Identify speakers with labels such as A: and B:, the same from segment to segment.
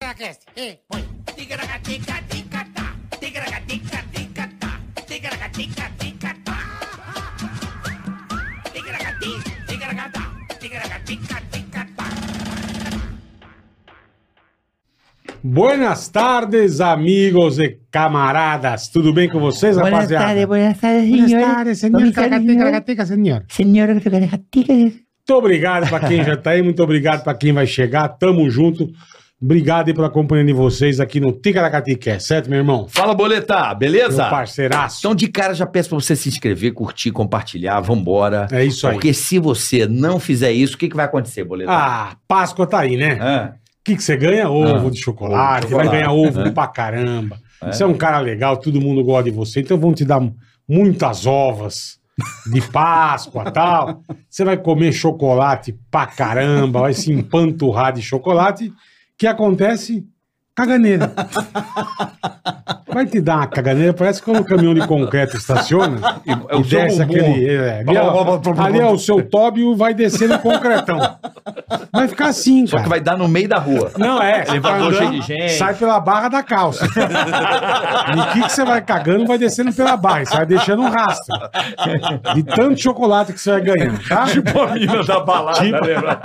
A: Ticaracast. E põe.
B: Ticaracatica-ticatá, ticaracatica-ticatá, ticaracatica-ticatá. Ticaracati, ticaracatá, ticaracatica-ticatá.
C: Buenas tardes, amigos e camaradas. Tudo bem com vocês,
D: Buenas
C: rapaziada?
D: tardes, buenas tardes,
C: Buenas
D: señor.
C: tardes, senhor. Caracateca, caracateca, senhor.
D: Señor, que te
C: Muito obrigado pra quem já tá aí, muito obrigado pra quem vai chegar. Tamo junto. Obrigado aí pela companhia de vocês aqui no Ticaracatica, certo, meu irmão?
E: Fala, Boletar,
C: Meu
E: beleza?
C: parceiraço.
E: Então, de cara, já peço pra você se inscrever, curtir, compartilhar, vambora.
C: É isso aí.
E: Porque se você não fizer isso, o que, que vai acontecer, Boletar?
C: Ah, Páscoa tá aí, né?
E: Hã?
C: O que, que você ganha? Ovo
E: Ah,
C: de chocolate,
E: ovo de
C: vai
E: chocolate,
C: ganhar ovo
E: né?
C: pra caramba.
E: É.
C: Você é um cara legal, todo mundo gosta de você, então vão te dar muitas ovas de Páscoa tal. Você vai comer chocolate pra caramba, vai se empanturrar de chocolate, que acontece caganeira. Vai te dar uma caganeira, parece que quando o caminhão de concreto estaciona
E: E- é
C: e
E: o seu
C: desce
E: bumbum.
C: aquele. é, ali,
E: Blá, blá, blá,
C: é,
E: blá,
C: ali é o seu Tóbio, vai descer no concretão. Vai ficar assim, cara.
E: Só que vai dar no meio da rua.
C: Não, é. Você tá
F: Elevador
C: andando,
F: cheio de gente.
C: Sai pela barra da calça. E o que, que você vai cagando, vai descendo pela barra. e Você vai deixando um rastro. De tanto chocolate que você vai ganhando, tá?
F: Tipo a mina da balada,
C: Tipo-
F: lembra?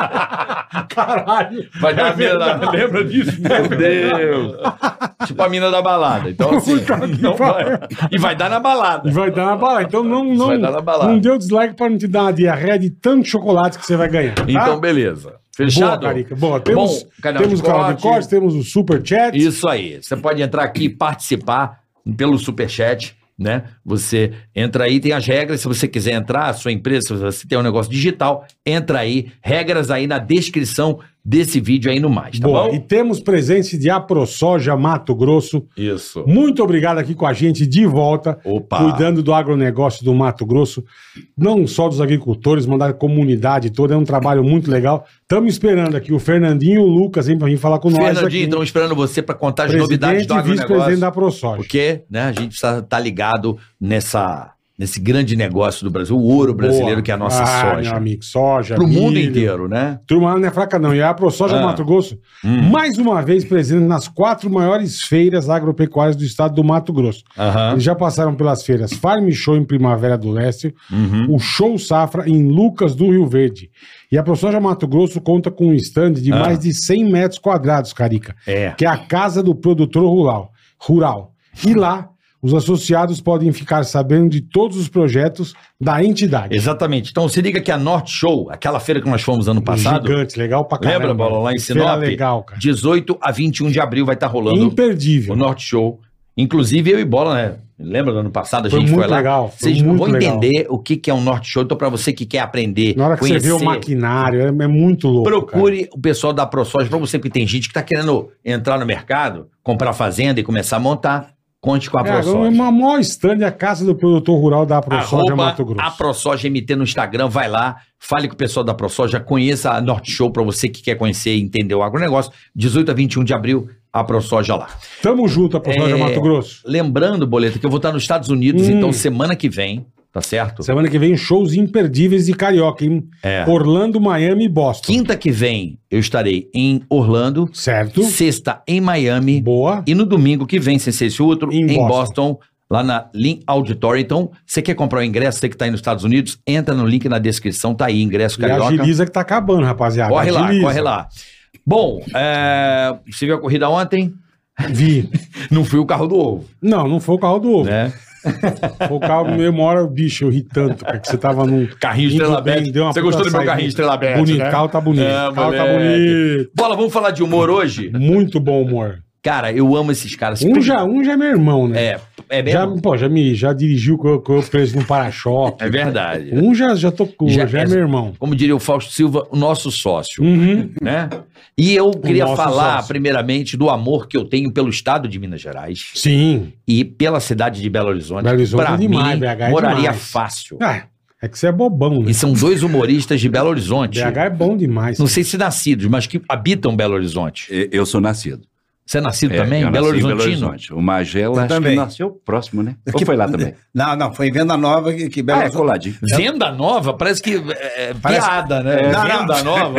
C: Caralho.
E: Vai dar a mina da...
F: É Lembra disso?
E: Meu Deus. tipo a mina da balada. Então, assim, não vai. E vai dar na balada.
C: E vai dar na bala. Então não, não,
E: Vai dar na balada.
C: não deu dislike pra não te dar uma diarreia de tanto chocolate que você vai ganhar. tá?
E: Então, beleza.
C: Boa,
E: Fechado? Tá
C: Carica. Boa, temos,
E: Bom, canal
C: temos
E: de
C: o canal de
E: corte.
C: corte, temos o super chat.
E: Isso aí. Você pode entrar aqui e participar pelo Superchat, né? Você entra aí, tem as regras. Se você quiser entrar, a sua empresa, se você tem um negócio digital, entra aí. Regras aí na descrição desse vídeo aí no mais, tá
C: Boa. E
E: bom?
C: temos presença de AproSoja Mato Grosso.
E: Isso.
C: Muito obrigado aqui com a gente de volta.
E: Opa.
C: cuidando do agronegócio do Mato Grosso, não só dos agricultores, mas da comunidade toda. É um trabalho muito legal. Estamos esperando aqui o Fernandinho e o Lucas hein, para vir falar com nós.
E: Fernandinho,
C: aqui.
E: estamos esperando você para contar as novidades
C: presidente
E: do
C: e vice-presidente da
E: agronegócio.
C: ProSoja.
E: Porque né, a gente precisa estar ligado nessa, nesse grande negócio do Brasil, o ouro brasileiro,
C: Boa.
E: que é a nossa
C: ah, Meu
E: soja.
C: amigo, soja.
E: Para o mundo
C: milho.
E: inteiro, né?
C: Turma não é fraca, não. E a ProSoja
E: Ah.
C: Mato Grosso,
E: Hum.
C: mais uma vez presente nas quatro maiores feiras agropecuárias do estado do Mato Grosso.
E: Aham.
C: Eles já passaram pelas feiras Farm Show em Primavera do Leste,
E: Uhum.
C: o Show Safra em Lucas do Rio Verde. E a ProSoja Mato Grosso conta com um stand de
E: Ah.
C: mais de 100 metros quadrados, Carica,
E: É.
C: que é a casa do produtor rural. rural. E lá, os associados podem ficar sabendo de todos os projetos da entidade.
E: Exatamente. Então se liga que a Norte Show, aquela feira que nós fomos ano passado,
C: Um É Gigante, legal pra caramba.
E: lembra, Bola, lá em
C: Feira
E: Sinop?
C: legal, cara. Então,
E: 18 a 21 de abril vai estar rolando
C: Imperdível.
E: o Norte Show. Inclusive eu e Bola, né? Lembra do ano passado a
C: Foi
E: gente
C: muito
E: foi lá?
C: legal, foi
E: Vocês não
C: muito
E: vão
C: legal.
E: entender o que que é um Norte Show. Então, para você que quer aprender,
C: Na hora que você vê o maquinário, é, é muito louco. cara.
E: procure o pessoal da ProSoja. Para você que tem gente que está querendo entrar no mercado, comprar fazenda e começar a montar, conte com a
C: Cara, é
E: ProSoja.
C: uma maior stand é a casa do produtor rural da ProSoja
E: Arroba
C: Mato Grosso.
E: A ProSoja MT no Instagram, vai lá, fale com o pessoal da ProSoja, conheça a Norte Show para você que quer conhecer e entender o agronegócio. 18 a 21 de abril, a ProSoja lá.
C: Tamo junto, a ProSoja
E: É.
C: Mato Grosso.
E: Lembrando, Boleta, que eu vou estar nos Estados Unidos,
C: Hum.
E: então semana que vem, tá certo?
C: Semana que vem, shows imperdíveis de carioca, hein?
E: É.
C: Orlando, Miami e Boston.
E: Quinta que vem eu estarei em Orlando,
C: Certo?
E: sexta em Miami
C: Boa.
E: e no domingo que vem, sem ser esse outro,
C: Em
E: em,
C: Boston.
E: Boston. Lá na Link Auditorium. Então, você quer comprar o ingresso, você que está aí nos Estados Unidos, entra no link na descrição, tá aí, ingresso
C: E
E: carioca.
C: agiliza que tá acabando, rapaziada.
E: Corre lá,
C: Agiliza.
E: corre lá. Bom, é, você viu a corrida ontem?
C: Vi.
E: Não fui o carro do ovo,
C: Não, não foi o carro do ovo.
E: né?
C: Foi o carro do meu maior bicho, eu ri tanto, cara, que você tava num...
E: Carrinho
C: Indo
E: Estrela
C: bem,
E: Bet.
C: deu uma
E: Você gostou
C: puta
E: do meu
C: saída.
E: carrinho Estrela Bet,
C: Bonito,
E: né?
C: carro tá bonito.
E: É,
C: carro tá
E: moleque.
C: bonito.
E: Bola, vamos falar de humor hoje?
C: Muito bom humor.
E: Cara, eu amo esses caras.
C: Um já, um já é meu irmão, né?
E: É, é
C: já,
E: mesmo?
C: pô, já me já dirigiu com eu, com eu preso no para-choque.
E: É verdade.
C: Um já, já tô com, já,
E: Já
C: é
E: é-
C: meu irmão.
E: Como diria o Fausto Silva, o nosso sócio,
C: Uhum.
E: né? E eu queria
C: nosso
E: falar,
C: sócio.
E: primeiramente, do amor que eu tenho pelo estado de Minas Gerais
C: Sim.
E: e pela cidade de Belo Horizonte.
C: Belo Horizonte
E: pra
C: é demais,
E: mim,
C: BH é
E: moraria
C: demais.
E: fácil.
C: Ah, é que você é bobão, né?
E: E são dois humoristas de Belo Horizonte.
C: BH é bom demais.
E: não sei se nascidos, mas que habitam Belo Horizonte.
G: E- Eu sou nascido.
E: Você é nascido
A: É,
E: também?
A: eu
E: Belo
A: nasci em
E: Horizontino?
A: O Magela acho
D: Também.
A: que nasceu próximo, né? Ou
D: Que-
A: foi lá também?
D: Não, não, foi em Venda Nova que, que Belo
A: Ah, é coladinho.
E: Venda nova? Parece que é, é
D: Parece-
E: piada, né?
D: Não, não. É.
E: Venda nova.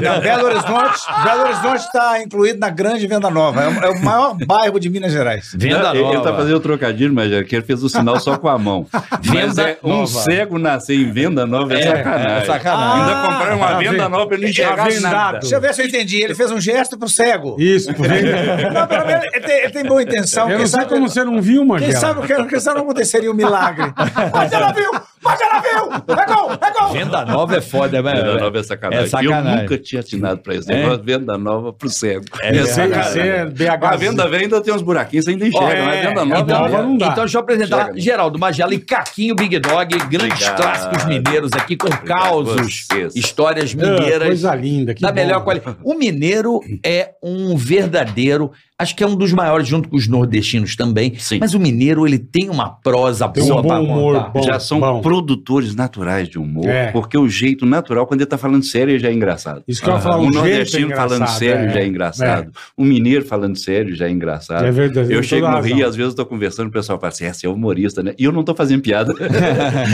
D: Não, Belo Horizonte Belo Horizonte está incluído na Grande Venda Nova. É o, é o maior bairro de Minas Gerais.
E: Venda
A: Não, ele-
E: nova.
A: Ele tá fazendo o trocadilho, mas é que ele fez o sinal só com a mão. Mas
E: Venda
A: é, um
E: nova.
A: cego nascer em venda nova é, sacanagem.
E: é sacanagem. É
A: Ainda compraram uma
C: tá
A: venda
C: vendo?
A: nova pra ele não
C: Tá
A: enxergar em nada.
C: vendado.
D: Ah, Deixa eu ver se eu entendi. Ele fez um gesto pro cego.
C: Isso, por exemplo.
D: Não, pelo menos ele tem, ele tem boa intenção.
C: Eu
D: É. Quem
C: não sei
D: sabe,
C: como você não viu, Magela.
D: quem sabe o que quem sabe não aconteceria um milagre. Mas ela viu! Mas ela viu! É gol! É gol!
E: Venda nova é foda, velho.
A: Venda nova é sacanagem.
E: É sacanagem.
A: Eu nunca tinha atinado pra isso.
E: É.
A: Negócio Venda nova pro cego.
E: É
C: Você, você é BH.
A: Tá A venda velha ainda tem uns buraquinhos, você ainda enxerga.
E: é,
A: mas venda nova um
E: Então,
C: nova não dá.
E: então deixa eu apresentar
A: Chega.
E: Geraldo Magela e Caquinho Big Dog, grandes
A: Obrigado.
E: clássicos mineiros aqui com
A: Obrigado
E: causos,
A: vocês.
E: histórias
C: Ah,
E: mineiras.
C: Coisa linda. que
E: da
C: bom.
E: melhor qualidade. O mineiro é um verdadeiro, acho que é um dos maiores junto com os nordestinos também,
A: Sim.
E: mas o mineiro ele tem uma prosa
C: Tem um
E: boa
C: bom
E: pra
C: humor,
E: contar.
C: bom.
A: já são
C: bom.
A: produtores naturais de humor,
C: É.
A: porque o jeito natural, quando ele tá falando sério, já é engraçado.
C: Isso que eu ia
E: Aham.
C: falar,
A: o
C: jeito é
A: nordestino falando
C: engraçado,
A: sério
C: é.
A: já é engraçado. O mineiro falando sério já é engraçado.
C: É verdade.
A: Eu
C: tem
A: chego
C: toda
A: no
C: a razão.
A: Rio, às vezes eu tô conversando, o pessoal fala assim, "É, você é humorista, né? E eu não tô fazendo piada.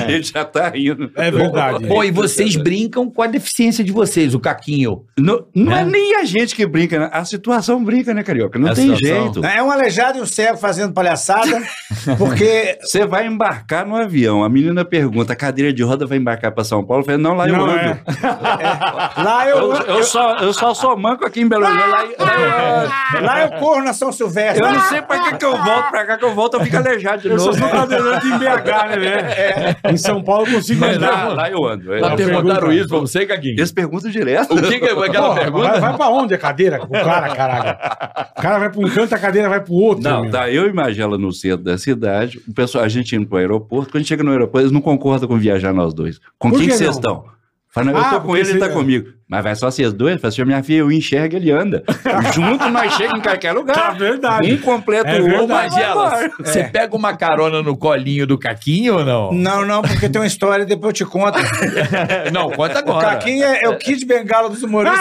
A: Ele já tá rindo.
C: É verdade.
E: Bom, e vocês brincam com a deficiência de vocês, o Caquinho.
A: Não, não é.
E: Né?
A: nem a gente que brinca, né? A situação brinca, né, Carioca? Não
E: A
A: tem
E: situação.
A: jeito.
D: É um aleijado e um cego fazendo palhaçada, porque
A: Você vai embarcar no avião, a menina pergunta, a cadeira de roda vai embarcar pra São Paulo? Eu falei, não, lá eu
C: Não,
A: ando.
C: é.
D: lá
A: Eu,
D: eu,
A: eu só, eu só sou manco aqui em Belo Horizonte. Lá, eu- lá eu-
D: lá eu corro na São Silvestre.
A: eu não sei pra que, que eu volto, pra cá que eu volto, eu fico aleijado de
C: Eu sou
A: novo.
C: só cadeirante em BH, né, né? Em São Paulo eu consigo
A: Mas
C: andar.
A: lá, lá eu ando. é.
E: Lá
C: uma
E: perguntaram
C: pergunta.
E: isso pra você, Caquinho?
A: Eles perguntam direto.
E: Tá O que, que é aquela
C: Porra,
E: pergunta?
C: Vai, vai pra onde a cadeira? O cara, caralho. O cara vai pra um canto, a cadeira vai pro outro.
A: Não,
C: meu.
A: tá eu e Magela no centro da cidade, o pessoal, a gente indo pro aeroporto, quando a gente chega no aeroporto, eles não concordam com viajar nós dois. Com
C: Por
A: quem
C: que
A: que vocês
C: não?
A: estão? Fala, não,
C: Ah,
A: eu tô com
C: porque
A: ele, ele
C: você-
A: tá comigo. Mas vai só vocês dois? Fala assim, minha filha, eu enxergo, ele anda. Junto nós chegamos em qualquer
C: Tá
A: lugar.
C: verdade.
A: Um completa
C: É
A: o outro.
E: Ô,
C: verdade.
A: vai embora.
E: Magela, você pega uma carona no colinho do Caquinho ou não?
D: Não, não, porque tem uma história, depois eu te conto.
E: Não, conta
D: O
E: agora.
D: Caquinho é, é o Kid Bengala dos humoristas.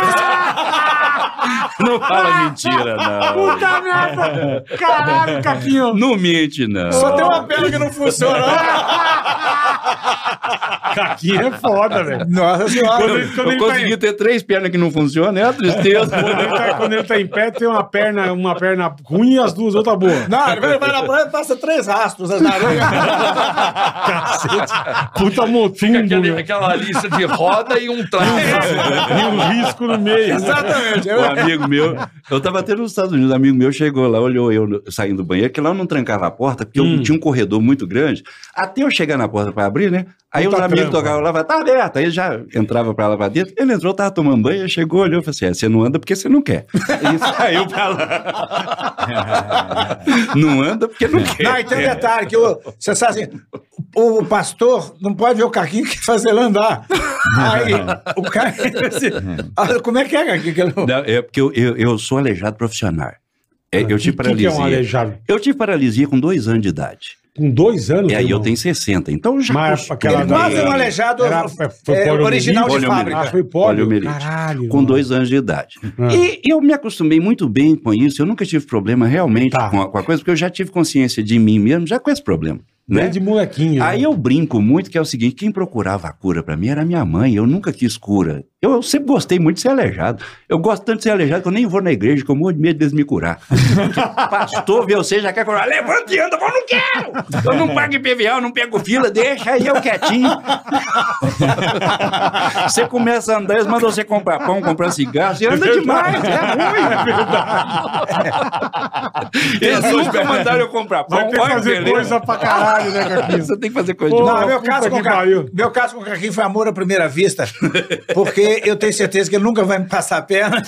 A: Não fala mentira, não.
C: Puta merda! Caralho, Caquinho!
A: Não mente, não.
D: Só tem uma perna que não funciona.
C: Caquinho é foda, velho.
D: Nossa
C: Quando
D: senhora.
C: ele- quando
A: Eu
C: ele tá
A: consegui
C: em-
A: ter três pernas que não funcionam, é uma tristeza.
C: quando ele tá- Quando ele tá em pé, tem uma perna, uma perna ruim e as duas outras boas.
D: Não, ele Ah, vai na praia e passa três rastros. né? as naranjas.
C: Cacete. Puta motumbo,
E: Aquela,
C: meu.
E: aquela lista de roda e um traço.
C: E um risco no meio. é
D: Exatamente.
A: Um amigo meu, eu tava até nos Estados Unidos, um amigo meu chegou lá, olhou eu no- saindo do banheiro, que lá eu não trancava a porta, porque eu
C: Hum.
A: tinha um corredor muito grande. Até eu chegar na porta pra abrir, né? Aí
C: Puta
A: os amigos
C: trampa.
A: tocavam lá, tá aberta. Aí ele já entrava pra lá pra dentro. Ele entrou, tava tomando banho, aí chegou, olhou e falou assim: é, você não anda porque você não quer. E saiu pra lá. não anda porque não quer.
D: Não, e
C: então
D: tem um
C: tá
D: detalhe que o- você sabe assim, o pastor não pode ver o Caquinho que faz ele andar. Aí, o cara. assim, ah, como é que é, Caquinho? que ele-
A: Hum. Não, é porque eu, eu, eu sou aleijado profissional. É,
C: O
A: eu tive
C: que que é um
A: paralisia.
C: aleijado?
A: eu tive paralisia com dois anos de idade.
C: Com dois anos,
A: E É, aí eu
C: irmão.
A: tenho 60. Então já.
C: Mas aquela
D: Ele quase é um
C: da-
D: aleijado
C: Era- foi
D: é,
C: poliomielite?
D: original de
A: Poliomielite.
C: Ah,
D: fábrica.
C: foi pólio?
A: Poliomielite.
C: Caralho.
A: com
C: mano.
A: dois anos de idade.
C: Ah.
A: E eu me acostumei muito bem com isso, eu nunca tive problema realmente
C: Tá.
A: com, a, com a coisa, porque eu já tive consciência de mim mesmo, já com esse problema.
C: Bem
A: Né?
C: de molequinho.
A: Aí
C: né?
A: eu brinco muito que é o seguinte: quem procurava a cura pra mim era minha mãe, eu nunca quis cura. Eu, eu sempre gostei muito de ser aleijado. Eu gosto tanto de ser aleijado que eu nem vou na igreja, que eu morro de medo deles me curar. Tipo, Pastor vê você, já quer curar. Levanta e anda, eu não quero! Eu não pago IPVA, eu não pego fila, deixa aí eu quietinho. Você começa a andar, eles mandam você comprar pão, comprar cigarro, você anda demais, é ruim. É verdade. Eles nunca mandaram eu comprar pão,
C: Vai ter que
A: olha,
C: fazer
A: beleza.
C: coisa pra caralho, né, Caquinho?
A: Você tem que fazer coisa
C: Pô,
A: demais.
D: Não, meu
C: Puta
D: caso, com
C: que
D: o Ca-
C: pariu.
D: meu caso com o Caquinho foi amor à primeira vista, porque eu tenho certeza que ele nunca vai me passar a perna.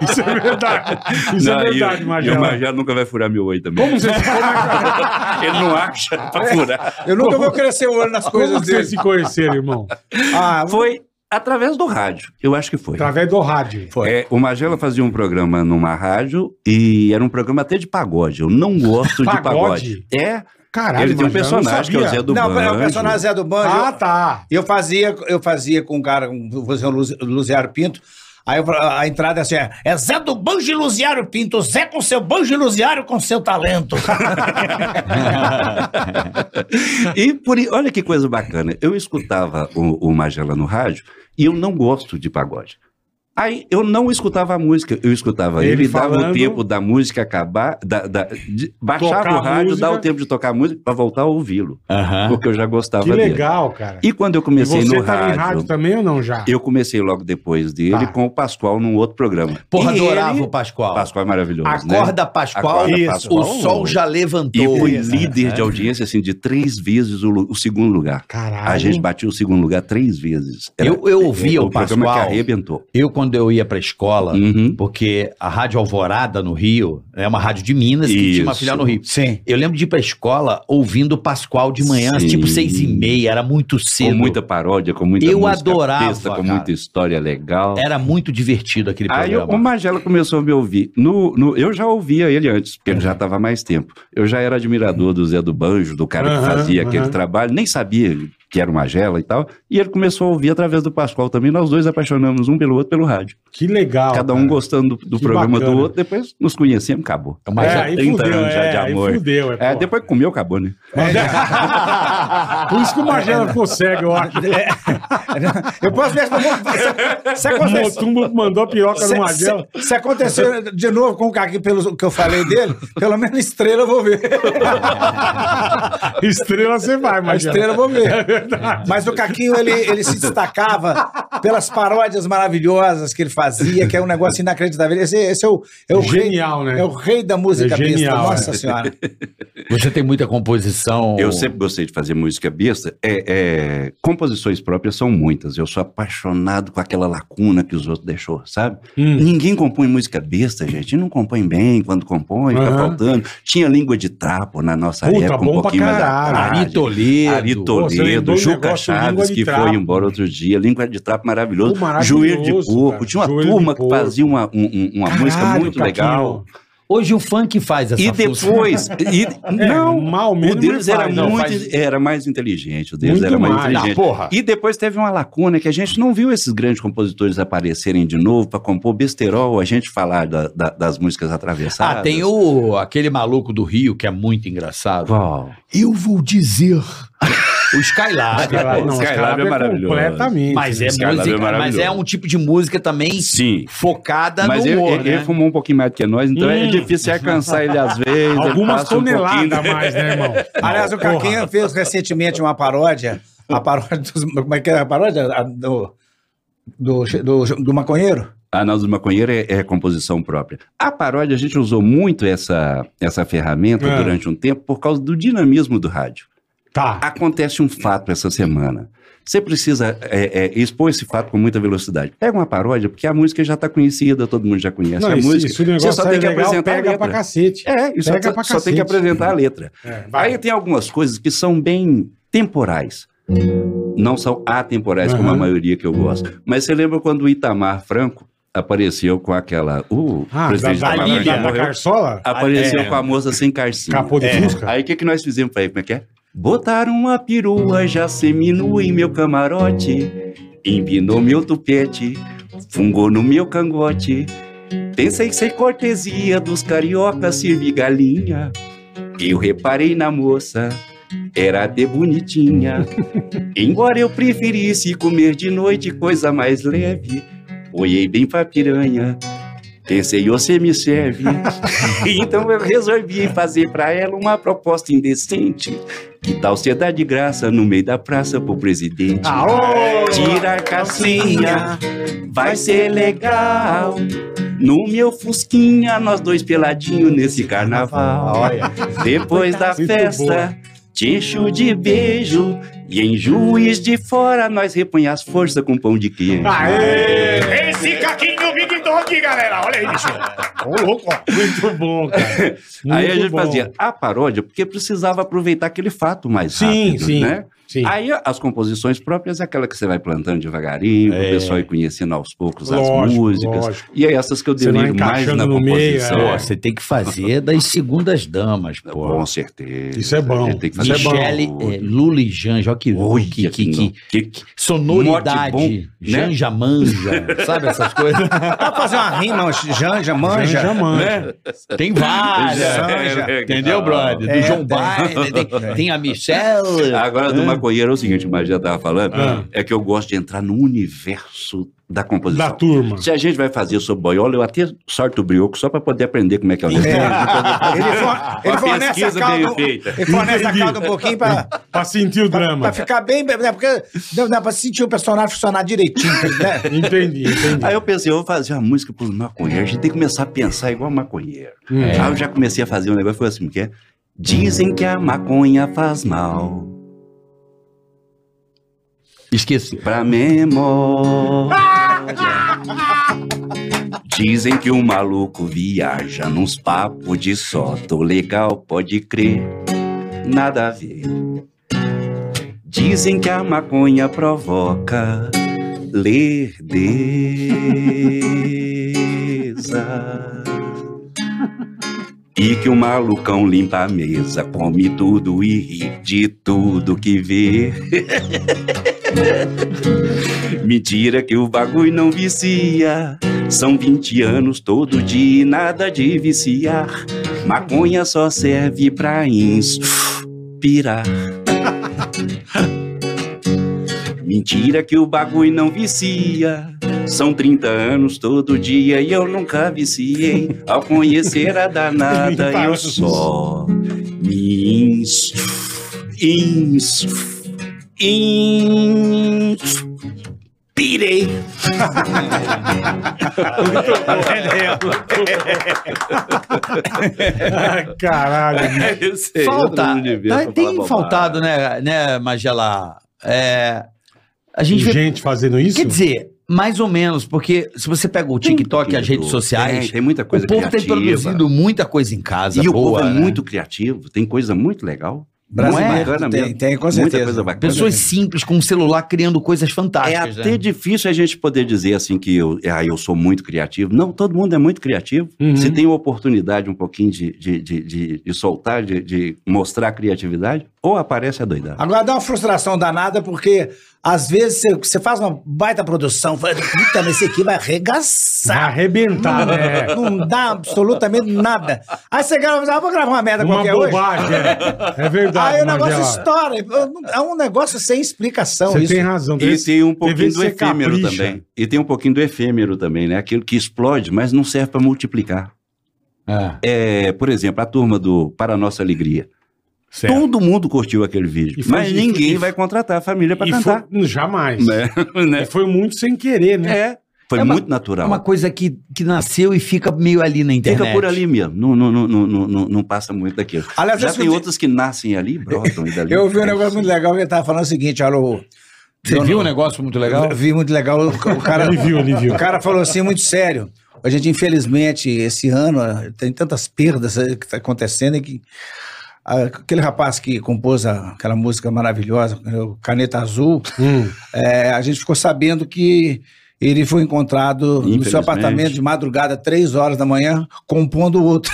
C: Isso é verdade. Isso
A: Não,
C: é verdade,
A: e,
C: Magela.
A: E o Magela nunca vai furar meu olho também.
C: Como você, como é-
A: Ele não acha pra furar.
D: Eu nunca vou crescer o olho nas
C: como assim?
D: coisas
C: vocês
D: dele.
C: se conheceram, irmão?
D: Ah,
A: Foi através do rádio. Eu acho que foi.
C: Através do rádio.
A: É, o Magela fazia um programa numa rádio e era um programa até de pagode. Eu não gosto de
C: Pagode?
A: pagode. É,
C: Caralho,
A: ele tem
C: Magela,
A: um
C: eu
A: personagem que é o
C: sabia. um
A: Zé do
D: não,
A: Banjo.
D: o personagem Zé do Banjo.
C: Ah, tá.
D: Eu fazia, eu fazia com um cara, um, você, o Luzi- um Luziário Pinto, Aí eu falo, a entrada é assim: é, é Zé do Banjo Luziário Pinto, Zé com seu Banjo Luziário com seu talento.
A: E por, i- olha que coisa bacana. Eu escutava o, o Magela no rádio e eu não gosto de pagode. Aí eu não escutava a música, eu escutava
C: Ele
A: ele, dava
C: falando-
A: o tempo da música acabar, da, da- de- baixava
C: Tocar a
A: o rádio,
C: música. Ah,
A: dava o tempo de tocar a música para voltar a ouvi-lo,
E: Aham.
A: porque eu já gostava
C: Que
A: dele.
C: legal, cara.
A: E quando eu
C: E
A: comecei
C: você
A: no
C: tá
A: rádio,
C: em rádio também ou não já?
A: eu comecei logo depois dele
C: Tá.
A: com o Pascoal num outro programa.
E: Porra,
A: E
E: adorava
A: ele-
E: o Pascoal.
A: Pascoal é maravilhoso, né?
E: Acorda, Pascoal.
A: Acorda,
E: isso.
A: Pascoal.
E: O sol já levantou.
A: E foi
E: Isso.
C: né?
A: líder de audiência, assim, de três vezes o lu- o segundo lugar.
C: Caralho.
A: A gente bateu o segundo lugar três vezes.
E: Eu, eu ouvia o,
A: programa que
E: Pascoal.
A: arrebentou.
E: Eu, quando eu ia pra escola,
A: Uhum.
E: porque a Rádio Alvorada no Rio é uma rádio de Minas que tinha uma
A: Isso.
E: filial no Rio.
D: Sim.
E: Eu lembro de ir pra escola ouvindo o Pascoal de manhã,
A: Sim.
E: tipo seis e meia, era muito cedo.
A: Com muita paródia, com muita
E: Eu
A: música
E: adorava,
A: besta, com
E: cara.
A: muita história legal.
E: Era muito divertido aquele
A: Aí eu-
E: programa.
A: o Magela começou a me ouvir. No, no- eu já ouvia ele antes, porque
E: É.
A: ele já estava há mais tempo. Eu já era admirador do Zé do Banjo, do cara
C: Aham,
A: que fazia
C: aham.
A: aquele trabalho, nem sabia que era o Magela e tal. E ele começou a ouvir através do Pascoal também. Nós dois apaixonamos um pelo outro pelo rádio.
C: Que legal.
A: Cada um
C: cara.
A: gostando do, do
C: Que
A: programa
C: bacana.
A: do outro, depois nos conhecemos, acabou.
E: É, Mas já
C: aí
A: 30 anos já
C: é,
A: de
C: aí
A: amor.
C: fudeu, é,
A: É,
C: pô.
A: depois que comeu, acabou, né?
C: é- Por isso que o Magela ficou cego, eu acho.
A: É.
D: Eu posso ver se, se
C: O
D: aconteceu.
C: Motumbo mandou a piroca
D: Se,
C: no Magela.
D: se- se acontecer de novo com o Caquinho, pelo que eu falei dele, pelo menos estrela eu vou ver.
C: Estrela você vai,
D: A
C: Magela.
D: estrela eu vou
C: É
D: ver. Mas o Caquinho, ele, ele se destacava pelas paródias maravilhosas que ele fazia, que é um negócio inacreditável. Esse, esse é o, é o
C: Genial,
D: rei,
C: né?
D: É o rei da música
C: É genial,
D: besta, nossa
C: é.
D: senhora.
E: Você tem muita composição.
A: Eu sempre gostei de fazer música besta. É, é, composições próprias são muitas. Eu sou apaixonado com aquela lacuna que os outros deixou, sabe?
C: Hum.
A: Ninguém compõe música besta, gente. Não compõe bem quando compõe, tá
C: Aham.
A: faltando. Tinha língua de trapo na nossa
C: Puta,
A: época,
C: bom pra
A: um pouquinho mais
C: caralho.
A: atrás.
E: Ari Toledo.
A: Ari
C: Pô, você lembrou
A: Toledo,
C: um
A: Juca
C: negócio, língua
A: Chaves,
C: de
A: que
C: trapo.
A: foi embora outro dia, língua de trapo maravilhoso,
C: Pô, maravilhoso,
A: joelho de porco,
C: cara.
A: tinha uma
C: Joelho de
A: turma que
C: porco.
A: fazia uma, um- um- uma
C: Caralho,
A: música muito
C: Caquinho.
A: legal.
E: Hoje o funk faz essa
A: E
E: função.
A: depois. e- não,
C: É, mal
A: o
C: mesmo
A: deles
C: ele
A: era
C: faz, não,
A: muito.
C: faz-
A: Era mais inteligente. O deles
C: Muito
A: era mais,
C: mais.
A: inteligente.
E: Ah, porra.
A: E depois teve uma lacuna que a gente não viu esses grandes compositores aparecerem de novo para compor besterol, a gente falar da- da- das músicas atravessadas.
E: Ah, tem o, aquele maluco do Rio que é muito engraçado.
A: Qual?
E: Eu vou dizer. O Skylab.
C: Caralho,
E: pô.
C: não,
A: Skylab
C: Skylab
A: é
C: é
A: maravilhoso.
C: completamente.
E: Mas é,
A: Skylab é
E: música, mas
A: maravilhoso.
E: é um tipo de música também
A: Sim.
E: focada
A: Mas
E: no
A: ele,
E: humor,
A: ele- ele
E: né?
A: fumou um pouquinho mais do que nós, então é difícil alcançar ele às vezes. ele
C: Hum. Algumas
A: passa um pouquinho,
C: toneladas
A: né?
C: a mais, né, irmão?
D: Aliás, o
C: Porra.
D: Caquinho fez recentemente uma paródia. A paródia dos, Como é que é a paródia? A do, do, do, do maconheiro?
A: A Nós do Maconheiro é, é composição própria. A paródia, a gente usou muito essa, essa ferramenta
C: É.
A: durante um tempo por causa do dinamismo do rádio.
C: Tá.
A: Acontece um fato essa semana. Você precisa é, é, expor esse fato com muita velocidade. Pega uma paródia, porque a música já está conhecida, todo mundo já conhece
C: Não,
A: a
C: isso,
A: música.
C: isso o negócio
A: você só tem que
C: é legal,
A: apresentar a
C: pega pra
A: letra.
C: cacete.
A: É, isso
C: Pega
A: só,
C: pra
A: só tem
C: cacete.
A: que apresentar a letra.
C: É, vai.
A: Aí tem algumas coisas que são bem temporais. Não são atemporais, como a
C: Aham.
A: maioria que eu gosto. Mas você lembra quando o Itamar Franco apareceu com aquela. uh, O
C: Ah, da,
A: presidente
C: da,
A: Itamar
E: Líbia,
C: da, da
A: Franco morreu, Ah, É.
C: Carsola?
A: Apareceu
E: É.
A: com a moça sem carcinha.
C: Capô de Fusca?
A: Aí o que, que nós fizemos pra ele? Como é que é? Botaram uma perua, já seminou em meu camarote, empinou meu tupete, fungou no meu cangote. Pensei ser cortesia dos cariocas servir galinha. Eu reparei na moça, era de bonitinha. Embora eu preferisse comer de noite coisa mais leve, olhei bem pra piranha. Pensei, você me serve. então eu resolvi fazer pra ela uma proposta indecente. Que tal você dar de graça no meio da praça pro presidente?
C: Ah, ô!
A: Tira a calcinha, vai ser legal. No meu fusquinha, nós dois peladinho nesse carnaval.
C: Olha.
A: Depois da
C: Muito
A: festa, te encho de beijo. E em juiz de fora, nós repõe as forças com pão de queijo.
C: Ah, Aê!
B: Esse caquinho Big Dog, galera. Olha aí, bicho.
C: Ô, louco, ó. Muito bom, cara.
A: Aí a
C: Muito
A: gente
C: bom.
A: fazia a paródia porque precisava aproveitar aquele fato mais
C: Sim,
A: rápido,
C: sim.
A: né?
C: Sim.
A: Aí as composições próprias é aquela que você vai plantando devagarinho, o
E: É.
A: pessoal vai conhecendo aos poucos as
C: Lógico,
A: músicas.
C: lógico.
A: E é essas que eu
C: Você vai
A: deliro mais
C: encaixando
A: na
C: no meio,
A: composição.
C: é.
E: Pô, você tem que fazer das segundas damas, pô.
A: Com certeza.
C: Isso é bom.
A: A gente tem que fazer
E: Michele,
A: bom.
E: é, Lula e Janja, ó que,
A: Olha
E: que, que, que
A: que- que-
E: sonoridade,
A: Mote bom, né?
E: Janja Manja, sabe essas coisas?
D: Dá pra fazer uma rima, janja, manja.
C: Janja
A: né?
C: manja.
E: Tem várias,
D: Janja.
E: entendeu, brother? Do
D: É,
E: João
D: tem.
E: Biden, tem, tem a Michelle.
A: Agora, do maconheiro é o seguinte, o Magia estava falando,
C: Ah.
A: é que eu gosto de entrar no universo da composição.
C: Da turma.
A: Se a gente vai fazer sobre boiola, eu até sorto o brioco só para poder aprender como é que é o
D: É.
A: negócio.
D: Ele, for, ele
A: Uma
D: fornece a
A: pesquisa
D: calda,
A: bem
D: um-
A: feita.
D: ele fornece a calda um pouquinho pra,
C: Pra sentir o
D: pra,
C: drama.
D: pra ficar bem. Né, porque dá, dá pra sentir o personagem funcionar direitinho,
A: é?
D: né?
C: Entendi, entendi.
A: Aí eu pensei, eu vou fazer uma música pros maconheiros, a gente tem que começar a pensar igual maconheiro.
C: Hum.
A: Aí eu já comecei a fazer um negócio, foi assim, que é... Dizem que a maconha faz mal
E: Esqueci.
A: pra memória. Dizem que o maluco viaja nos papos de só, tô legal, pode crer, nada a ver. Dizem que a maconha provoca lerdeza. E que o malucão limpa a mesa, come tudo e ri de tudo que vê. Mentira que o bagulho não vicia. São 20 anos todo dia e nada de viciar. Maconha só serve pra inspirar. Mentira que o bagulho não vicia. São 30 anos todo dia e eu nunca viciei. Ao conhecer a danada, eu só me ins. ins. ins. pirei.
C: Ai, Ah,
A: É.
C: Caralho.
E: É, Falta. Tá- tem faltado, né, né Magela? É, a gente vê-
C: Gente fazendo isso?
E: Quer dizer, mais ou menos, porque se você pega o TikTok e as redes sociais,
A: Tem, tem muita coisa
E: o povo tem
A: criativa.
E: produzido muita coisa em casa.
A: E o
E: boa,
A: povo é
E: né?
A: muito criativo, tem coisa muito legal. muito
E: Brasileiro
A: bacana
D: tem,
A: mesmo.
D: tem, com
A: Muita
D: certeza.
A: coisa bacana.
E: Pessoas simples com um celular criando coisas
A: é
E: fantásticas.
A: até
E: né?
A: difícil a gente poder dizer assim que eu, ah, eu sou muito criativo. Não, todo mundo é muito criativo.
C: Uhum.
A: Se tem uma oportunidade um pouquinho de, de, de, de- de soltar, de, de mostrar a criatividade, ou aparece a doidada.
D: Agora dá uma frustração danada, porque às vezes você- você faz uma baita produção, fala, puta, mas esse aqui vai
C: Vai
D: arregaçar.
C: arrebentar, né?
D: Não é. dá absolutamente nada. Aí você grava, ah, vou gravar uma merda
C: Uma
D: qualquer hoje.
C: bobagem. É, É verdade.
D: Aí o negócio
C: Magela.
D: estoura. É um negócio sem explicação.
C: Você
D: isso.
C: tem razão.
A: E
C: Esse-
A: tem um
C: vezes
A: pouquinho do
C: você
A: efêmero
C: capricha.
A: também. E tem um pouquinho do efêmero também, né? Aquilo que explode, mas não serve para multiplicar.
E: É.
A: É, por exemplo, a turma do Para Nossa Alegria.
C: Certo.
A: Todo mundo curtiu aquele vídeo,
C: E foi-
A: mas
C: e-
A: ninguém
C: e-
A: vai contratar a família para
C: e
A: cantar.
C: foi- Jamais.
A: Né? Né?
C: E foi muito sem querer, né?
A: É. Foi
E: É uma-
A: muito
E: É
A: natural.
E: uma coisa que, que nasceu e fica meio ali na internet.
A: Fica por ali mesmo. Não, não, não, não, não- não, não passa muito daquilo.
D: Aliás,
A: Já
D: eu
A: tem
D: escutei-
A: outras que nascem ali, e brotam e dali.
D: Eu ouvi um negócio muito legal que ele tava falando o seguinte, olha, o,
E: Você viu um negócio muito legal?
D: eu vi muito legal, o, o cara...
C: Ele viu, ele viu.
D: O cara falou assim, muito sério. A gente, infelizmente, esse ano eh, tem tantas perdas eh, que está acontecendo e que ah, aquele rapaz que compôs a- aquela música maravilhosa, eh, o Caneta Azul,
C: Hum.
D: eh, a gente ficou sabendo que ele foi encontrado no
A: Infelizmente.
D: seu apartamento de madrugada, três horas da manhã, compondo outro.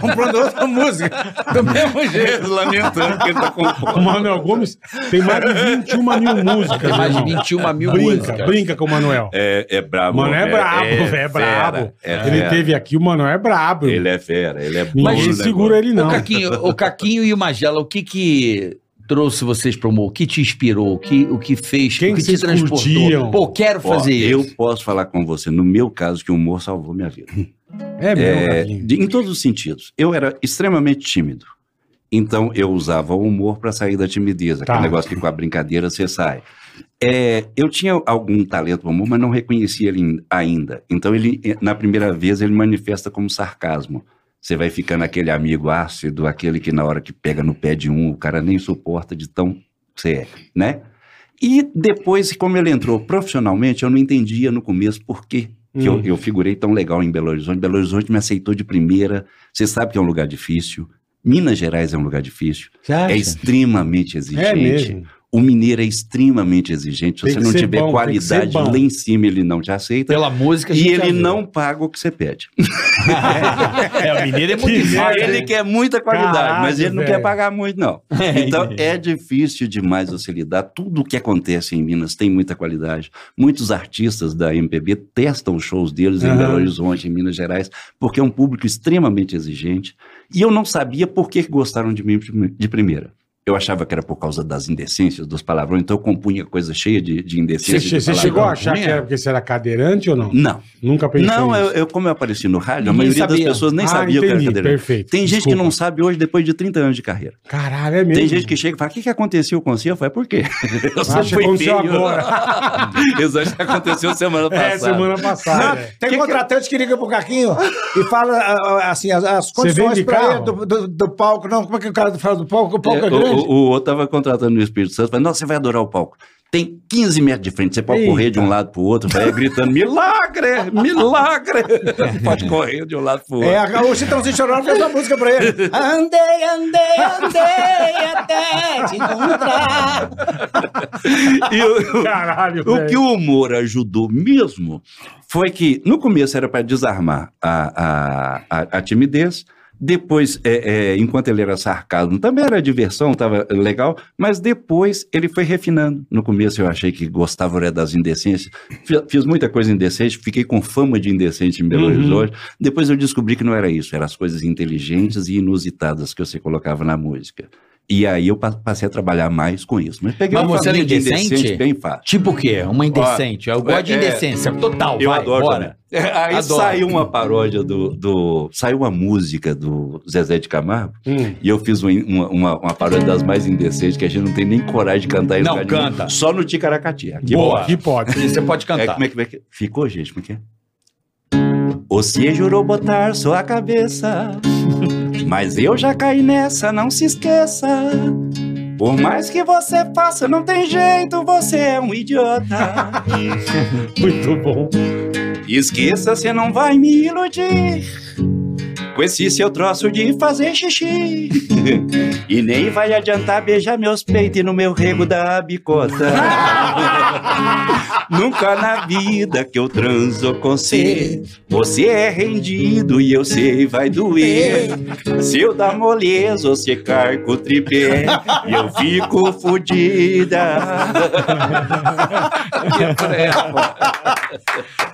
D: compondo outra música. Do mesmo jeito.
A: É, Lamentando que ele tá
C: O Manuel Gomes tem mais de 21 mil músicas.
E: Tem mais de
C: irmão.
E: 21 mil
C: brinca,
E: músicas.
C: brinca com o Manuel.
A: É, é brabo.
C: O Manuel é
A: velho.
C: brabo, velho, é
A: fera,
C: brabo.
A: É
C: ele
A: fera.
C: teve aqui, o Manuel é brabo.
A: Ele é fera, ele é bom
C: Ninguém
A: no
C: segura ele,
E: O
C: não.
E: Caquinho, o Caquinho e o Magela, o que que trouxe vocês pro humor? O que te inspirou? O que, o que fez?
C: Quem
E: o que
C: vocês
E: te transportou?
C: curtiam?
E: Pô, quero
A: Ó,
E: fazer
A: eu
E: isso.
A: posso falar com você, no meu caso, que o humor salvou minha vida.
C: É meu,
A: É,
C: Caquinho.
A: de- em todos os sentidos. Eu era extremamente tímido. Então, eu usava o humor para sair da timidez,
C: Tá.
A: aquele negócio que com a brincadeira você sai. É, eu tinha algum talento para humor, mas não reconhecia ele in- ainda. Então, ele, eh, na primeira vez, ele manifesta como sarcasmo. Você vai ficando aquele amigo ácido, aquele que na hora que pega no pé de um, o cara nem suporta de tão que você é, né? E depois, como ele entrou profissionalmente, eu não entendia no começo por quê que
C: Hum.
A: eu, eu figurei tão legal em Belo Horizonte. Belo Horizonte me aceitou de primeira. Você sabe que é um lugar difícil. Minas Gerais é um lugar difícil.
E: Você acha?
A: É extremamente exigente.
C: É mesmo.
A: O mineiro é extremamente exigente. Se
C: Tem
A: você
C: que
A: não
C: ser
A: tiver
C: bom, tem que ser
A: qualidade
C: bom.
A: lá em cima, ele não te aceita.
E: Pela música. a
A: E
E: gente já
A: ele
E: viu.
A: não paga o que você pede.
E: é, o mineiro é muito
C: Que
E: difícil.
C: merda,
A: ele
C: hein?
A: quer muita qualidade, mas
C: Caralho,
A: ele não
C: velho.
A: quer pagar muito, não. Então é difícil demais você lidar. Tudo o que acontece em Minas tem muita qualidade. Muitos artistas da MPB testam os shows deles em
C: Aham.
A: Belo Horizonte, em Minas Gerais, porque é um público extremamente exigente. E eu não sabia por que que gostaram de mim de primeira. Eu achava que era por causa das indecências, dos palavrões, então eu compunha coisa cheia de, de
C: Você,
A: indecência.
C: che-
A: de
C: você
A: palavrão.
C: chegou a achar
E: Minha?
C: que era porque você era cadeirante ou não?
A: Não,
C: Nunca pensei
A: não,
C: nisso.
A: eu, eu- como eu apareci no rádio, a
E: Ninguém
A: maioria
E: sabia.
A: das pessoas nem
C: Ah,
A: sabia o que era
C: entendi,
A: cadeirante.
C: perfeito.
A: Tem gente que
C: Desculpa.
A: não sabe hoje, depois de 30 anos de carreira.
C: Caralho, é mesmo.
A: Tem gente que chega e fala: o que, que aconteceu com você? Eu falei: por quê? Eu
C: Ah, que aconteceu agora.
A: Exato, aconteceu semana
C: É,
A: passada.
C: semana passada. é.
D: Tem um contratante que liga pro Caquinho e fala ah, ah, assim, as, as condições
C: vende
D: pra
C: carro?
D: ele do, do- do palco. Não, como é que o cara fala do palco? O palco
A: É,
D: é,
A: o, o,
D: grande.
A: o outro estava contratando no Espírito Santo, falei, nossa, você vai adorar o palco. Tem 15 metros de frente, você pode
C: Eita.
A: correr de um lado pro outro, vai gritando, milagre, milagre. pode correr de um lado pro outro.
D: É, a- o Chitãozinho Chororó fez uma música pra ele. Andei, andei, andei até te encontrar.
A: E o-
C: Caralho,
A: O
C: velho.
A: que o humor ajudou mesmo foi que, no começo, era para desarmar a, a, a, a timidez. Depois, é, é, enquanto ele era sarcasmo, também era diversão, estava legal, mas depois ele foi refinando. No começo eu achei que gostava era das indecências, Fi- fiz muita coisa indecente, fiquei com fama de indecente em Belo
C: Uhum.
A: Horizonte. Depois eu descobri que não era isso, eram as coisas inteligentes e inusitadas que você colocava na música. E aí eu pa- passei a trabalhar mais com isso. Mas peguei
E: Mas
A: uma
E: você era
A: faminha de
E: indecente?
A: indecente bem fácil.
E: Tipo o quê? Uma indecente. Eu gosto de
A: é-
E: indecência. Total,
A: Eu
E: vai,
A: adoro
E: bora.
A: também. Aí
E: Adoro.
A: saiu uma paródia do, do- Saiu uma música do Zezé de Camargo.
C: Hum.
A: E eu fiz um- uma, uma- uma paródia das mais indecentes, que a gente não tem nem coragem de cantar em
E: Não,
A: lugar nenhum,
E: canta.
A: Só no Ticaracati. Aqui.
E: Boa.
C: Que pode.
E: E Você pode
A: É,
E: cantar.
A: como é que vai que- Ficou, gente? Como é que é? Você jurou botar sua cabeça, mas eu já caí nessa, não se esqueça. Por mais que você faça, não tem jeito, você é um idiota.
C: Muito bom.
A: Esqueça, você não vai me iludir com esse seu troço de fazer xixi. E nem vai adiantar beijar meus peitos e no meu rego da bicota. Nunca na vida que eu transo com você. Você é rendido e eu sei vai doer. Se eu dar moleza, você carca o tripé e eu fico fodida.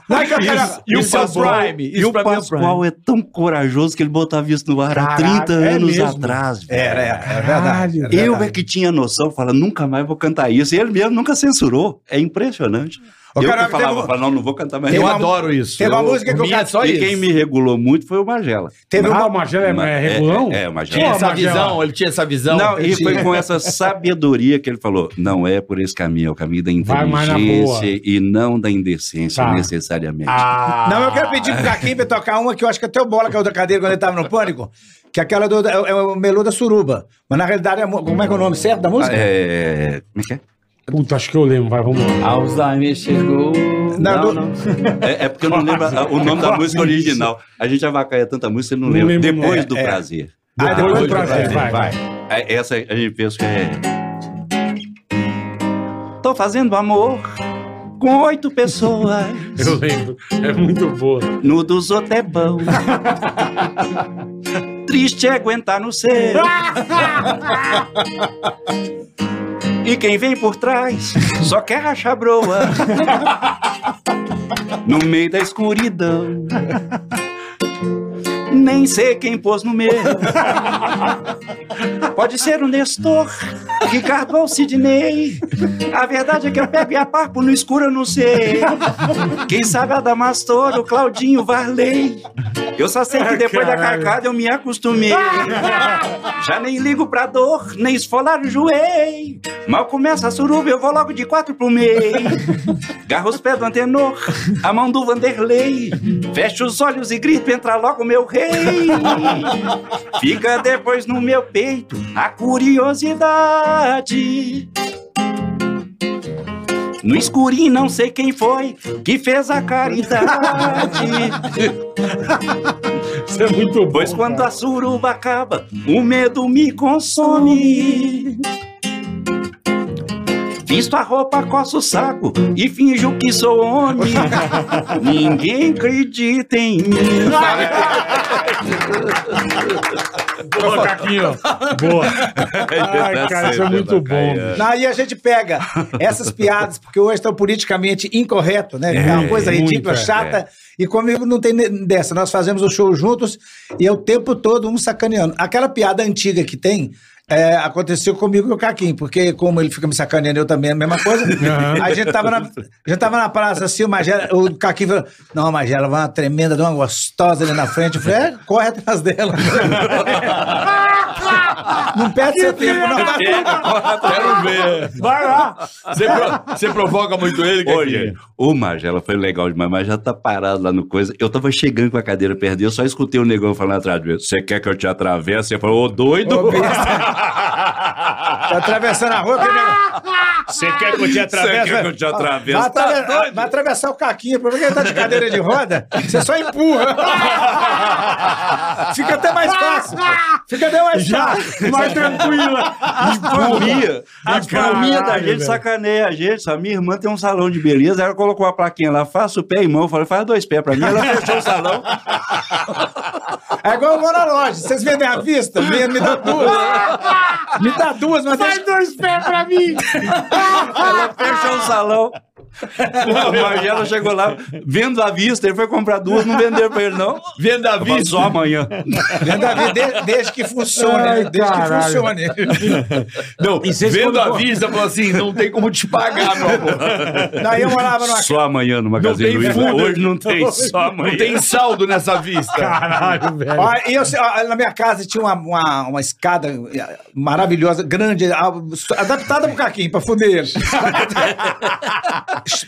D: Vai, Cacará.
E: E o
C: Isso é
E: Pan
C: bom.
E: Prime?
A: E o Pascoal é tão corajoso que ele botava isso no ar
C: Caraca,
A: há 30
C: é
A: anos
C: mesmo?
A: atrás. velho.
D: Era,
C: É
D: era, era É, né? verdade.
C: Caralho.
D: era
A: Eu
D: verdade.
A: é que tinha noção, fala, nunca mais vou cantar isso. E ele mesmo nunca censurou. É impressionante.
D: Ô,
A: eu
D: Carioca,
A: que falava,
D: teve um-
A: falava, não, não vou cantar mais.
D: Tem
E: Eu
A: não.
D: uma-
E: adoro isso.
D: tem uma
E: Eu-
D: música que eu
E: minha
D: canto-
E: só
A: e
E: isso.
A: quem me regulou muito foi o Magela.
D: Teve
C: Ah,
D: uma...
C: o Magela é,
A: Ma-
C: é regulão?
A: É, é,
E: Tinha
A: o Magela.
C: Porra,
E: essa
C: Magela.
E: visão, ele tinha essa visão.
A: Não, e
E: Ele
A: foi
E: tinha-
A: com essa sabedoria que ele falou: não é por esse caminho, é o caminho da
C: Vai mais na
A: inteligência e não da indecência,
C: Tá.
A: necessariamente.
C: Ah.
D: Não, eu quero pedir pro Caquinho pra tocar uma que eu acho que até o Bola caiu da cadeira quando ele tava no pânico. Que é aquela do, é, é o melô da suruba. Mas na realidade, é, mu- como é que é o nome certo da música?
A: É, como é que é?
C: Puta, acho que eu lembro. Vai, vamos lá.
E: Alzheimer chegou.
D: Não,
A: É, é porque eu não lembro a- o nome da
C: Quase
A: música
C: isso.
A: original. A gente avacaia tanta música, você não
C: Não
A: lembra.
C: lembro o nome.
A: Depois do
D: É.
A: prazer.
D: Ah,
C: Depois
D: depois
C: do
D: do
C: prazer, vai.
D: prazer,
C: vai.
A: É, Essa a gente pensa que é. Tô fazendo amor com oito pessoas.
C: Eu lembro. É muito boa.
A: no dos outros é bom. Triste é aguentar no seu. e quem vem por trás só quer rachar broa. no meio da escuridão. Nem sei quem pôs no meu. Pode ser o Nestor, Ricardo ou Sidney. A verdade é que eu pego e a parpo no escuro, eu não sei. Quem sabe a Damastor, o Claudinho, o Varley. Eu só sei que depois da
C: Caralho.
A: carcada eu me acostumei. Já nem ligo pra dor, nem esfolar o joelho. Mal começa a suruba, eu vou logo de quatro pro meio. Garro os pés do antenor, a mão do Vanderlei. Fecho os olhos e grito, entra logo meu rei. Fica depois no meu peito a curiosidade. No escurinho não sei quem foi que fez a caridade.
C: Isso é muito bom.
A: Pois quando
C: cara.
A: a suruba acaba, o medo me consome. Visto a roupa, coço o saco e finjo que sou homem. Ninguém acredita em mim.
C: Boa, Caquinho. Boa. Ai, cara, isso é muito bom. bicho.
D: Não, e a gente pega essas piadas, porque hoje estão politicamente incorreto, né? É, uma coisa
C: muito,
D: ridícula,
C: é,
D: chata. E comigo não tem ne- dessa. Nós fazemos o show juntos e é o tempo todo um sacaneando. Aquela piada antiga que tem. é, aconteceu comigo e o Caquinho, porque como ele fica me sacaneando, eu também é a mesma coisa.
C: Aham.
D: A gente tava na, a gente tava na praça assim, o Magela, o Caquinho falou: Não, Magela, vai uma tremenda, de uma gostosa ali na frente. Eu falei: É, corre atrás dela. não perde seu tempo, não. Vai
E: Quero ver.
C: Vai lá.
E: Você, pro- você provoca muito ele,
A: Olha, ô Magela, foi legal demais, mas já tá parado lá no coisa. Eu tava chegando com a cadeira perdida, eu só escutei o negão falando atrás de mim. Você quer que eu te atravesse? Eu falei, ô doido!
D: Ô, besta. Tá atravessando a rua, aquele
C: Ah!
D: negócio.
B: Você quer que eu te
A: Você
B: atravesse?
A: quer que eu te atravesse?
D: vai,
C: Tá
D: atraves- vai atravessar o caquinho. O problema é que ele tá de cadeira de roda, você só empurra. Fica até mais fácil. Fica até mais
C: Já,
D: fácil.
C: mais tranquila.
A: Família. A
C: Caralho,
A: família da gente
C: velho.
A: sacaneia a gente. A minha irmã tem um salão de beleza, ela colocou a plaquinha lá, faça o pé e mão. Eu falei, faz dois pés pra mim. Ela fechou o salão.
D: É igual eu vou na loja. Vocês vendem à vista? Me, me dá duas. Me dá duas, mas deixa...
B: dois pés pra mim!
A: Ela fechou o salão. A Margela chegou lá, vendo à vista, ele foi comprar duas, não venderam pra ele, não.
E: Venda à
A: Eu falo,
E: vista.
A: Só amanhã.
D: Venda à vista, de- desde que funcione.
C: Ai,
D: né? desde
C: caralho.
D: que funcione.
E: Não,
D: vocês
E: vendo
D: quando-
E: à vista, falou assim: não tem como te pagar, meu amor.
D: Daí eu morava numa
A: Só amanhã no Magazine
E: tem
A: Luiza.
E: fundo.
A: Hoje não tem, só amanhã.
E: Não tem saldo nessa vista.
C: Caralho,
E: Ah,
C: velho.
D: Ó, e eu, sei, ó, na minha casa tinha uma, uma, uma escada eh, maravilhosa, grande, a- so- adaptada pro Caquinho, pra fuder ele.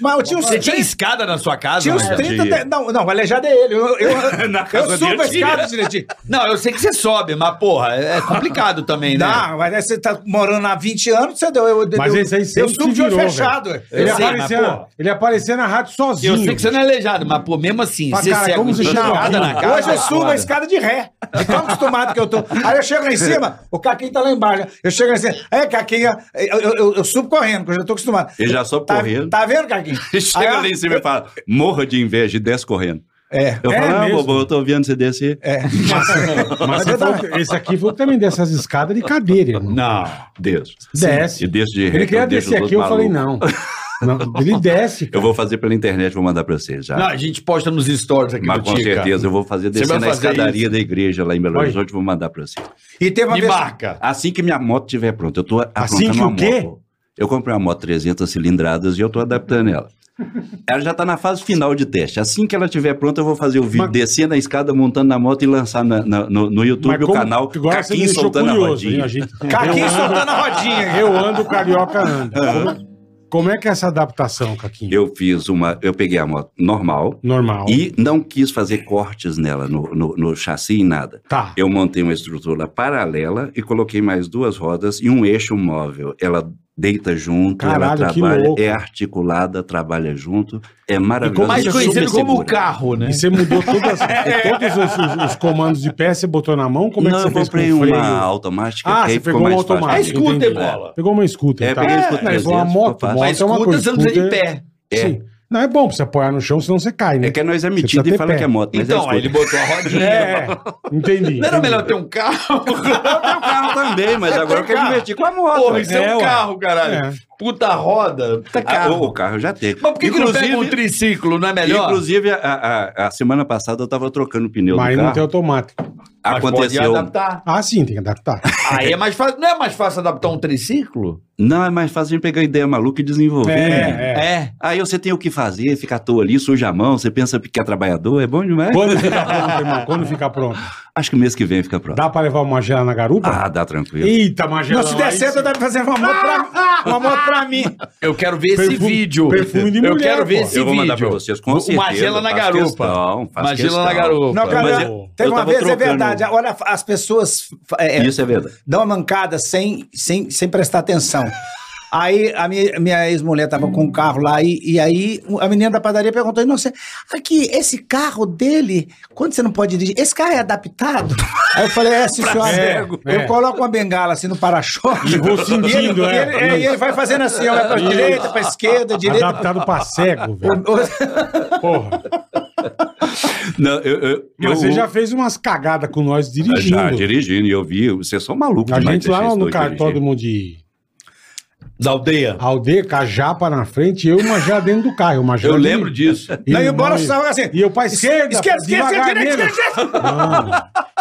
D: Mas eu tinha uns
E: Você tinha
D: 30,
E: escada na sua casa?
A: um
E: né?
D: tinha uns
E: Rogério?
D: 30 te- Não, não, o aleijado é ele. Eu, eu,
A: Na
D: eu
A: casa
D: subo
A: dele
D: a
A: tinha.
D: escada direitinho.
E: Não, eu sei que você sobe, mas porra, é complicado também, né?
D: Não, mas aí você tá morando há 20 anos, você deu. Eu,
C: Mas
D: eu,
C: esse aí
D: eu
C: sempre
D: subo
C: se
D: de olho
C: virou,
D: fechado.
C: Ele,
E: Eu sei,
C: aparecia
E: mas,
C: na,
E: pô.
C: ele aparecia na rádio sozinho.
E: Eu sei que você não é aleijado, mas pô, mesmo assim,
C: Mas,
E: você
C: cara,
E: cego
C: como você chega
E: escada
C: aqui?
E: na casa.
D: Hoje eu
E: é
D: subo
E: foda.
D: a escada de ré. De tão acostumado que eu tô. Aí eu chego lá em cima, o Caquinho tá lá embaixo. Eu chego lá em cima, é, Caquinho, eu, eu, eu- eu subo correndo, porque eu já tô acostumado.
A: Ele já sobe
D: tá,
A: correndo.
D: Tá vendo, Caquinho? Aí,
A: Chega
D: ó,
A: ali em cima e fala, morra de inveja e desce correndo.
D: É.
A: Eu
C: É
A: falo, ah,
C: mesmo?
A: bobão, eu tô vendo você descer.
D: É.
C: Mas você falou que- esse aqui foi também dessas escadas de cadeira, irmão.
E: Não.
A: Desço.
C: Desce.
A: E desço de
C: Ele
A: reto,
C: queria
A: eu deixo
C: descer
A: os
C: aqui, eu
A: outros
C: falei,
A: malucos.
C: não. Não, Ele desce.
A: Eu vou fazer pela internet, vou mandar pra vocês já.
E: Não, a gente posta nos stories aqui
A: Mas
E: do
A: com
E: Tica.
A: certeza eu vou fazer
E: Você
A: descer
E: vai
A: na
E: fazer
A: escadaria da igreja lá em Belo
C: Oi.
A: Horizonte, vou mandar pra você.
D: E teve uma
E: Me
D: vez.
E: marca.
A: Assim que minha moto estiver pronta, eu tô
C: Assim
A: aprontando
C: que
A: uma
C: o quê?
A: moto. Eu comprei uma moto 300 cilindradas e eu tô adaptando ela. Ela já tá na fase final de teste. Assim que ela estiver pronta, eu vou fazer o vídeo
C: Mas-
A: descendo a escada, montando na moto e lançar na- na- no, no YouTube o
C: como-
A: canal
C: agora você me
A: Caquinho
C: deixou
A: soltando a
C: curioso, hein,
A: rodinha.
C: a gente- eu
D: Caquinho
C: ando-
D: soltando a rodinha.
C: Eu ando, o carioca anda. Como, como é que é essa adaptação, Caquinho?
A: Eu fiz uma. Eu peguei a moto normal
C: Normal.
A: e não quis fazer cortes nela, no, no, no chassi e nada.
C: Tá.
A: Eu montei uma estrutura paralela e coloquei mais duas rodas e um eixo móvel. Ela deita junto,
C: Caralho,
A: ela
C: que
A: trabalha,
C: louco.
A: é articulada, trabalha junto, é maravilhosa.
E: Mais
A: super
E: conhecido como o
A: segura.
E: carro, né?
C: E você mudou todas,
E: É.
C: todos os, os- os comandos de pé, você botou na mão? Como é que
A: Não,
C: você
A: eu
C: fez com
A: comprei
C: o freio?
A: uma automática
C: Ah, você
A: que aí ficou
C: pegou uma
A: mais fácil.
C: automática.
E: É scooter,
C: entendi.
E: bola.
C: Pegou uma scooter,
A: É,
C: tá?
A: peguei scooter
C: Não, ele falou uma
A: 300,
C: moto.
A: ficou fácil.
C: Moto
E: Mas
C: é uma
E: escuta,
C: coisa.
E: você não precisa de
C: scooter-
E: pé.
C: Sim. Não, é bom pra você apoiar no chão, senão você cai, né?
A: É que nós
C: Você
A: é metido
C: precisa
A: e
C: ter
A: fala
C: pé.
A: que é moto, mas
E: então,
A: é
E: aí ele
A: scooter.
E: botou a rodinha.
C: É, entendi.
E: Não era
C: entendi.
E: melhor ter um carro?
A: Eu tenho um carro também, mas agora eu quero me meter com a moto.
E: Porra, isso é,
C: É,
E: um
C: ué.
E: carro, caralho.
C: É.
E: Puta roda, puta
A: Ah,
E: carro.
A: o carro eu já tenho.
E: Mas por que, que não pega um triciclo, não é melhor?
A: Inclusive, a, a- a semana passada eu tava trocando o
E: um
A: pneu
C: Mas aí
A: do carro.
C: não tem automático.
E: Mas pode
A: Aconteceu. um-
E: adaptar.
C: Ah, sim, tem que adaptar.
E: Aí é mais fácil. Não é mais fácil adaptar um triciclo?
A: Não, é mais fácil a gente pegar ideia maluca e desenvolver. né?
E: É.
A: Aí você tem o que fazer, fica à toa ali, suja a mão, você pensa que é trabalhador, é bom demais.
C: Quando ficar pronto, irmão? Quando ficar pronto?
A: Acho que mês que vem fica pronto.
C: Dá pra levar uma gela na garupa?
A: Ah, dá tranquilo.
C: Eita, Magela.
D: Não, se der
C: aí
D: certo, eu
C: sim.
D: tava fazendo uma moto
A: Ah!
E: Ah,
D: pra, uma moto pra mim.
E: Eu quero ver esse
C: Perfume-
E: vídeo.
C: perfume de
E: Eu
C: mulher,
E: quero ver
C: pô.
E: esse
A: Eu vou
E: vídeo.
A: mandar pra vocês, com
E: Uma
A: certeza.
E: gela na
A: faz
E: garupa.
A: Questão, faz
E: Imagina
A: questão.
E: na garupa.
D: Não, cara,
A: Mas
D: eu-
A: eu-
D: teve
A: eu
D: uma
A: tava
D: vez, é
A: trocando-
D: verdade. Olha, as pessoas. é,
A: Isso é verdade.
D: dá uma mancada sem, sem, sem prestar atenção. Aí a minha, minha ex-mulher tava com um carro lá e, e aí a menina da padaria perguntou: Inocente, aqui, esse carro dele, quando você não pode dirigir, esse carro é adaptado? Aí eu falei: É, sim, senhora.
C: cego.
D: Eu
C: É.
D: coloco uma bengala assim no para-choque.
C: E vou sentindo,
D: e ele,
C: é.
D: é, e ele vai fazendo assim: ó, vai pra direita, pra esquerda, direita.
C: Adaptado pra cego, velho. Porra.
A: Não, eu, eu,
C: Mas
A: eu-
C: você já fez umas cagadas com nós dirigindo.
A: Já, dirigindo, e eu vi, vocês são malucos
C: A
A: demais,
C: gente
A: deixa
C: lá
A: esses
C: no
A: dois dirigindo.
C: cartódromo de
E: Da aldeia.
C: Aldeia, com a japa na frente, eu e uma já dentro do carro. Uma já
A: Eu
C: de-
A: lembro disso.
C: E
D: Daí
C: o
D: eu bora
C: nome-
D: só assim.
C: E eu pra esquerda,
D: Esquerda, esquerda,
C: devagar
D: esquerda,
C: mesmo.
D: esquerda, esquerda.
C: Mano,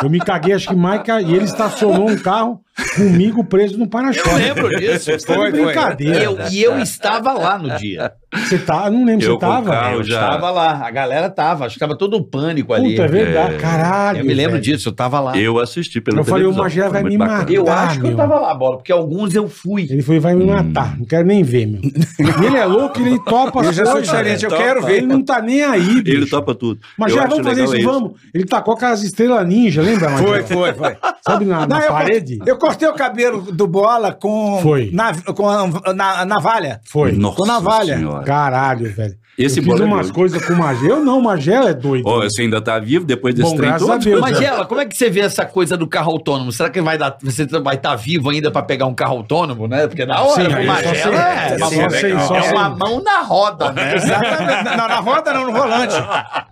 C: eu me caguei, acho que mais que a- e ele estacionou um carro comigo preso no
E: Eu
C: para-choque.
E: lembro disso.
C: Tá de
D: Foi, foi.
E: E
C: brincadeira.
E: eu, e eu estava lá no dia.
C: Você tá, eu não lembro,
A: Eu
C: você
A: com o
C: tava?
A: carro
E: Eu
A: já-
E: estava lá. A galera tava. Acho que tava todo um pânico ali.
C: Puta, é verdade, caralho.
E: eu me lembro
C: velho.
E: disso. Eu tava lá.
A: Eu assisti pela
C: Eu falei, o
A: televisão,
C: Magé
A: foi
C: vai
A: muito
C: me
A: bacana.
C: matar.
E: Eu
C: Tá,
E: acho que eu
C: meu.
E: tava lá, bola, porque alguns eu fui.
C: Ele foi, vai me matar, não quero nem ver, meu. E ele é louco, ele topa
D: Eu
C: as
D: já sou
C: coisas,
D: diferente, eu
C: velho.
D: quero ver.
C: Ele não tá nem aí, bicho.
A: Ele topa tudo.
C: Mas
A: Eu
C: já
A: acho
C: vamos fazer
A: legal
C: isso, vamos. Ele tacou aquelas estrelas ninja, lembra, Magé?
D: Foi, foi, foi.
C: Sabe, na,
D: Não,
C: na
D: eu,
C: parede?
D: Eu cortei o cabelo do bola com.
C: Foi.
D: Na, com a, na- navalha.
C: Foi.
D: Com navalha.
A: Senhora.
C: Caralho, velho.
A: Esse
C: eu fiz
A: bola é
C: umas
A: doido.
C: coisas com o Magé. Eu não, o Magé é doido.
A: Ó, você ainda tá vivo depois desse
C: Bom,
A: trem
C: graças
A: todo?
C: a Deus.
E: Mas, Gela, como é que você vê essa coisa do carro autônomo? Será que vai dar, você vai estar vivo ainda pra pegar um carro autônomo, né? Porque na hora,
C: Sim,
E: o
C: aí só
E: Magela é,
C: sem-
E: uma
C: só
E: mão-
C: sem-
E: é
C: só
E: uma
C: sem-
E: mão na roda, né?
D: Exatamente. Não, na roda não, no volante.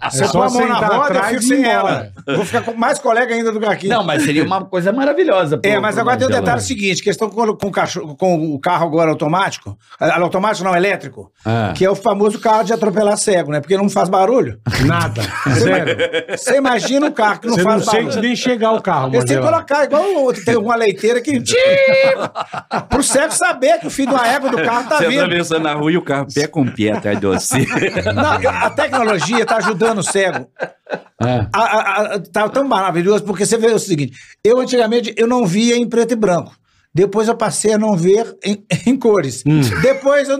D: Se
C: É
D: eu pôr a
C: só
D: mão na
C: sentar
D: roda, eu
C: atrás
D: fico
C: e
D: sem
C: ir
D: ela.
C: embora.
D: Vou ficar com mais colega ainda do Gaquinho.
E: Não, mas seria uma coisa maravilhosa. pro-
D: É, mas
E: pro
D: agora tem o
E: Magela.
D: detalhe seguinte: que eles estão com, com o cachorro- com o carro agora automático. ah, Automático não, elétrico.
E: Ah.
D: Que é o famoso carro de atropelar cego, né? Porque não faz barulho.
C: Nada. Sério.
D: Você imagina um carro que não
C: Você não
D: faz barulho.
C: sente nem chegar o carro,
D: Eles têm que
C: Magé.
D: colocar, igual o outro, tem uma leiteira que. pro cego saber que o filho de uma égua do carro tá
A: Você
D: vindo.
A: atravessando a rua e o carro pé com pé atrás de você.
D: Não, a tecnologia está ajudando o cego.
C: É.
D: A- a- a- tá tão maravilhoso, porque você vê o seguinte: eu antigamente eu não via em preto e branco. Depois eu passei a não ver em, em cores.
C: Hum.
D: Depois eu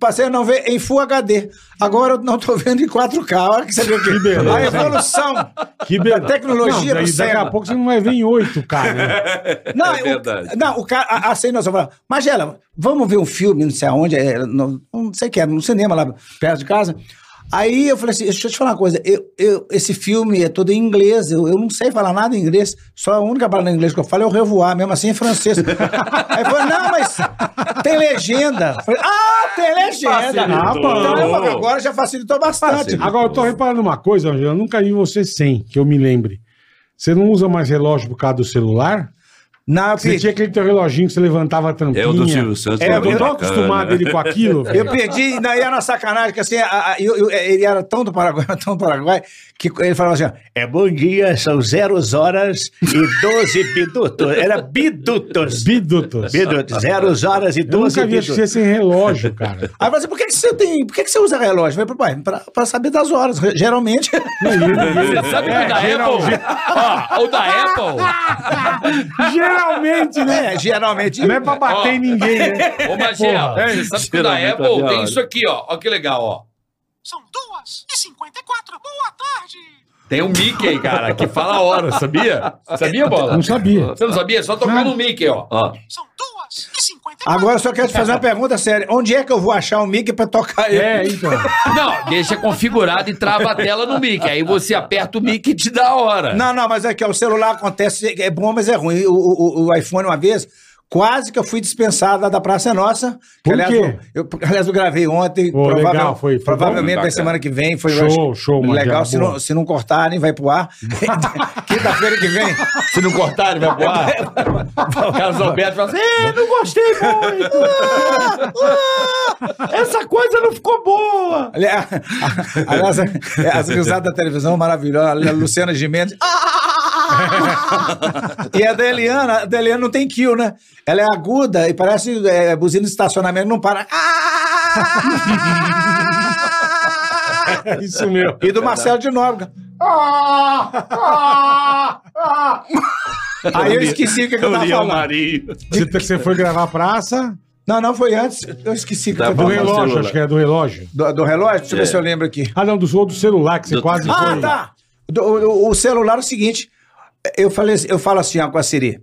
D: passei a não ver em Full HD. Agora eu não tô vendo em 4K. Olha que você vê aqui.
C: beleza,
D: a evolução.
C: Que beleza.
D: tecnologia
C: não,
D: do
C: daí, Daqui a
D: cego.
C: pouco você não vai ver em 8K, né?
D: Não,
A: É
D: o-
A: verdade.
D: não, o cara, a, a sem noção falava, Magela, vamos ver um filme, não sei aonde, é, no- não sei o que era, num cinema lá perto de casa. Aí eu falei assim, deixa eu te falar uma coisa, eu, eu- esse filme é todo em inglês, eu, eu não sei falar nada em inglês, só a única palavra em inglês que eu falo é o revoar, mesmo assim em francês. Aí falou, não, mas tem legenda. Eu Falei, ah, tem legenda.
C: Facilitou.
D: Então, eu- agora já facilitou bastante.
A: Facilitou.
C: Agora, eu tô reparando uma coisa, Angela. Eu nunca vi você sem, que eu me lembre. Você não usa mais relógio por causa do celular?
D: Não, eu
C: Você
D: perdi,
C: tinha aquele teu reloginho que você levantava a tampinha.
A: É o do Silvio Santos.
C: É, eu
A: também
C: tô tão
A: bacana. né?
C: acostumado ele com aquilo,
D: Eu
C: velho.
D: perdi, e daí era uma sacanagem, que assim, a- a- eu- eu- ele era tão do Paraguai, tão do Paraguai, que ele falava assim: ó, é bom dia, são zero horas e 12 minutos. Era bidutos.
C: Bidutos.
D: Bidutos, zero horas e
C: Eu
D: 12
C: nunca vi
D: minutos.
C: você sem relógio, cara.
D: Aí eu falei assim, por que, que você tem. Por que, que você usa relógio? Eu falei, pai, pra, pra saber das horas. Geralmente.
E: Você sabe
D: É,
E: que o da Apple. Ó, o da Apple.
C: Geralmente, né?
D: É, geralmente.
C: Não é pra bater em ninguém, né?
E: Ô, Magela,
C: Porra.
E: você sabe que o da
A: Geralmente é
E: Apple
A: pior.
E: tem isso aqui, ó. Olha que legal, ó.
B: São duas e cinquenta e quatro. Boa tarde.
E: Tem um Mickey, cara, que fala a hora, sabia? Sabia, Bola?
C: Não sabia.
E: Você não sabia? É só tocar no Mickey, ó.
A: Ó,
B: São duas e cinquenta e
D: Agora eu só quero te fazer uma pergunta séria. Onde é que eu vou achar o Mickey pra tocar ele?
C: É, então.
E: Não, deixa configurado e trava a tela no Mickey. Aí você aperta o Mickey e te dá a hora.
D: Não, não, mas é que ó, o celular acontece, é bom, mas é ruim. O, o- o iPhone, uma vez, quase que eu fui dispensado lá da Praça é Nossa. Que,
C: Por
D: aliás,
C: quê?
D: Eu, eu- aliás, eu gravei ontem.
C: Ô, legal, foi- foi
D: provavelmente
A: bom,
D: vai
A: bacana.
D: semana que vem. Foi,
C: Show,
D: eu acho
C: show, Magela,
D: Legal, se
C: boa.
D: não, se não cortarem, vai pro ar. Quinta-feira que vem.
E: Se não cortar, ele vai voar. o Carlos Alberto fala assim: "É, não gostei muito. Ah, ah, essa coisa não ficou boa.
D: Ali- a- a- Aliás, é, as risadas da televisão maravilhosa. A Luciana Gimenez. Ah! e a da Eliana, a da Eliana não tem kill, né? Ela é aguda e parece é, buzina de estacionamento, não para. Ah!
C: É isso mesmo.
D: e do Marcelo de Nóbrega. Aí eu esqueci o que, que eu
A: eu
D: tava
A: li o
D: falando.
A: Marinho.
C: Você, tá, você foi gravar a praça
D: Não, não, foi antes. Eu esqueci o que,
A: Tá
D: eu
C: do
A: bom.
D: tava falando.
C: relógio,
A: celular.
C: acho que é do relógio.
D: Do, do relógio? Deixa eu
A: É.
D: ver se eu lembro aqui.
C: Ah, não, do, ou do celular, que você quase
D: Ah,
C: foi.
D: tá. Do- o, o celular é o seguinte. Eu, falei, eu falo assim ó, com a Siri.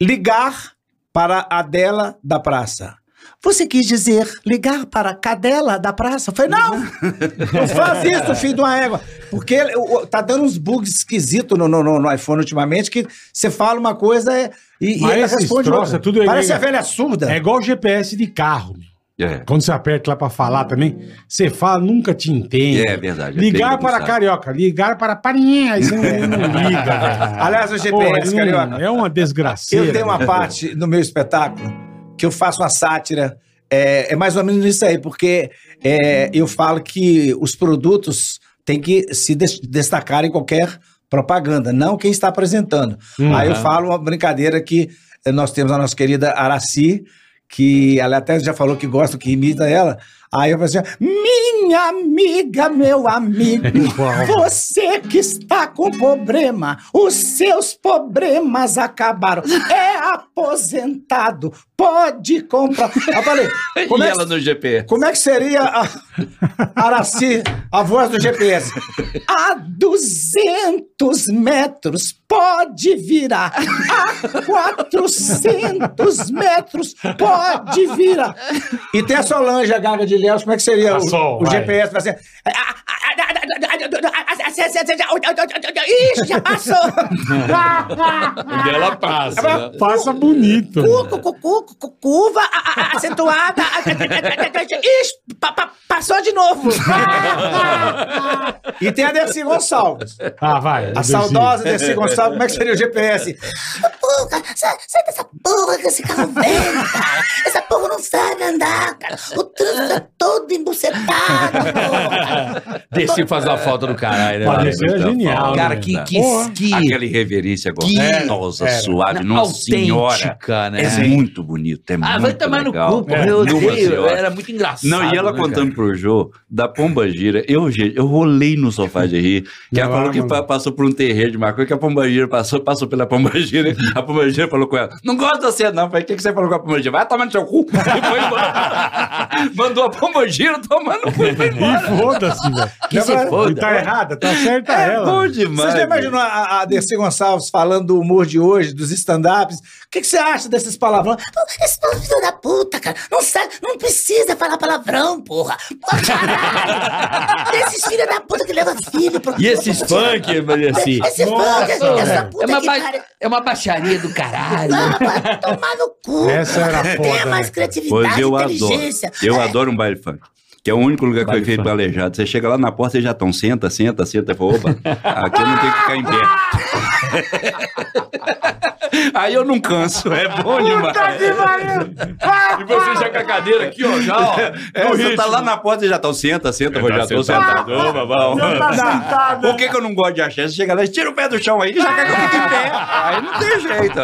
D: Ligar para a dela da praça. Você quis dizer ligar para a cadela da praça? Eu falei, não! Não faz isso, filho de uma égua. Porque ele- o- o- tá dando uns bugs esquisitos no, no- no- no iPhone ultimamente que você fala uma coisa é- e, e
C: Mas
D: ele
C: esses
D: responde
C: troços,
D: outra.
C: é tudo
D: Parece
C: igual.
D: a velha surda.
C: É igual GPS de carro. meu.
A: É,
C: Quando você aperta lá pra falar também, você fala, nunca te entende.
A: é verdade.
C: Ligar
A: Tem
C: para
A: que
C: carioca, ligar para parinha, isso não, não liga. velho.
D: Aliás, o
C: Pô,
D: GPS,
C: não-
D: carioca.
C: É uma desgraceira.
D: Eu tenho uma parte no meu espetáculo que eu faço uma sátira. É, é mais ou menos isso aí, porque é, eu falo que os produtos têm que se des- destacar em qualquer propaganda, não quem está apresentando.
C: Uhum.
D: Aí eu falo uma brincadeira que eh, nós temos a nossa querida Araci, que ela até já falou que gosta, que imita ela. Aí eu falo assim: minha amiga, meu amigo,
C: Uau.
D: você que está com problema, os seus problemas acabaram. É aposentado, pode comprar. Aí eu falei, como
A: e
D: é,
A: ela
D: que,
A: no GP.
D: como é que seria a Araci, a voz do GPS? A 200 metros pode virar. A 400 metros pode virar. E tem a Solange, a Gaga de Léo, como é que seria
C: A
D: o,
C: Sol,
D: o
C: vai.
D: GPS? Vai ser... Ixi, já passou.
E: Dela passa. né?
C: Passa bonito.
D: Cu, cu, cu, cu, cu, curva a- a- acentuada. a- a- a- a- Ixi, pa- pa- passou de novo. e tem a Dercy Gonçalves.
C: Ah, vai.
D: A
C: Dercy.
D: saudosa Dercy Gonçalves, como é que seria o GPS?
F: Pô, cara, sai, sai dessa porra que esse carro velho, cara. Essa porra não sabe andar, cara. O trânsito é todo embucetado, porra.
E: Desci faz
D: É.
E: a falta do caralho, né?
C: Pô,
E: mano?
C: Dercy é genial.
E: Cara, que, que,
C: Porra.
E: que
A: Aquela reverência gostosa, suave, nossa senhora.
E: autêntica, né?
A: É muito bonito, é
E: Ah,
A: muito
E: vai tomar
A: legal.
E: no cu, porra,
A: É,
E: eu
A: numa
E: odeio.
A: senhora.
E: Era muito engraçado.
A: Não, e ela
E: né,
A: contando pro Jô da Pomba Gira. Eu, gente, eu rolei no sofá de rir. Que ela
C: Não,
A: falou que
C: mano.
A: pa- passou por um terreiro de maconha, que a Pomba Gira passou, passou pela Pomba Gira. A Pomba Gira falou com ela: Não gosto de você, não. Falei: O que, que você falou com a Pomba Gira? Vai tomar no seu cu. E foi embora. Mandou a Pomba Gira tomar no cu e foi embora.
C: E foda-se, velho.
E: Que se
C: Lembra-
E: foda.
C: E tá errada, tá certa
A: É
C: ela.
A: bom demais.
D: Vocês já imaginam a, a Dercy Gonçalves falando do humor de hoje, dos stand-ups? O que, que você acha desses palavrões?
F: Pô, Esse povo filho da puta, cara. Não sabe, não precisa falar palavrão, porra. Pô, caralho. Desses filhos da puta que leva filho. Pro...
E: E esses funk, mano, assim.
F: Esse
C: Nossa,
F: funk, essa
C: velho.
F: puta que pariu.
E: é uma baixaria do caralho.
F: Ah, vai tomar no cu.
C: Essa era
F: cara.
C: foda,
F: Tenha mais
C: né?
F: criatividade,
A: Pois eu adoro.
F: inteligência.
A: Eu adoro um baile funk. Que é o único lugar que
E: Baile
A: foi feito
E: funk.
A: pra aleijado. Você chega lá na porta e já estão, senta, senta, senta. Eu falo, opa, aqui eu não tenho que ficar em pé. Aí eu não canso, é bom demais.
E: E você já com a cadeira aqui, ó, já, ó.
A: É,
E: no
A: você tá
E: ritmo.
A: lá na porta e já estão, senta, senta, Rojador, senta.
E: sentado. babão.
A: tá Ah. Por que, que eu não gosto de axé? Você chega lá e tira o pé do chão aí, já quer que eu fique em pé. Aí não tem jeito.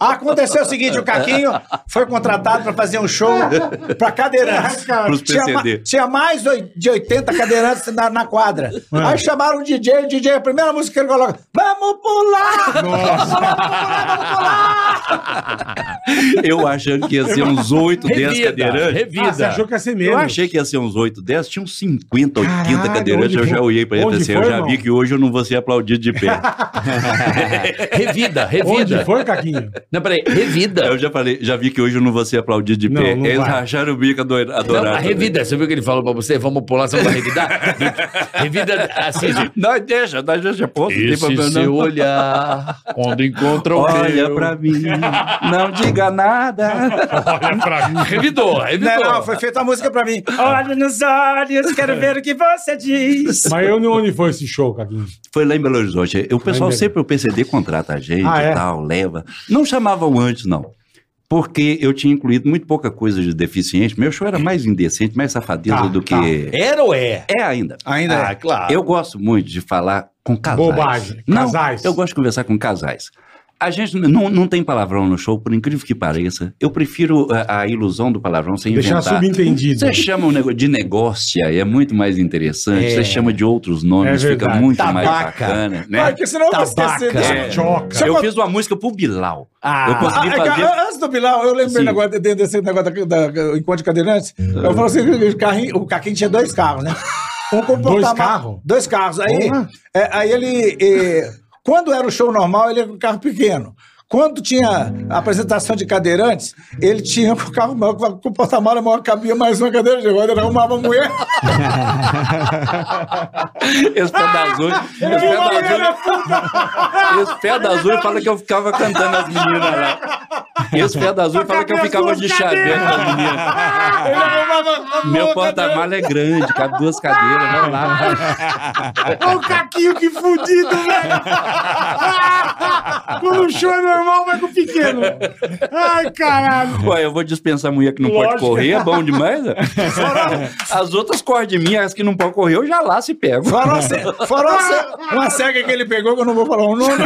D: Aconteceu o seguinte: o Caquinho foi contratado para fazer um show para cadeirantes.
A: Pros
D: Tinha, ma-
A: PCD.
D: tinha mais oi- de 80 cadeirantes na, na quadra.
C: É.
D: Aí chamaram o DJ, o DJ, a primeira música que ele coloca: Vamos pular!
A: Eu achando que ia ser uns 8, 10
E: Revida,
A: cadeirantes.
C: Ah, você
E: revida.
C: achou que ia ser
A: é Eu
C: mesmo?
A: achei que ia ser uns 8, 10, tinha uns 50, 80
C: Caralho,
A: cadeirantes.
C: onde
A: Eu já
C: foi?
A: olhei pra ele e
C: Onde
A: falei assim:
C: foi,
A: eu já
C: irmão?
A: vi que hoje eu não vou ser aplaudido de pé.
E: Revida,
C: Onde
E: revida.
C: foi, Caquinho?
E: Não, peraí, revida.
A: eu já falei, já vi que hoje eu não vou ser aplaudido de
C: Não,
A: pé.
C: não
A: Eles
C: vai.
A: racharam o bico ado-
E: Não, a
A: adorado. né?
E: revida, você viu que ele falou pra você? Vamos pular, você vai revidar? Revida assim, assim.
A: Nós deixa, nós deixa ponto, não tem
E: Esse
A: problema
E: seu
A: não.
C: é
E: olhar, quando encontra o
A: Olha
E: meu.
A: pra mim, não diga nada.
C: Olha pra mim.
E: Revidou, revidou.
D: Não, não, foi feita a música pra mim. Olha nos olhos, quero ver o que você diz.
C: Mas eu não onde foi esse show, Caquinho?
A: Foi lá em Belo Horizonte. O pessoal
C: Belo-
A: sempre, o PCD contrata a gente
C: Ah, é?
A: e tal, leva. Não chamavam antes, não. Porque eu tinha incluído muito pouca coisa de deficiente. Meu show era mais indecente, mais safadeza
C: Tá,
A: do
C: tá.
A: que...
E: Era ou é?
A: É ainda.
D: Ainda é.
E: claro.
A: Eu gosto muito de falar com casais.
C: Bobagem.
A: Não,
C: Casais.
A: Eu gosto de conversar com casais. A gente n- não, não tem palavrão no show, por incrível que pareça. Eu prefiro eh, a, a ilusão do palavrão sem
C: Deixar
A: inventar.
C: subentendido.
A: Você chama um nego- de negócio, é muito mais interessante.
E: É.
A: Você chama de outros nomes,
C: É
A: fica
C: verdade.
A: muito mais
E: Tabaca.
A: bacana, né?
D: Ah, Porque senão eu vou esquecer
E: Tabaca.
D: disso.
A: É.
C: Choca.
A: Eu fiz uma música pro Bilal. eu
D: Ah,
A: consegui
D: é que
A: fazer.
D: a- antes do Bilal, eu lembrei
A: Sim.
D: negócio, de- desse negócio da, da- o encontro de
C: Ah.
D: cadeirantes. Eu falei assim: o, carrinho, o Caquinho tinha dois carros, né? Um comportava-
C: Dois carros?
D: Dois carros. Aí,
C: Porra.
D: é, aí ele. é, quando era o show normal, ele era um carro pequeno. Quando tinha a apresentação de cadeirantes, ele tinha o carro maior, com o porta-mala maior, cabia mais uma cadeira de roda, ele arrumava a mulher.
A: Esse pé da azul.
C: Ah!
A: Esse pé da azul. Esse pé da azul fala que eu ficava cantando as meninas lá. Esse pé da azul fala que eu ficava de chaveiro com as meninas.
C: Ele arrumava a
A: Meu
C: boca
A: porta-mala é grande, cabe duas cadeiras, vai lá.
C: dele. Olha o caquinho que fudido, velho. Quando o show é normal, vai com o pequeno. Ai, caralho.
A: Ué, eu vou dispensar a mulher que não pode
C: Lógico.
A: correr, é bom demais. né? As outras correm de mim, as que não podem correr, eu já lá se pego.
D: Fora, uma ce- fora uma ce- uma cega que ele pegou, que eu não vou falar o nome.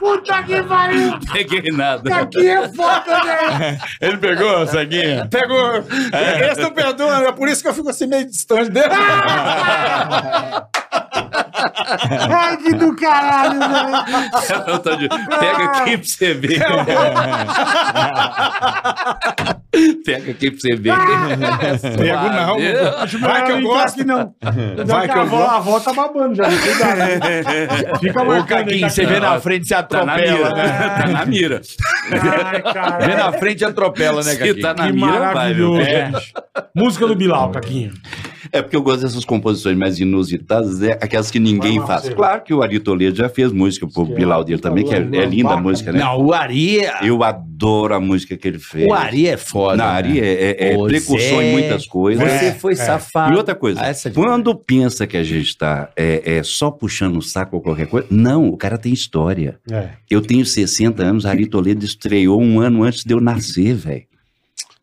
C: Puta que pariu.
A: Peguei nada.
C: Aqui é foda, né?
G: Ele pegou, ceguinha?
D: Pegou. Esse não perdoa, é por isso que eu fico assim meio distante dele.
C: Ai, que do caralho, velho.
A: Ela tá de- Pega aqui pra você ver. Pega aqui pra você ver.
E: Ah.
D: Pego não. Vai que eu
C: Não,
D: gosto.
C: Aqui, não.
D: Vai que
C: a,
D: eu
C: avó, a
D: gosto.
C: avó tá babando já. não Cuidado, né? Fica
G: Ô,
C: marcando aí,
G: Caquinho, você vê na frente, você
A: Tá na
G: atropela,
A: mira.
G: né?
A: Tá na mira.
C: Ai,
D: É
C: caralho.
G: Vê na frente e atropela, né,
A: Se
G: Caquinho?
A: tá na
C: Que
A: mira, vai, meu.
C: maravilhoso,
A: filho.
C: gente. Música do Bilal, Caquinho.
A: É porque eu gosto dessas composições mais inusitadas, é aquelas que ninguém
C: Vai,
A: faz.
C: Marcelo.
A: Claro que o Ari Toledo já fez música pro Bilal dele também, que é, é linda a música, né?
E: Não, o Ari. é-
A: Eu adoro a música que ele fez.
E: O Ari é foda.
A: Na Ari é, é, é
E: Pois é.
A: precursor em muitas coisas.
E: Você foi
G: É.
E: safado.
A: E outra coisa,
E: Ah, essa é demais.
A: quando pensa que a gente está é, é, só puxando o saco ou qualquer coisa, não, o cara tem história.
C: É.
A: Eu tenho 60 anos, Ari Toledo estreou um ano antes de eu nascer, velho.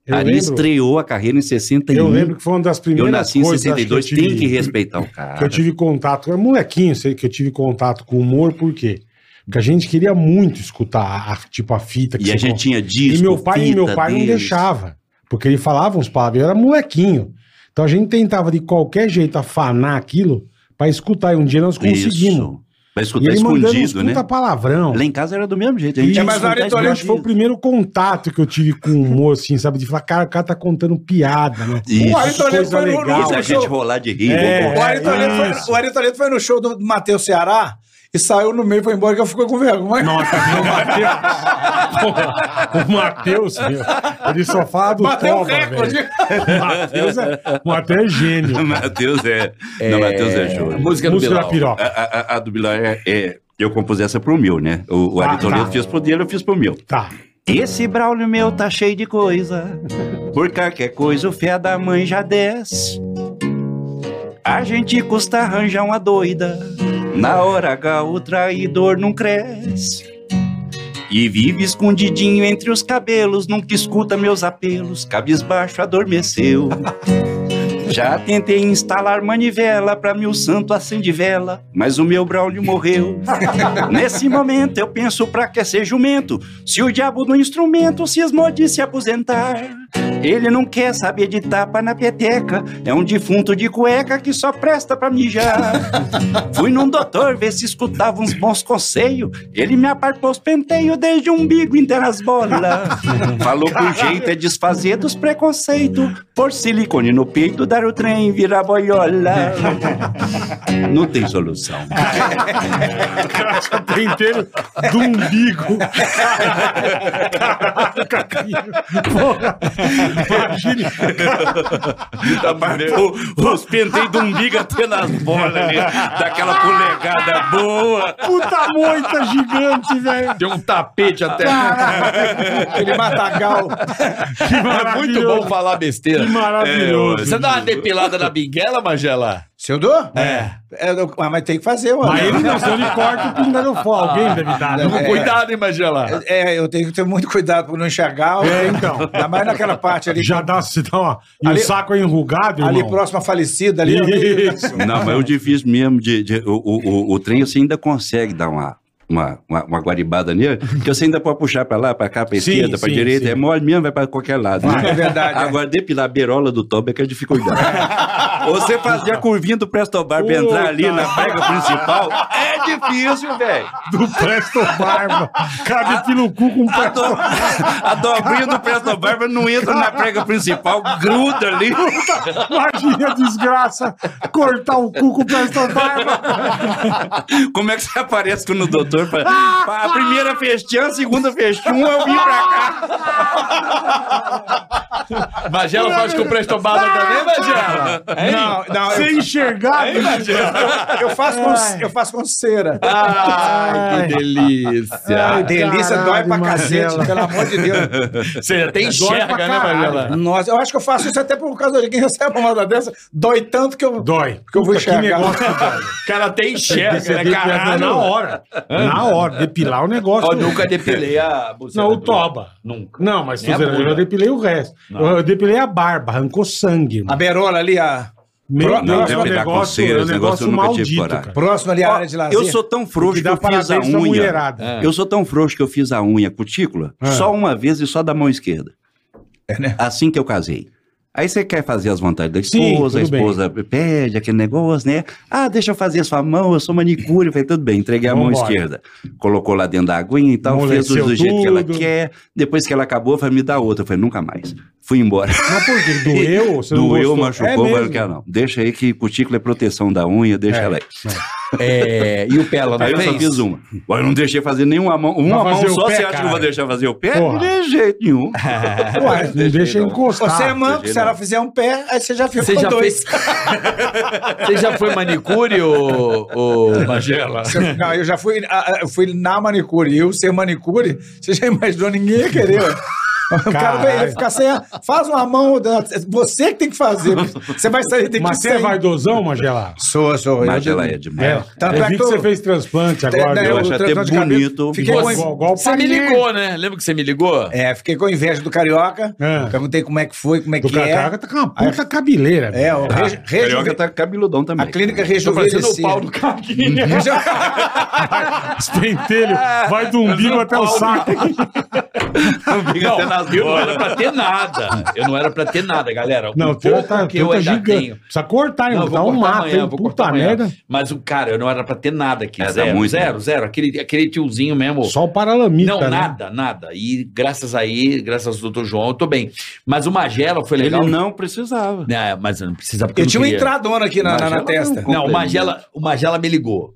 C: Eu
A: Ari
C: lembro,
A: estreou a carreira em 61.
C: eu lembro que foi uma das primeiras
A: Eu nasci em
C: coisas, acho
A: 62,
C: eu tive-
A: tem que respeitar o
C: que
A: cara.
C: eu tive contato, é molequinho, sei que eu tive contato com o humor, por quê? Porque a gente queria muito escutar, a, tipo, a fita que
A: E
C: você
A: a gente
C: coloca.
A: tinha disco,
C: E meu pai, e
A: fita
C: meu pai não
A: deles.
C: deixava, porque ele falava uns palavrões, eu era molequinho. Então a gente tentava de qualquer jeito afanar aquilo pra escutar, e um dia nós conseguimos.
A: Isso. Vai
C: E
A: escutar
C: ele mandando uns
A: escondido, né?
C: puta palavrão.
A: Lá em casa era do mesmo jeito.
C: E-
A: tinha que
D: É, mas
A: escutar
D: Ari Toledo
A: escondido.
C: Foi o primeiro contato que eu tive com o humor, assim, sabe? De falar, cara, o cara tá contando piada, né?
A: Isso.
D: O Ari Toledo
C: Coisa
D: foi no-
C: legal.
A: Isso, a gente rolar de rir.
C: É.
A: vou
D: O
A: voltar.
D: Ari Toledo
C: isso.
D: foi- o Ari Toledo foi no show do, do Matheus Ceará e saiu no meio, foi embora, que eu fico com vergonha.
C: Nossa, meu Matheus. o Matheus, meu. Ele só fala do
D: Bateu um
C: cobra,
D: recorde.
C: velho. O Matheus é, o Matheus é gênio.
A: Matheus é. Não, Matheus é show.
E: Música do
C: Música da
E: Bilal.
A: A,
C: piroca.
A: a- a- a do Bilal é, é- Eu compus essa pro meu, né? O, o
C: Ah,
A: Ari Toledo
C: tá.
A: fez pro dele, eu fiz pro meu.
C: Tá.
A: Esse Braulio meu tá cheio de coisa. Por qualquer coisa, o fé da mãe já desce. A gente custa arranjar uma doida. Na hora H, o traidor não cresce. E vive escondidinho entre os cabelos, nunca escuta meus apelos, cabisbaixo adormeceu. Já tentei instalar manivela pra meu santo acende vela, mas o meu Braulio morreu. Nesse momento eu penso pra que ser jumento, se o diabo do instrumento cismou de se aposentar. Ele não quer saber de tapa na peteca, é um defunto de cueca que só presta pra mijar. Fui num doutor ver se escutava uns bons conselhos, ele me apartou os penteios desde o umbigo inteiro as bolas. Falou que o jeito é desfazer dos preconceitos, por silicone no peito, dar o trem, virar boiola. Não tem solução.
C: Tem inteiro do umbigo. Caralho, Caquinho. Porra. Imagine.
A: O- Os penteios do um umbigo até nas bolas ali. Daquela polegada boa.
C: Puta moita gigante, velho.
G: Tem um tapete até.
D: Ele matagal.
C: Que
G: É muito bom falar besteira.
D: É,
C: Que maravilhoso.
G: Você dá uma depilada na binguela, Magela?
D: Se eu dou? É. eu- ah, mas tem que fazer, mano.
C: Mas ele não, se ele corta o pingarofó. Alguém deve dar. né?
D: É.
G: Cuidado, hein, Magela?
D: É, eu tenho que ter muito cuidado pra não enxergar.
C: É, então.
D: Ainda mais naquela parte ali.
C: Já dá, se dá uma... E
D: Ali-
C: o saco é enrugado,
D: ali
C: irmão.
D: próximo à falecida ali.
C: Isso.
A: Não, mas o difícil mesmo de. de- o, o, o, o trem você ainda consegue dar uma. Uma, uma, uma guaribada nele, que você ainda pode puxar pra lá, pra cá, pra
C: Sim,
A: esquerda, pra
C: sim,
A: direita,
C: sim.
A: é mole mesmo, vai pra qualquer lado. né?
D: Vai, é verdade, é.
A: Agora, depilar a berola do toba é que é dificuldade. você fazer a curvinha do Presto Bar pra entrar ali
C: Puta.
A: na pega principal, é difícil, velho.
C: Do Presto Barba. Cabe pelo cu com
A: A,
C: Presto
A: do... a dobrinha do Presto Barba não entra na prega principal, gruda ali.
C: Imagina a desgraça cortar o cu com o Presto Barba.
A: Como é que você aparece quando o doutor senhor. Pra, pra- a primeira festinha, a segunda festinha, um eu vim pra cá.
G: Magela faz com o prestobado também, Magela?
D: Não, não, eu,
C: Sem enxergar,
D: eu faço com, eu faço com cera.
E: Ah,
G: Ai, que delícia.
D: Ah, delícia
C: caralho,
D: dói pra
C: Magela.
D: cacete, pelo amor de Deus.
G: Você até enxerga, né, Magela?
D: Nossa, eu acho que eu faço isso até por causa de quem recebe uma moda dessa. Dói tanto que eu.
C: Dói.
D: Que eu vou
C: Puta,
D: enxergar. É,
C: negócio que dói.
G: O cara até
C: Você
G: enxerga, né,
C: depila na
G: caralho?
C: hora. Na hora. Depilar o negócio.
E: Eu nunca depilei a buzina.
C: Não, o
E: do-
C: toba.
E: Nunca.
C: Não, mas
E: Nem
C: tô
E: a
C: dizendo,
E: bunda.
C: eu depilei o resto. Eu, eu depilei a barba, arrancou sangue.
D: A
C: irmão.
D: berola ali, a.
C: Meu
D: Não,
C: Deus, é um
A: depilar com
C: negócio,
A: cera,
C: é um
A: esse
C: negócio
A: negócio eu nunca tive
C: maldito,
A: coragem.
C: cara.
D: Próximo ali, a área de lazer.
A: Eu sou tão frouxo
C: Que
A: que
C: dá
A: eu fiz a
C: parabéns pra
A: unha. É.
C: mulherada.
A: Eu sou tão frouxo que eu fiz a unha cutícula
C: Ah.
A: só uma vez e só da mão esquerda.
D: É, né?
A: Assim que eu casei. Aí você quer fazer as vontades da
C: Sim,
A: esposa, a
C: tudo bem.
A: esposa pede aquele negócio, né? Ah, deixa eu fazer a sua mão, eu sou manicure. Eu falei, tudo bem, entreguei a mão
C: Vambora.
A: esquerda. Colocou lá dentro da aguinha e tal, fez
C: Amoleceu
A: do, do jeito que ela
C: tudo.
A: quer. Depois que ela acabou, foi me dar outra. Eu falei, nunca mais. Fui embora.
C: Mas por quê? Doeu? Você não
A: Doeu,
C: gostou? É
A: machucou, mas não
C: mesmo?
A: quero não. Deixa aí que cutícula é proteção da unha, deixa
C: É.
A: ela aí.
E: É, e o Pela não
A: Aí eu só
E: fez?
A: fiz uma. Ué, Eu não deixei fazer nenhuma mão. Uma
C: Vai
A: mão
C: fazer o
A: só,
C: pé,
A: você acha que eu vou
C: cara.
A: deixar fazer o pé?
C: Porra.
A: Não tem jeito nenhum.
C: Ué, não deixa encostar.
D: Você é manco,
A: Entendi,
D: se ela fizer um pé, aí você já fica
E: Você
D: com
E: já
D: dois.
E: fez. Você já foi manicure, ô, ô Magela?
D: Não, eu já fui, ah, ah, eu fui na manicure. Eu ser manicure, você já imaginou, ninguém ia querer. ué. O cara
C: Caralho.
D: vai ia ficar sem. a- Faz uma mão. da- Você que tem que fazer. Você vai sair tem
C: Mas
D: que
C: você é vaidosão, Magela?
D: Sou, sou.
A: Mas
D: eu-
A: ela é
C: É.
A: demais.
D: Tanto
C: eu
D: é
C: vi
D: que
C: que você
D: eu-
C: fez transplante
D: Te-
C: agora.
D: né,
A: eu
C: meu.
A: acho
D: o
A: até
D: transplante de cabelo.
A: bonito.
D: Fiquei
G: Você,
D: com,
C: igual
G: você me ligou, né? Lembra que você me ligou?
D: é, fiquei com inveja do carioca.
C: É.
D: Perguntei como é que foi, como é
C: Do
D: que é.
C: Carioca tá com uma puta cabeleira.
D: É,
C: velho.
D: o reju- reju-
A: Carioca tá cabeludão também.
D: A clínica
G: Tô parecendo o
C: assim,
D: rejuvenesceu.
C: é.
G: pau do Caguinha.
C: Os pentelhos. Vai do umbigo até o saco.
A: Fica
E: Não,
A: até nas né?
E: eu não
A: bolas.
E: era pra ter nada. Eu não era pra ter nada, galera.
C: Não,
E: o
C: o teu
E: pouco
C: tá,
E: que
C: teu
E: eu
C: tá
E: ainda
C: gigante.
E: tenho.
C: Precisa cortar,
E: Não, eu
C: irmão.
E: vou
C: Dá um
E: cortar
C: mato,
E: amanhã, eu
C: hein?
E: vou cortar
C: Puta
E: amanhã.
C: merda.
E: Mas o cara, eu não era pra ter nada aqui.
A: Era
E: zero,
A: muito,
E: zero, zero. Aquele, aquele tiozinho mesmo.
C: Só o paralamita,
E: não,
C: né?
E: nada, nada. E graças aí, graças ao doutor João, eu tô bem. Mas o Magela foi legal.
A: Ele não precisava.
E: Não, mas não precisa porque
D: Eu
E: não
C: um
D: tinha uma
E: queria.
D: entradona aqui na, na- na
A: Imagina,
D: testa.
E: Não, o Magela, o Magela me ligou.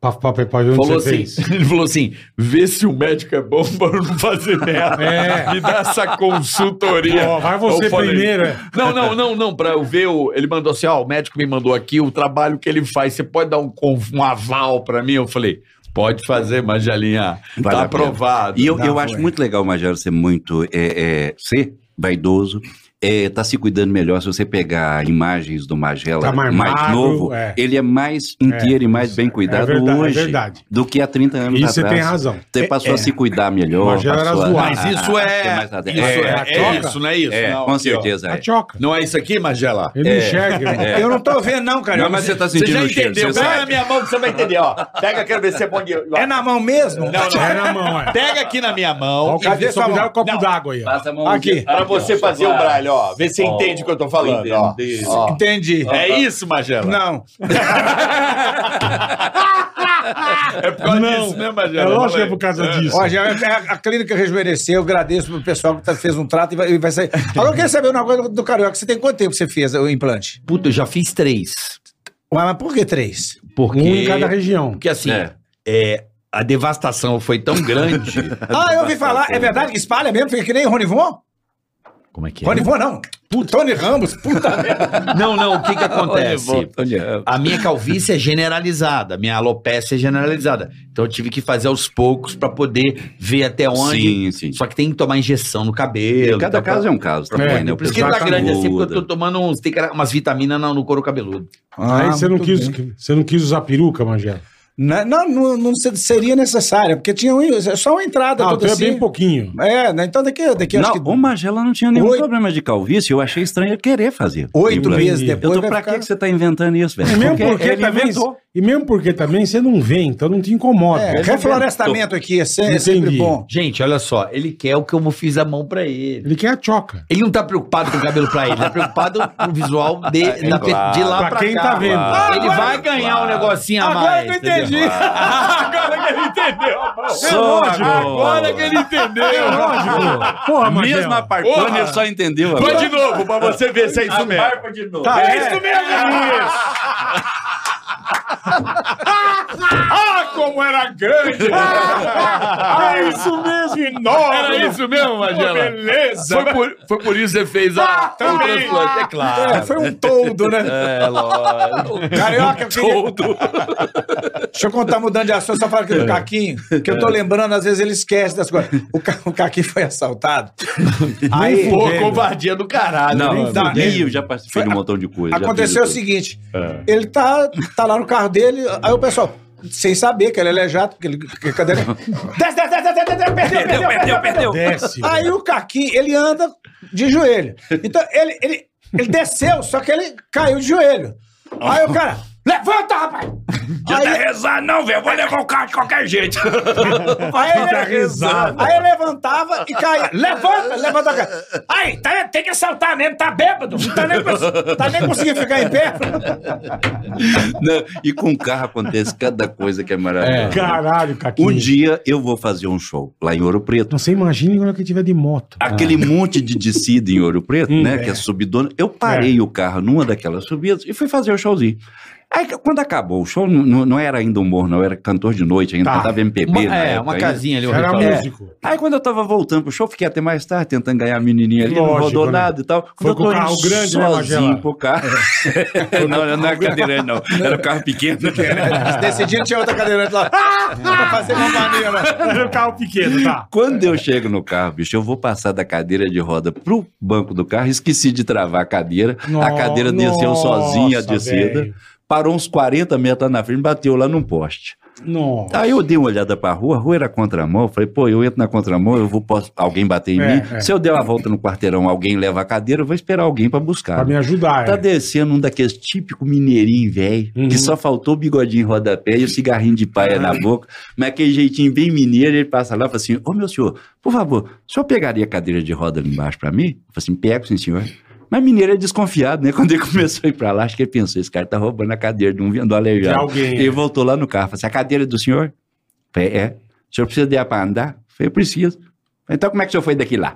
C: Pra, pra, pra, pra ver onde
E: Falou
C: você
E: assim,
C: fez.
E: ele falou assim: vê se o médico é bom pra eu não fazer merda.
C: É.
E: Me dá essa consultoria.
C: Ó, vai você
E: Eu falei,
C: primeiro. é.
E: Não, não, não, não, pra eu ver o... Ele mandou assim, ó, o médico me mandou aqui o trabalho que ele faz, você pode dar um, con- um aval pra mim? Eu falei, pode fazer, Magelinha,
A: Vale
E: tá
A: a pena.
E: aprovado.
A: E eu,
D: Não,
A: eu acho
D: ué.
A: muito legal o Magero ser muito. É, é, ser vaidoso. É, tá se cuidando melhor. Se você pegar imagens do Magela
C: Tá mais
A: mais,
C: magro,
A: novo,
C: é.
A: ele é mais inteiro e mais bem cuidado
C: verdade, é
A: hoje
C: verdade.
A: do que há 30 anos
C: Isso você
A: atrás.
C: tem razão. É,
A: Você passou assim, a se cuidar melhor.
C: Magela era
A: passou a-
C: zoado.
E: Ah,
A: a-
G: Mas isso
A: a- a-
G: é-
A: ter mais atenção.
G: isso
A: é,
G: é,
C: a
G: é
C: troca?
G: isso, não é isso?
A: é,
G: não,
A: com
G: aqui, ó.
A: certeza
C: A
A: é.
C: tioca.
G: Não é isso aqui, Magela?
C: Ele não enxerga, né? irmão.
A: né?
D: Eu não tô vendo, não, cara.
A: Não, mas você tá
G: Você
A: sentindo
G: já
A: o cheiro.
G: entendeu?
A: Você
G: Pega na
A: sabe.
G: minha mão que você vai entender, ó. Pega, quero ver se é bom de...
D: É na mão mesmo?
C: É na mão, é.
G: Pega aqui na minha
C: Ó,
G: mão.
C: o cara
D: vê
C: só
D: sua
C: me dá um
D: mão.
C: copo
G: Não.
C: d'água aí, ó.
A: Passa a mãozinha.
D: Aqui.
G: Pra você fazer o braille, ó. Vê se você entende o que eu tô falando, ó.
A: entendi.
G: Ó.
D: Entendi.
G: É isso, Magela?
D: Não.
G: É por causa
C: Não.
G: disso, né,
C: É
G: Magela?
C: lógico que é
G: Falei.
C: por causa disso.
D: Ó, já, a, a clínica rejuvenesceu, eu agradeço pro pessoal que tá- fez um trato e vai, e vai sair. Agora eu quero saber uma coisa do Carioca. Você tem quanto tempo que você fez o implante?
E: Puta, eu já fiz três.
D: Mas, mas por que três?
E: Porque,
C: Um em cada região.
E: porque assim,
A: É.
E: é, a devastação foi tão grande...
D: Ah, eu ouvi falar. É verdade que espalha mesmo? Fica que nem Ronivon?
E: Como é que é?
D: Ronivon não. Puta, Tony Ramos, puta merda.
E: Não, não, o que que acontece?
A: Olha,
E: A minha calvície é generalizada, a minha alopecia é generalizada. Então eu tive que fazer aos poucos pra poder ver até onde.
A: Sim, sim.
E: Só que tem que tomar injeção no cabelo.
A: Cada
E: tá, pra-
A: caso é um caso.
C: É,
A: também, né? O
E: Por isso que ele
A: pessoal
E: tá grande assim, porque
A: muda.
E: eu tô tomando uns, tem cara- umas vitaminas no, no couro cabeludo.
A: Ah,
C: Aí você, não
D: Ah, muito
C: quis,
D: bem.
C: você não quis usar peruca, Magela.
D: Na- Né? Não, não, não se- seria necessária, porque tinha um- só uma entrada
C: Ah, o
D: toda
C: teu é
D: assim.
C: bem pouquinho.
D: É, né? Então daqui, daqui
A: não,
D: acho que
A: o Magela não tinha nenhum
D: Oito-
A: problema de calvície. Eu achei estranho ele querer fazer.
D: oito
A: Implante.
D: meses
C: Eu tô
A: Eu
D: depois
A: tô,
D: vai
A: pra
D: ficar-
A: que que você tá inventando isso, velho?
C: E É mesmo
A: Porque
C: porque, tá
A: ele
C: também,
A: inventou.
C: e mesmo porque também você não vem, então não te incomoda.
D: É, reflorestamento aqui é, se- é
C: Entendi.
D: sempre bom.
E: Gente, olha só, ele quer o que eu fiz a mão pra ele.
C: Ele quer a choca.
E: Ele não tá preocupado com o cabelo pra ele, tá preocupado com o visual de, da pe-
A: Tá claro.
E: de lá pra,
C: Pra quem
E: cá.
C: tá vendo.
E: Ah, ele
A: Agora-
E: vai ganhar um negocinho a mais.
D: Agora eu
E: entendeu?
D: entendi.
G: Agora que ele entendeu.
A: Lógico.
G: Agora que ele entendeu.
C: Lógico. Porra, Magela.
A: Mesmo a partona,
G: Porra.
A: ele só entendeu
G: Vai
A: agora.
G: de novo, pra você ver se é isso mesmo.
C: Tá,
G: É
C: é.
G: isso mesmo. Ah,
C: como era grande! Ah, é isso mesmo, enorme!
G: Era é isso mesmo,
C: Pô,
G: Magela.
C: Beleza!
G: Foi por, foi por isso que você fez a.
C: Ah, também.
G: o transplante, é claro.
E: Ah,
D: É, foi um toldo, né?
G: É, lógico.
D: Carioca, eu queria- Deixa eu contar mudando de assunto, só falando aqui do Caquinho, que eu tô lembrando, às vezes ele esquece das coisas. O, Ca... o Caquinho foi assaltado. Aí
G: Pô, covardia do caralho.
A: Não,
D: Nem dá,
A: eu
D: né?
A: eu já participei de um montão de coisa. já
D: aconteceu o
A: fiz de
D: seguinte: ele tá, tá lá no carro dele, aí o pessoal, sem saber que ele é aleijado, porque ele. que cadê ele? Desce, desce, desce, desce, desce, perdeu, perdeu, perdeu, perdeu.
C: Desce.
D: Aí o Caquinho, ele anda de joelho. Então, ele, ele, ele desceu, só que ele caiu de joelho. Aí o cara, levanta, rapaz!
A: tudo.
D: Aí,
A: Tá rezando, não, velho. Vou levar o carro de qualquer jeito.
D: Aí ele,
C: Tá rezando.
D: aí ele levantava e caía. Levanta, levanta. Cara. Aí, tá- tem que saltar mesmo, tá bêbado. Não tá nem, cons- tá nem conseguindo ficar em pé.
A: Não, e com o carro acontece cada coisa que é maravilhosa.
C: Caralho, Caquinho.
A: Um dia eu vou fazer um show lá em Ouro Preto.
C: Não, Você imagina quando que tiver de moto.
A: Aquele monte de descida em Ouro Preto,
C: Ah. Hum, É.
A: né? Que é subidona. Eu parei o carro numa daquelas subidas e fui fazer o showzinho. Aí, quando acabou o show, n- n- não era ainda humor, não. Eu era cantor de noite ainda,
C: Tá.
A: cantava MPB.
E: Uma,
A: na
E: é,
A: época
E: uma
A: ainda.
E: casinha ali, um
C: Você era
E: restaurante.
C: músico.
A: Aí, quando eu tava voltando pro show, fiquei até mais tarde tentando ganhar a menininha ali, não
C: Lógico,
A: rodou
C: né?
A: nada e tal. Quando
C: Foi
A: eu
C: com
A: tô
C: o carro
A: indo
C: grande, né,
A: sozinho
C: Magela? é
A: pro carro. não, não, não era cadeirante, não. Era o carro pequeno.
D: Nesse dia tinha outra cadeirante lá. Ah, pra fazer companhia. né?
C: Era um carro pequeno, tá?
A: Quando eu chego no carro, bicho, eu vou passar da cadeira de roda pro banco do carro, esqueci de travar a cadeira, a cadeira desceu
C: Nossa,
A: sozinha a descida,
C: velho.
A: parou uns 40 metros lá na frente, bateu lá num poste.
C: Nossa.
A: Tá Aí eu dei uma olhada pra rua, a rua era contramão, eu falei, pô, eu entro na contramão, eu vou, posso, alguém bater em
C: É,
A: mim,
C: é.
A: se eu der uma volta no quarteirão, alguém leva a cadeira, eu vou esperar alguém pra
C: Pra
A: buscar.
C: me ajudar.
A: Tá
C: é.
A: descendo um daqueles típico mineirinho, velho,
C: Uhum.
A: que só faltou o bigodinho em rodapé e o cigarrinho de paia na boca, mas aquele jeitinho bem mineiro, ele passa lá e fala assim, ô meu senhor, por favor, o senhor pegaria a cadeira de roda ali embaixo pra mim? Eu falei assim, pego sim senhor. Mas mineiro é desconfiado, né? Quando ele começou a ir pra lá, acho que ele pensou, esse cara tá roubando a cadeira de um vindo
C: De
A: aleijado.
C: alguém.
A: Ele voltou lá no carro, falou assim, a cadeira é do senhor? Eu Falei, é. O senhor precisa dela pra andar? Eu Falei, eu preciso. Eu Falei, então como é que o senhor foi daqui lá?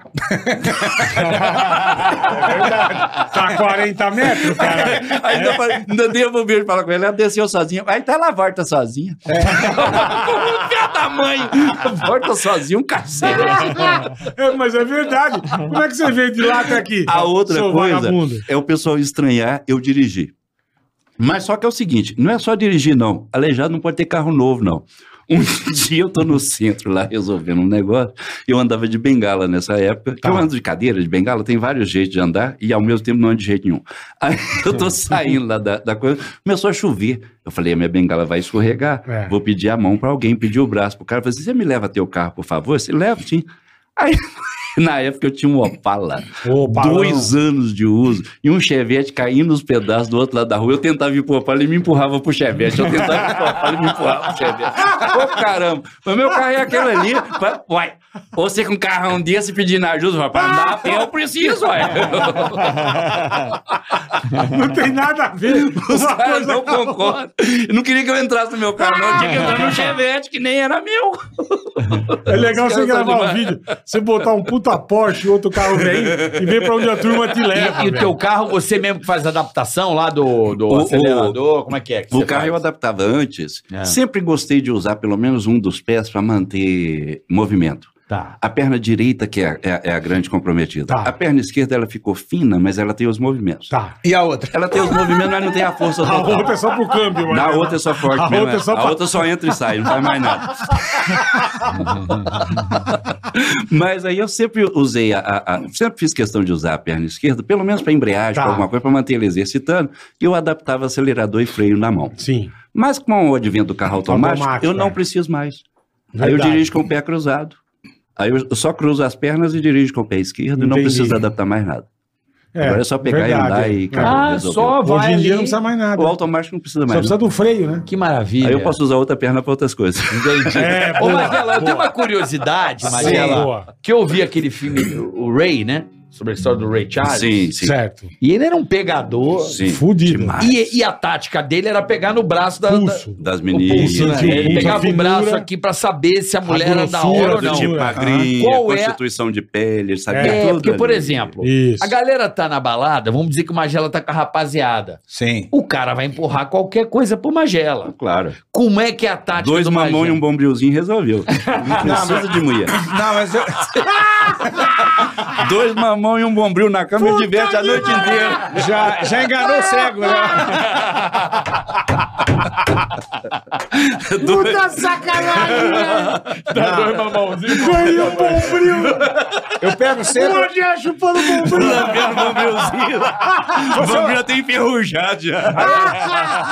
C: Tá a 40 metros, cara.
A: Aí eu falei, não dei um beijo pra falar com ele, ela desceu sozinha. Aí tá lá, volta sozinha. um Pé tamanho, volta sozinha, um cacete.
C: É, mas é verdade. Como é que você veio de lá até aqui?
A: A outra
C: Seu
A: coisa
C: vagabundo.
A: é o pessoal estranhar eu dirigir. Mas só que é o seguinte, não é só dirigir, não. Aleijado não pode ter carro novo, não. Um dia eu tô no centro lá resolvendo um negócio. Eu andava de bengala nessa época. Eu ando de cadeira, de bengala, tem vários jeitos de andar e ao mesmo tempo não ando de jeito nenhum. Aí eu tô saindo lá da, da coisa, começou a chover. Eu falei, a minha bengala vai escorregar.
C: É.
A: Vou pedir a mão pra alguém, pedir o braço pro cara. Eu falei, assim, você me leva teu carro, por favor? Você leva, sim. Aí, na época eu tinha um Opala.
C: Ô, balão.
A: Dois anos de uso e um chevette caindo nos pedaços do outro lado da rua. Eu tentava ir pro Opala e me empurrava pro chevette. Eu tentava ir pro Opala e me empurrava pro chevette. Ô caramba, mas meu carro é aquele ali. Vai- Uai, você com um carrão desse pedindo ajuda, rapaz, andar a pé eu preciso, ué.
C: Não tem nada a ver.
A: Os
C: Uma
A: caras
C: coisa
A: não
C: com a
A: concordam. Não queria que eu entrasse no meu carro, não. Eu tinha que entrar num chevette que nem era meu.
C: É legal
A: Os
C: você
A: caras
C: gravar um
A: são demais.
C: vídeo, você botar um puta Porsche e outro carro velho e ver pra onde a turma te leva.
E: E, e o
C: velho.
E: teu carro, você mesmo que faz a adaptação lá do, do
A: O- o-
E: acelerador, como é que é? Que
A: O
E: você
A: carro eu
E: faz?
A: adaptava antes.
E: É.
A: Sempre gostei de usar pelo menos um dos pés para manter movimento.
E: Tá.
A: A perna direita que é, é- é a grande comprometida.
C: Tá.
A: A perna esquerda ela ficou fina, mas ela tem os movimentos.
C: Tá.
D: E a outra?
A: Ela tem os movimentos, mas não tem a força
C: A
A: total.
C: outra é só pro câmbio.
A: Na
C: mas-
A: outra é só forte
C: A
A: mesmo.
C: outra é só
A: a
C: pra-
A: outra só entra e sai, não faz mais nada. Mas aí eu sempre usei a, a- a- Sempre fiz questão de usar a perna esquerda, pelo menos para embreagem,
C: Tá.
A: pra alguma coisa, para manter ele exercitando. E eu adaptava acelerador e freio na mão.
C: Sim.
A: Mas com o advento do carro automático,
C: Automático,
A: eu não
C: é.
A: preciso mais. Aí
C: verdade.
A: eu dirijo com o pé cruzado. Aí eu só cruzo as pernas e dirijo com o pé esquerdo e não
C: Entendi.
A: preciso adaptar mais nada.
C: É,
A: Agora é só pegar
C: verdade,
A: e andar
C: é.
A: e
C: É.
E: Ah,
A: acabou, resolveu.
C: Hoje em dia não precisa mais nada.
A: O automático não precisa
C: Só
A: mais.
C: precisa do freio, né?
E: Que maravilha.
A: um- Aí eu posso usar outra perna para outras coisas.
E: Entendi.
C: É,
E: Ô,
C: boa,
E: Magela, eu tenho uma curiosidade, Magela,
C: boa.
E: que eu vi aquele filme, o Ray, né? sobre a história do Ray Charles.
A: Sim, sim.
C: Certo.
E: E ele era um pegador.
A: sim.
C: Fudido.
A: Demais.
E: E, e a tática dele era pegar no braço da. da-
C: Pulso.
A: Das
E: o
A: meninas.
E: pulso, né?
C: Sim,
E: Ele
C: pulso,
E: pegava
C: a
E: o braço
C: figura,
E: aqui pra saber se a mulher era da
C: grossura
E: hora ou
A: do
E: não. Ah,
A: tipo magrinha,
E: Qual é a-
A: constituição de pele, ele sabia
E: É,
A: tudo.
E: porque, por
A: ali.
E: exemplo,
C: Isso.
E: a galera tá na balada, vamos dizer que o Magela tá com a rapaziada.
D: Sim.
E: O cara vai empurrar qualquer coisa pro Magela.
A: Claro.
E: Como é que é a tática
A: Dois
E: do
A: mamão e
E: Magela?
A: um bombrilzinho resolveu. Não precisa de mulher.
D: Não, mas eu...
A: Dois mamão e um bombril na cama e diverte a noite inteira.
D: já, já enganou o cego, né?
A: Dois-
E: Dá dois mamãozinhos.
C: um
D: Eu pego sempre...
A: Lambendo o bombrilzinho. O bombril até enferrujado já.
D: é?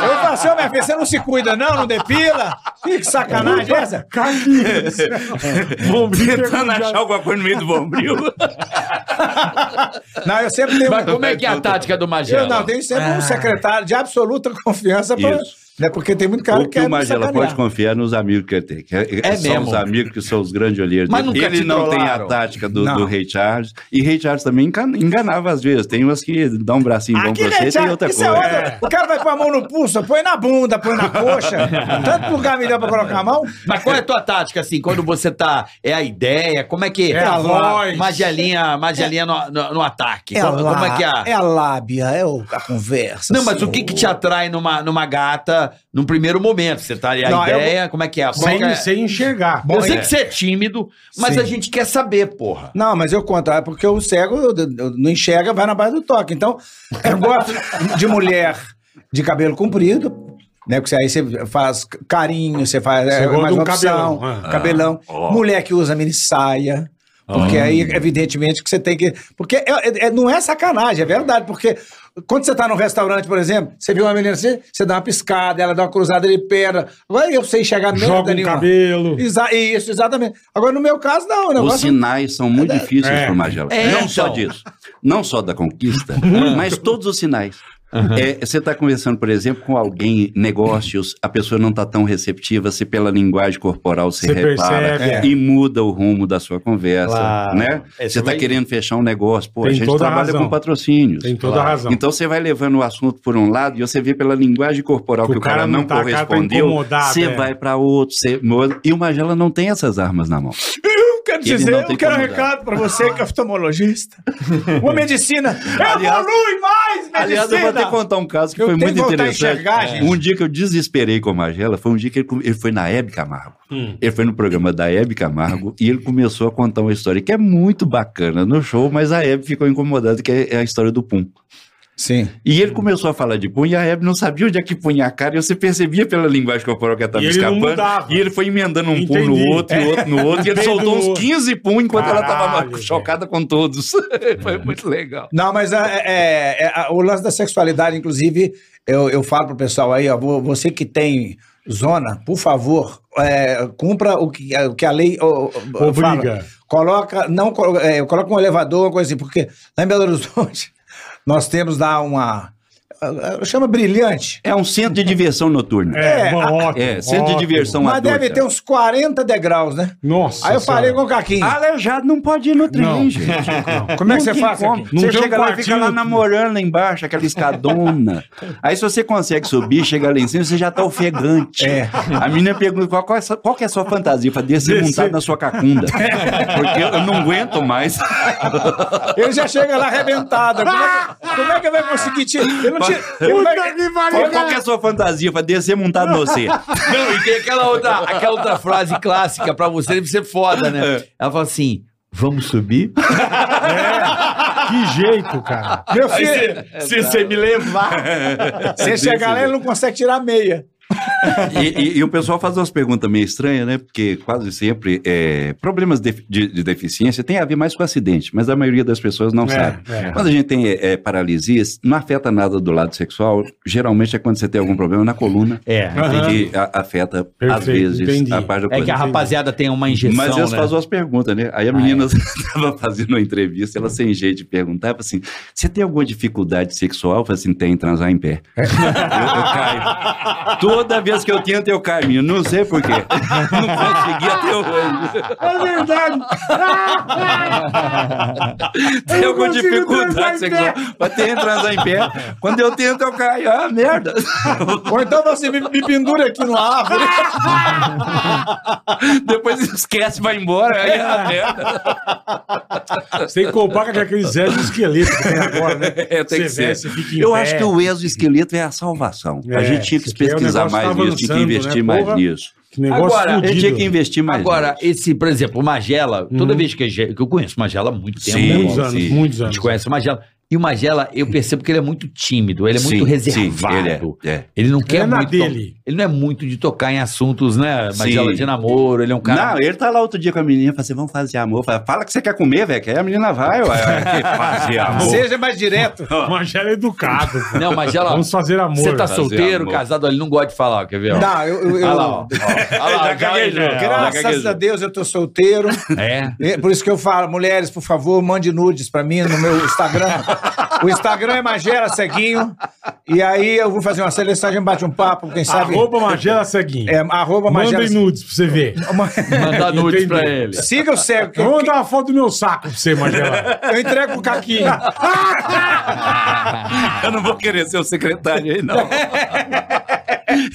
D: Eu falo assim, ô, minha filha, você não se cuida não, não depila? Que sacanagem é essa?
A: Tentando achar alguma coisa no meio do bombril.
D: Não, eu sempre tenho... um
E: Mas como é que é a tática do Magela?
D: Eu não, tenho sempre um secretário de absoluta confiança pra...
A: Isso.
D: Né? Porque tem muito cara
A: o
D: que
A: que
D: quer
A: o
D: me
A: Magela
D: sacanear.
A: pode confiar nos amigos que ele tem. Que é-
E: É
A: são
E: mesmo.
A: os amigos que são os grandes olheiros.
E: Mas
A: dele.
E: nunca te
A: ele não tem a
E: trollaram.
A: tática do,
D: Não.
A: do Ray Charles. E Ray Charles também engan- enganava às vezes. Tem umas que dão um bracinho bom
D: Aqui,
A: pra
D: né,
A: você e tem
D: Thiago?
A: outra
D: Isso
A: coisa.
D: é outra. O cara vai pôr a mão no pulso, põe na bunda, põe na coxa. Tanto lugar melhor pra colocar a mão.
E: Mas qual é a tua tática, assim, quando você tá... É a ideia? Como é que...
D: É a voz.
E: Magelinha, Magelinha no, no- no ataque.
D: É a,
E: como, como é que é?
D: lá- é a lábia, é o- a conversa.
E: Não, mas
D: assim,
E: o que que te atrai numa, numa gata num primeiro momento? Você tá ali, a
D: Não, eu-
E: ideia, como é que é? Como é que
C: Sem,
E: é?
C: sem enxergar.
E: eu
D: Bom,
E: sei
D: é.
E: que você é tímido, mas
D: Sim.
E: a gente quer saber, porra.
D: Não, mas eu conto, é porque o cego eu- eu não enxerga, vai na base do toque. Então, eu gosto de mulher de cabelo comprido, né? Porque aí você faz carinho, você faz
C: Você
D: é,
C: gosta
D: mais
C: de um
D: uma opção,
C: cabelão, ah.
D: cabelão. Mulher que usa mini saia. Porque aí, evidentemente, que você tem que. Porque é- é- é- não é sacanagem, é verdade. Porque quando você tá num restaurante, por exemplo, você viu uma menina assim, você dá uma piscada, ela dá uma cruzada de perna. Agora eu sei enxergar merda
C: Joga um
D: nenhuma.
C: cabelo.
D: Exa- isso, exatamente. Agora, no meu caso, não. O
A: Os
D: negócio
A: sinais são muito difíceis
C: É.
A: pro Magela.
E: É,
A: não só
E: então.
A: disso. Não só da conquista, mas todos os sinais. É, você está conversando, por exemplo, com alguém, negócios, a pessoa não está tão receptiva, se pela linguagem corporal se
C: Você
A: repara
C: percebe, é.
A: e muda o rumo da sua conversa,
C: Claro.
A: né?
E: É,
A: você
E: você
A: está
E: vai-
A: querendo fechar um negócio, pô, a
C: Tem
A: gente
C: toda a
A: trabalha
C: razão.
A: com patrocínios.
C: Tem toda a razão.
A: Então você vai levando o assunto por um lado e você vê pela linguagem corporal que, o cara, não
C: tá, o cara tá
A: correspondeu,
C: incomodado,
A: você
C: é.
A: vai para outro, você... e o Magela não tem essas armas na mão.
D: Eu quero
A: Ele
D: dizer,
A: não
D: eu
A: tem
D: quero um
A: como mudar.
D: recado pra você que é oftalmologista. Uma medicina.
C: Tá
A: Aliás-
D: Evolui mais, medicina!
A: Aliás, eu vou até contar um caso que
D: Eu
A: foi
D: tenho
A: muito
D: que voltar a
A: interessante.
D: enxergar, gente.
A: Um dia que eu desesperei com a Magela foi um dia que ele, come- ele foi na Hebe Camargo.
C: Hum.
A: Ele foi no programa da Hebe Camargo e ele começou a contar uma história que é muito bacana no show, mas a Hebe ficou incomodada, que é é a história do Pum.
D: Sim.
A: E ele começou a falar de Pum e a Hebe não sabia onde é que punha a cara, e você percebia pela linguagem corporal que ela estava
C: E ele não mudava.
A: escapando. E ele foi emendando um pum no
C: Entendi.
A: outro, e outro no outro, e ele
C: Meio do
A: soltou uns
C: outro.
A: 15 pum enquanto ela
C: Caralho,
A: estava chocada com todos. foi muito legal.
D: Não, mas é, é, é, a- o lance da sexualidade, inclusive, eu, eu falo pro pessoal aí, ó, vo- você que tem zona, por favor, é, cumpra o que, é, o que a lei ó, ó,
C: Obriga.
D: fala. Coloca, não, colo- é, coloca um elevador, uma coisa assim, porque lá em Belo Horizonte nós temos lá uma... ah, Chama brilhante.
A: É um centro de diversão noturna.
C: É, bom, ótimo.
A: É, centro
C: ótimo.
A: de diversão
D: Mas
A: adulta.
D: deve ter uns 40 degraus, né?
C: Nossa.
D: Aí eu
C: Senhora.
D: falei com o Caquinho.
A: Aleijado não pode ir no trem,
C: Não.
A: gente.
D: Como é que
A: Não
D: você
A: tem
D: faz?
A: como.
D: Caquinho?
C: Não
A: Você
C: tem um
A: chega lá e fica
C: quartinho.
A: lá namorando lá embaixo, aquela escadona. Aí se você consegue subir, chega lá em cima, você já tá ofegante.
D: É.
A: A menina pergunta, qual, qual é, essa- qual que é a sua fantasia? Pra descer
C: Descer.
A: montado na sua cacunda. Porque eu não aguento mais.
D: Ele já chega lá arrebentado. Como é que, como é que vai conseguir tirar? Ele não é tira. Ele não vai-
A: Qual, qual que é a sua fantasia? Pra descer montado no você.
E: Não, e tem aquela outra, aquela outra frase clássica pra você, deve ser foda, né? Ela fala assim, vamos subir?
C: Que jeito, cara.
D: Meu filho,
E: Se você me levar.
D: se ele chegar lá, ele não consegue tirar a meia.
A: E, e- e o pessoal faz umas perguntas meio estranhas, né? Porque quase sempre é, problemas de, de- de deficiência tem a ver mais com acidente, mas a maioria das pessoas não
C: É,
A: sabe.
C: é.
A: Quando a gente tem é, é, paralisias, não afeta nada do lado sexual. Geralmente é quando você tem algum problema na coluna.
E: É.
C: Aham.
A: E que a- afeta, às
C: Perfeito,
A: vezes,
C: entendi.
A: a parte da
E: É que a
A: coluna.
E: rapaziada tem uma injeção,
A: Mas eles
E: né?
A: fazem umas perguntas, né?
C: Ah,
A: Aí a menina
C: é.
A: estava fazendo uma entrevista, ela sem jeito de perguntar, ela falou assim: você tem
C: É.
A: alguma dificuldade sexual? Eu falei assim: tem, transar em pé. eu, eu caio. Toda vez cabeça que eu tinha até o Carminho. Não sei porquê. Não consegui até hoje.
C: É verdade.
A: Tem
C: não
A: alguma
C: consigo transar
A: dificuldade
C: em
A: sexual. Mas tem que transar em pé. Quando eu tento, eu caio. Ah, merda.
D: Ou então você me, me pendura aqui no árvore.
A: Depois esquece, vai embora. Aí é uma merda.
C: Você tem que comprar com aquele Zé de esqueleto que tem agora, né?
A: É, tem
C: Você
A: que ser.
C: veste, fica em
A: Eu
C: pé.
A: acho que o exoesqueleto é a salvação. a
C: É,
A: gente tinha que
C: isso aqui é, o
A: pesquisar
C: negócio tá
A: mais nisso, tinha que
C: avançando, né,
A: investir mais
C: porra?
A: nisso.
C: Que negócio
E: Agora,
A: A gente tinha que
C: fudido.
A: investir mais
E: Agora,
A: nisso.
E: esse, por exemplo, o Magela, toda
C: Uhum.
E: vez que a gente- que eu conheço o Magela há muito tempo,
A: Sim,
E: né,
C: Muitos
E: irmão?
C: anos,
A: sim.
C: muitos
E: a
C: anos.
E: gente conhece o Magela. E o Magela, eu percebo que ele é muito tímido, ele é muito
A: Sim,
E: reservado.
A: sim,
E: ele,
A: ele é, é.
E: não
C: Ele
E: quer
C: é na
E: muito. to-
C: dele.
E: Ele não é muito de tocar em assuntos, né?
A: Sim.
E: Magela de namoro, ele é um cara.
A: Não, ele tá lá outro dia com a menina, fala assim, vamos fazer amor. Fala, fala que você quer comer, velho, que aí a menina vai, ué. fazer amor.
D: Seja mais direto.
C: Mas ela é educado. pô.
E: Não, Magela,
C: Vamos fazer amor.
E: você tá
C: velho.
E: solteiro,
A: amor.
E: casado, ele não gosta de falar, quer ver? ó?
D: Não, eu. eu, eu-
E: Olha lá, ó. Olha lá, já
A: gaguejou.
E: é,
D: Graças a Deus eu tô solteiro.
E: É.
D: É, Por isso que eu falo, mulheres, por favor, mande nudes pra mim no meu Instagram. O Instagram é Magera Ceguinho. E aí eu vou fazer uma seleção, a gente bate um papo, quem sabe.
C: Arroba Magela Seguinho.
D: É, arroba Magera.
C: Mandem nudes pra você ver.
E: Mandar nudes
C: Entendi.
E: pra ele.
D: Siga o cego. que-
C: Eu vou
D: que-
C: mandar uma foto do meu saco pra você, Magela.
D: eu entrego o Caquinho.
A: Eu não vou querer ser o secretário aí, não.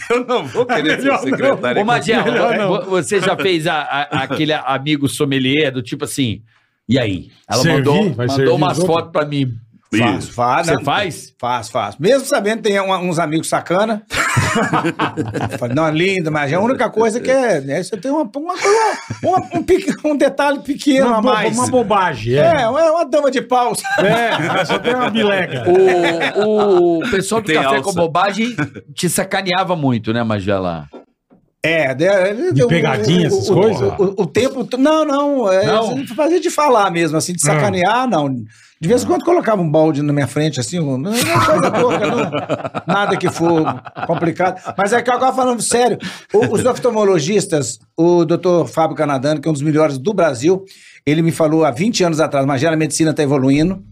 A: Eu não vou querer ser o
C: melhor não.
A: secretário
E: Ô, Magela,
C: Melhor não.
E: vo- você já fez a- a- aquele amigo sommelier do tipo assim. E aí? Ela
C: Servir?
E: mandou,
C: Vai
E: mandou
C: servir
E: umas
C: os outros?
E: fotos pra mim.
D: Faz, faz.
E: Você
D: não.
E: faz?
D: Faz, faz. Mesmo sabendo que tem um- uns amigos sacana. Fala, não, é lindo, mas a única coisa que é. Né, você tem uma, uma, coisa- uma- um, pequ- um detalhe pequeno
C: Uma,
D: a
C: bo-
D: mais.
C: uma bobagem,
D: É,
C: é.
D: é uma dama de pau.
C: É, só tem uma bilega.
E: O, o pessoal do
A: Tem
E: Café
A: alça.
E: com Bobagem te sacaneava muito, né, Magela?
D: É, de,
C: De pegadinha, essas
D: o,
C: coisas?
D: O, o- o tempo. t- Não, não. É,
E: Não?
D: Fazia de falar mesmo, assim, de sacanear,
C: Ah.
D: não. De vez em quando colocava um balde na minha frente, assim, um- não, não, coisa pouca, não, nada que for complicado. Mas é que agora falando sério, o- os oftalmologistas, o doutor Fábio Canadano, que é um dos melhores do Brasil, ele me falou há 20 anos atrás, mas já a medicina está evoluindo,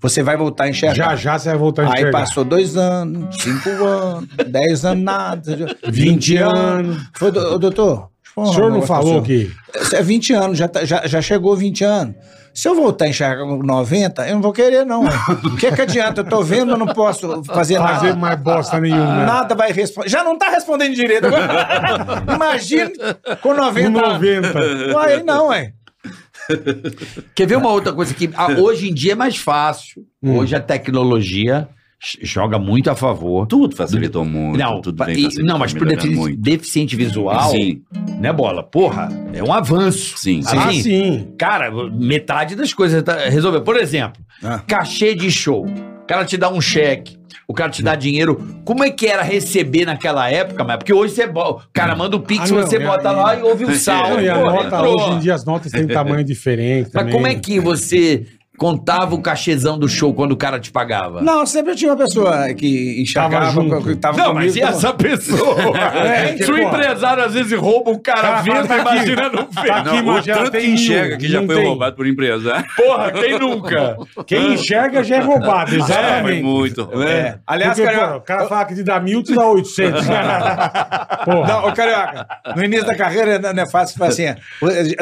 D: você vai voltar a enxergar.
C: Já já você vai voltar a
D: Aí
C: enxergar.
D: passou dois anos, cinco anos, dez anos, nada.
C: 20
D: 20
C: anos.
D: anos. Foi, do- ô, doutor.
C: O senhor não falou
D: que.
C: que.
D: É 20 anos, já, tá- já, já chegou 20 anos. Se eu voltar a enxergar com 90, eu não vou querer, não. O que, que adianta? Eu tô vendo, eu não posso fazer nada.
C: Fazer né? mais bosta nenhuma.
D: Nada vai responder. Já não tá respondendo direito. Imagina
C: Com
D: com 90 anos.
C: 90.
D: Uai, não, ué.
E: Quer ver uma outra coisa que ah, hoje em dia é mais fácil.
C: Hum.
E: Hoje a tecnologia j- joga muito a favor.
A: Tudo facilitou muito.
E: Não,
A: tudo bem tá
E: e- não, mas pro defici- deficiente visual,
A: Sim,
E: né, Bola? Porra, é um avanço.
A: sim.
E: Sim.
C: Ah, sim.
E: Cara, metade das coisas tá- resolveu. Por exemplo,
D: Ah.
E: cachê de show. O cara te dá um cheque, o cara te dá dinheiro. Como é que era receber naquela época, mas Porque hoje você bo- o cara manda o Pix,
C: Ah, não,
E: você
C: é-
E: bota lá e ouve um salve.
C: Não, e a
E: Pô,
C: nota,
E: entrou.
C: hoje em dia as notas têm um tamanho diferente.
E: Mas
C: também.
E: como é que você contava o cachezão do show quando o cara te pagava?
D: Não, sempre tinha uma pessoa que enxergava,
C: Tava junto.
D: que tava
E: Não, mas
D: comigo,
E: e
D: tá bom.
E: essa pessoa?
C: É,
E: Se o
C: porra.
E: empresário às vezes rouba o cara
C: Cara,
E: vindo,
C: tá aqui.
E: imagina não
C: Tá
E: ver.
C: aqui,
A: Não, o
C: mas já
A: tanto que
C: tem
A: enxerga
C: mil,
A: que já
C: não
A: foi
C: tem.
A: roubado por empresário.
E: Porra, quem nunca?
C: Quem enxerga já é roubado,
A: Foi
C: exatamente.
A: muito. né?
D: É. Aliás,
C: Porque,
D: cara,
C: pô, o cara fala que te dá mil, te dá 800. Porra.
D: Não, ô Carioca, no início da carreira não não é fácil falar assim, é,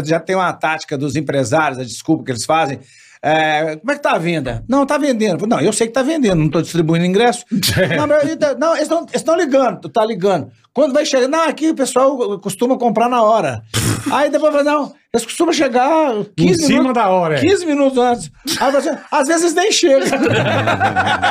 D: já tem uma tática dos empresários, a desculpa que eles fazem. é, como é que tá a venda? Não, tá vendendo. Não, eu sei que tá vendendo, não tô distribuindo ingresso.
C: É.
D: não, mas ele tá- não, eles não estão ligando, tu tá ligando. Quando vai chegar, não, aqui o pessoal costuma comprar na hora. Aí depois fala, não, eles costumam chegar 15
C: Em
D: minutos.
C: cima da hora, é.
D: 15 minutos antes. Aí você, às vezes nem chega.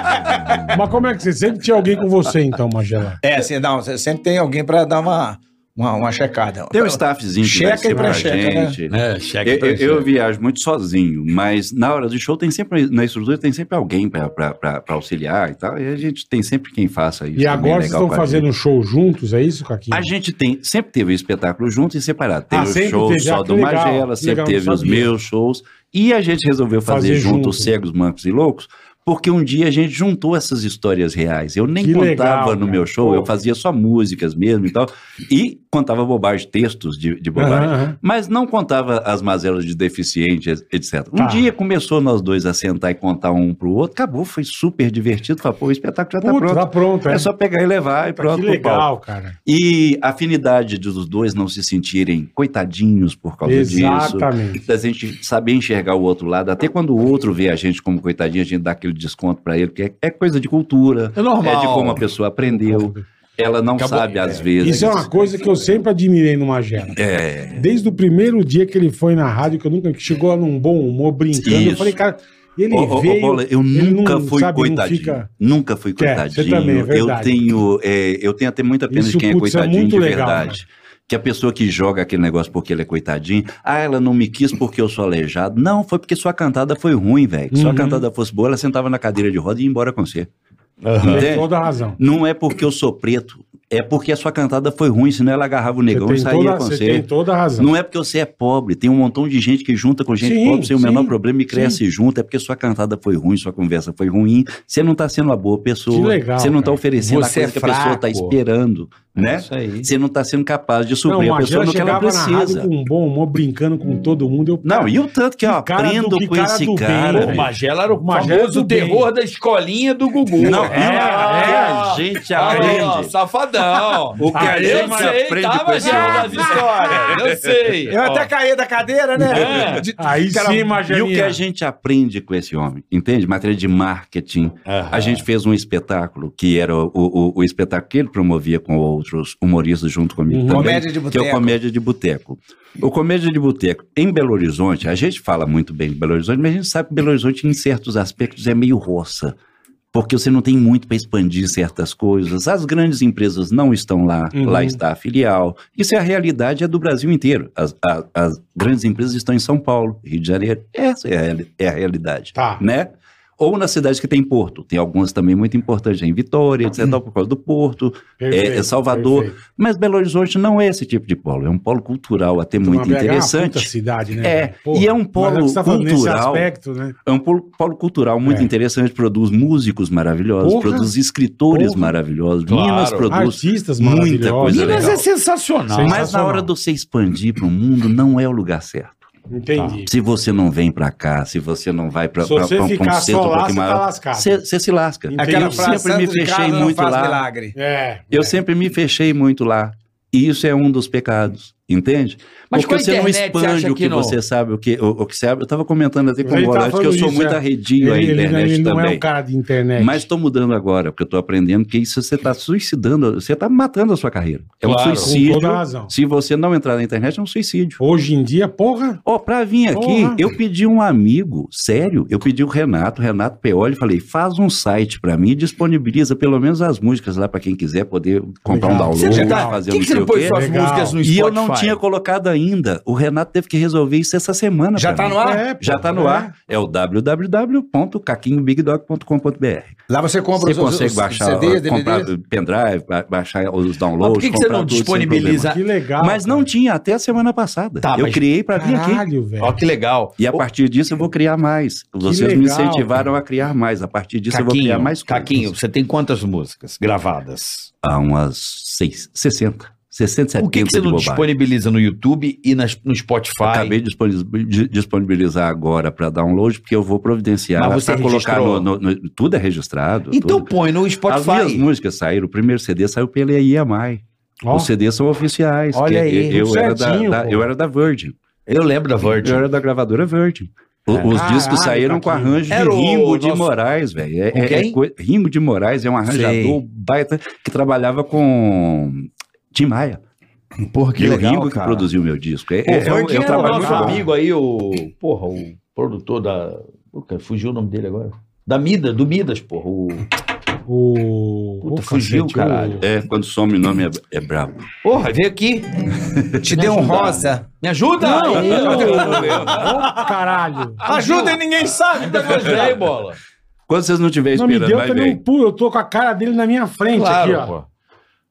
C: Mas como é que você sempre tinha alguém com você, então, Magela?
D: É, assim, não, você sempre tem alguém pra dar uma, uma, uma checada.
A: Tem um staffzinho que
D: Checa
A: vai
D: e
A: ser pra
D: pré-checa, né?
A: gente.
E: É, chega
A: Eu, eu- eu viajo muito sozinho, mas na hora do show tem sempre, na estrutura tem sempre alguém pra, pra, pra, pra auxiliar e tal, e a gente tem sempre quem faça isso.
C: E
A: também,
C: agora
A: legal
C: vocês estão
A: com a gente.
C: fazendo um show juntos, é isso, Caquinho?
A: A gente tem, sempre teve espetáculo junto e separado. Tem
C: Ah,
A: os
C: sempre
A: shows
C: teve, ah,
A: só
C: que
A: do
C: legal,
A: Magela,
C: que
A: sempre
C: legal, não
A: teve os
C: sabia.
A: meus shows. E a gente resolveu fazer,
C: Fazer
A: junto
C: junto.
A: os Cegos, Mancos e Loucos, Porque um dia a gente juntou essas histórias reais. Eu nem
C: Que
A: contava
C: legal,
A: no
C: cara.
A: meu show,
C: Pô.
A: eu fazia só músicas mesmo e tal. E contava bobagem, textos de, de bobagem.
C: Aham, aham.
A: Mas não contava as mazelas de deficiente, etc. Um
C: Tá.
A: dia começou nós dois a sentar e contar um pro outro, acabou, foi super divertido. Falei, pô, o espetáculo já tá
C: Puta,
A: pronto.
C: tá pronto.
A: É só pegar e levar e
C: Puta,
A: pronto.
C: que
A: pro palco.
C: legal, cara.
A: E a afinidade dos dois não se sentirem coitadinhos por causa disso.
C: Exatamente.
A: Da gente saber enxergar o outro lado. Até quando o outro vê a gente como coitadinho, a gente dá aquele desconto pra ele, porque é, é coisa de cultura,
E: É normal.
A: é de como a pessoa aprendeu. Ela não
E: Acabou-
A: sabe, às vezes.
C: Isso é uma coisa que eu sempre admirei no Magela.
A: É,
C: Desde o primeiro dia que ele foi na rádio, que eu nunca que chegou num bom humor, brincando. Eu
A: Isso.
C: falei, cara, ele
A: Ô, ô, ô,
C: veio.
A: Bola, eu
C: ele
A: nunca
C: não,
A: fui
C: sabe, não
A: coitadinho.
C: fica-
A: Nunca fui
C: É, você
A: coitadinho.
C: também, é
A: eu
C: verdade.
A: tenho, é, eu tenho até muita pena
C: Isso,
A: de quem é
C: putz, é
A: coitadinho
C: muito
A: de
C: legal, né?
A: verdade. Que a pessoa que joga aquele negócio porque ele é coitadinho, ah, ela não me quis porque eu sou aleijado. Não, foi porque sua cantada foi ruim, velho. Se sua
C: Uhum.
A: cantada fosse boa, ela sentava na cadeira de roda e ia embora com você.
C: ele tem
A: Entende?
C: toda a razão.
A: Não é porque eu sou preto, é porque a sua cantada foi ruim, senão ela agarrava o
C: Você
A: negão e
C: tem,
A: saía
C: toda,
A: com
C: você
A: você.
C: tem toda a razão.
A: Não é porque você é pobre, tem um montão de gente que junta com gente
C: Sim,
A: pobre sem o menor
C: sim,
A: problema e cresce junto, é porque sua cantada foi ruim, sua conversa foi ruim, você não está sendo uma boa pessoa,
C: Que legal,
A: você não está
C: cara.
A: oferecendo
E: Você
A: a coisa
E: é
A: que a pessoa está
E: fraco.
A: esperando, né?
E: Isso aí.
A: Você não está sendo capaz
C: É
A: de
C: Não,
A: suprir a
C: Magela
A: pessoa no que ela
C: chegava na rádio
A: precisa.
C: com um bom humor, brincando com todo mundo. Eu,
A: Não, e o tanto que eu
C: Que cara do-
A: aprendo
C: que
A: com
C: cara do
A: esse
C: bem, né?
A: cara.
C: ô,
A: velho.
E: O Magela era o
C: Magela
E: famoso
C: do bem.
E: terror da escolinha do Gugu.
A: Não,
E: É,
A: e o que a gente
E: Olha lá, ó,
A: aprende.
E: safadão.
A: O que
E: Ah,
A: a
E: eu
A: gente
E: sei,
A: aprende
E: tá,
A: com esse
E: Magela, das
A: homem.
E: histórias. Eu sei.
D: Eu
E: Ó,
D: até caí da cadeira, né?
A: É.
D: De-
C: Aí
D: cara,
C: sim,
A: E o que a
C: Magelinha.
A: gente aprende com esse homem, entende? Matéria de marketing. A gente fez um espetáculo que era o, o, o espetáculo que ele promovia com outros humoristas junto comigo
C: Uhum.
A: também.
D: Comédia de
A: que é o
D: boteco.
A: Comédia de Boteco. O Comédia de Boteco, em Belo Horizonte, a gente fala muito bem de Belo Horizonte, mas a gente sabe que Belo Horizonte, em certos aspectos, é meio roça. Porque você não tem muito para expandir certas coisas. As grandes empresas não estão lá,
C: Uhum.
A: lá está a filial. Isso é a realidade é do Brasil inteiro. As, a- as grandes empresas estão em São Paulo, Rio de Janeiro. Essa é a, reali- é a realidade
C: Tá.
A: né? Ou nas cidades que tem porto. Tem algumas também muito importantes, em Vitória, etc.,
C: Uhum.
A: tal, por causa do porto.
C: perfeito,
A: é Salvador,
C: perfeito.
A: Mas Belo Horizonte não é esse tipo de polo. É um polo cultural até
C: Então,
A: muito
C: a BH é uma puta
A: interessante.
C: cidade, né?
A: É,
C: velho? Porra.
A: e é um
C: Mas é o
A: polo
C: que você tá falando nesse
A: cultural.
C: aspecto, né?
A: É um polo, polo cultural muito
C: É.
A: interessante. Produz músicos maravilhosos,
C: Porra.
A: produz escritores
C: Porra.
A: maravilhosos.
E: Claro.
A: Minas produz.
C: Artistas
A: muita
C: maravilhosos.
A: coisa
E: Minas
A: legal.
E: é sensacional.
C: Sim.
A: Mas na hora de você expandir para o mundo, não é o lugar certo.
C: Entendi.
A: Se você não vem para cá, se você não vai para
C: Se você ficar só lá, você tá lascado.
A: um você você se lasca.
C: Entendi.
D: Aquela
A: eu
D: frase,
A: sempre me
D: "Santo de
A: fechei
D: casa não
A: muito
D: faz
A: lá.
D: milagre.
C: É.
A: Eu
C: é.
A: sempre me fechei muito lá. E isso é um dos pecados, entende?
E: Mas com a
A: Porque você não
E: internet, você
A: expande
E: acha
A: o que
E: que não?
A: você sabe, o que, o, o que você sabe. Eu estava comentando até com
C: Ele
A: o
C: tá
A: Bola antes que eu
C: falando
A: sou
C: isso,
A: muito
C: é.
A: arredio à internet
C: ele não é
A: também.
C: um cara de internet.
A: Mas estou mudando agora, porque eu estou aprendendo que isso você está suicidando, você está matando a sua carreira. É
E: Claro.
A: um
C: com
A: suicídio.
C: toda a razão.
A: Se você não entrar na internet, é um suicídio.
C: Hoje em dia, porra.
A: Ó, pra vir aqui,
C: Porra.
A: eu pedi um amigo, sério, eu pedi o Renato, Renato Peoli, falei, faz um site pra mim, e disponibiliza pelo menos as músicas lá pra quem quiser poder comprar um
C: Legal.
A: download,
E: Você já
C: tá-
A: fazer
E: Por que, que você
A: não sei
E: não
A: o
E: pôs
A: quê.
E: suas
C: Legal.
E: músicas no
A: E
E: Spotify?
A: eu não tinha colocado ainda. O Renato teve que resolver isso essa semana.
D: Já
A: pra
D: tá
A: mim.
D: no ar?
C: É,
A: Já
C: porra,
A: tá no
C: é.
A: ar. É o www.caquinhobigdog.com.br.
D: Lá você compra
A: Você consegue baixar,
D: CDs,
A: comprar
D: DVDs.
A: pendrive, ba- baixar os
E: Mas
A: downloads.
E: por que, que você
A: comprar
E: não
A: tudo sem problema.
E: disponibiliza?
C: é. Que legal.
A: Mas não tinha até a semana passada.
E: Tá,
A: eu
E: mas-
A: criei pra vir aqui.
C: Caralho, velho.
E: Ó, que legal.
A: E a partir disso eu vou criar mais. Vocês me
C: legal,
A: incentivaram a criar mais. A partir disso eu vou criar é mais coisas.
E: é Caquinho, você tem quantas músicas gravadas?
A: Há umas seis, 60. 60, 70
E: o que, que você
A: É, de
E: não
A: bobagem.
E: disponibiliza no YouTube e nas- no Spotify?
A: Acabei de disponibil- de disponibilizar agora para download, porque eu vou providenciar
E: Mas você
A: pra colocar
E: registrou?
A: no, no- no- Tudo é registrado.
E: Então
A: tudo.
E: põe no
A: As minhas
E: Spotify.
A: músicas saíram. O primeiro CD saiu pela EMI.
C: Ó,
A: Os CDs são oficiais.
E: Olha
A: que
E: aí,
A: Eu, eu era da-
C: certinho,
A: da,
C: pô.
A: eu era da Virgin.
E: Eu lembro da Virgin.
A: Eu era da gravadora Virgin. O-
E: É.
A: Os
C: Caralho,
A: discos saíram com
C: Caquinho.
A: arranjo
E: Era
A: de
E: o
A: Ringo de
E: nosso-
A: Moraes, velho. É,
E: Com
A: é-
E: quem?
A: é coi- Ringo de Moraes é um arranjador
E: Sei.
A: baita que trabalhava com Tim Maia.
E: Porra,
A: e o Ringo que produziu meu disco. É,
E: Pô,
A: é- é um-
E: Virgin
A: é
E: era
A: um
E: o
A: trabalho
E: nosso
A: muito bom.
E: amigo aí, o. Porra, o produtor da. Pô, cara, fugiu o nome dele agora. Da Mida, do Midas, porra. O...
C: O.
E: Puta,
C: o
E: fugiu,
C: cacete,
E: caralho.
A: É, quando some o nome é, é brabo.
E: Porra, veio aqui.
D: Te deu um rosa.
E: Me ajuda!
C: Não,
E: Aí,
C: eu-
E: ó.
C: o- Caralho.
D: Ajuda e ninguém sabe.
E: Ainda gostei, bola.
A: Quando vocês não estiverem
C: Não me
A: Tá
C: deu
A: esperando, vai
C: também um
A: bem.
C: pulo. Eu tô com a cara dele na minha frente aqui, ó.
E: pô.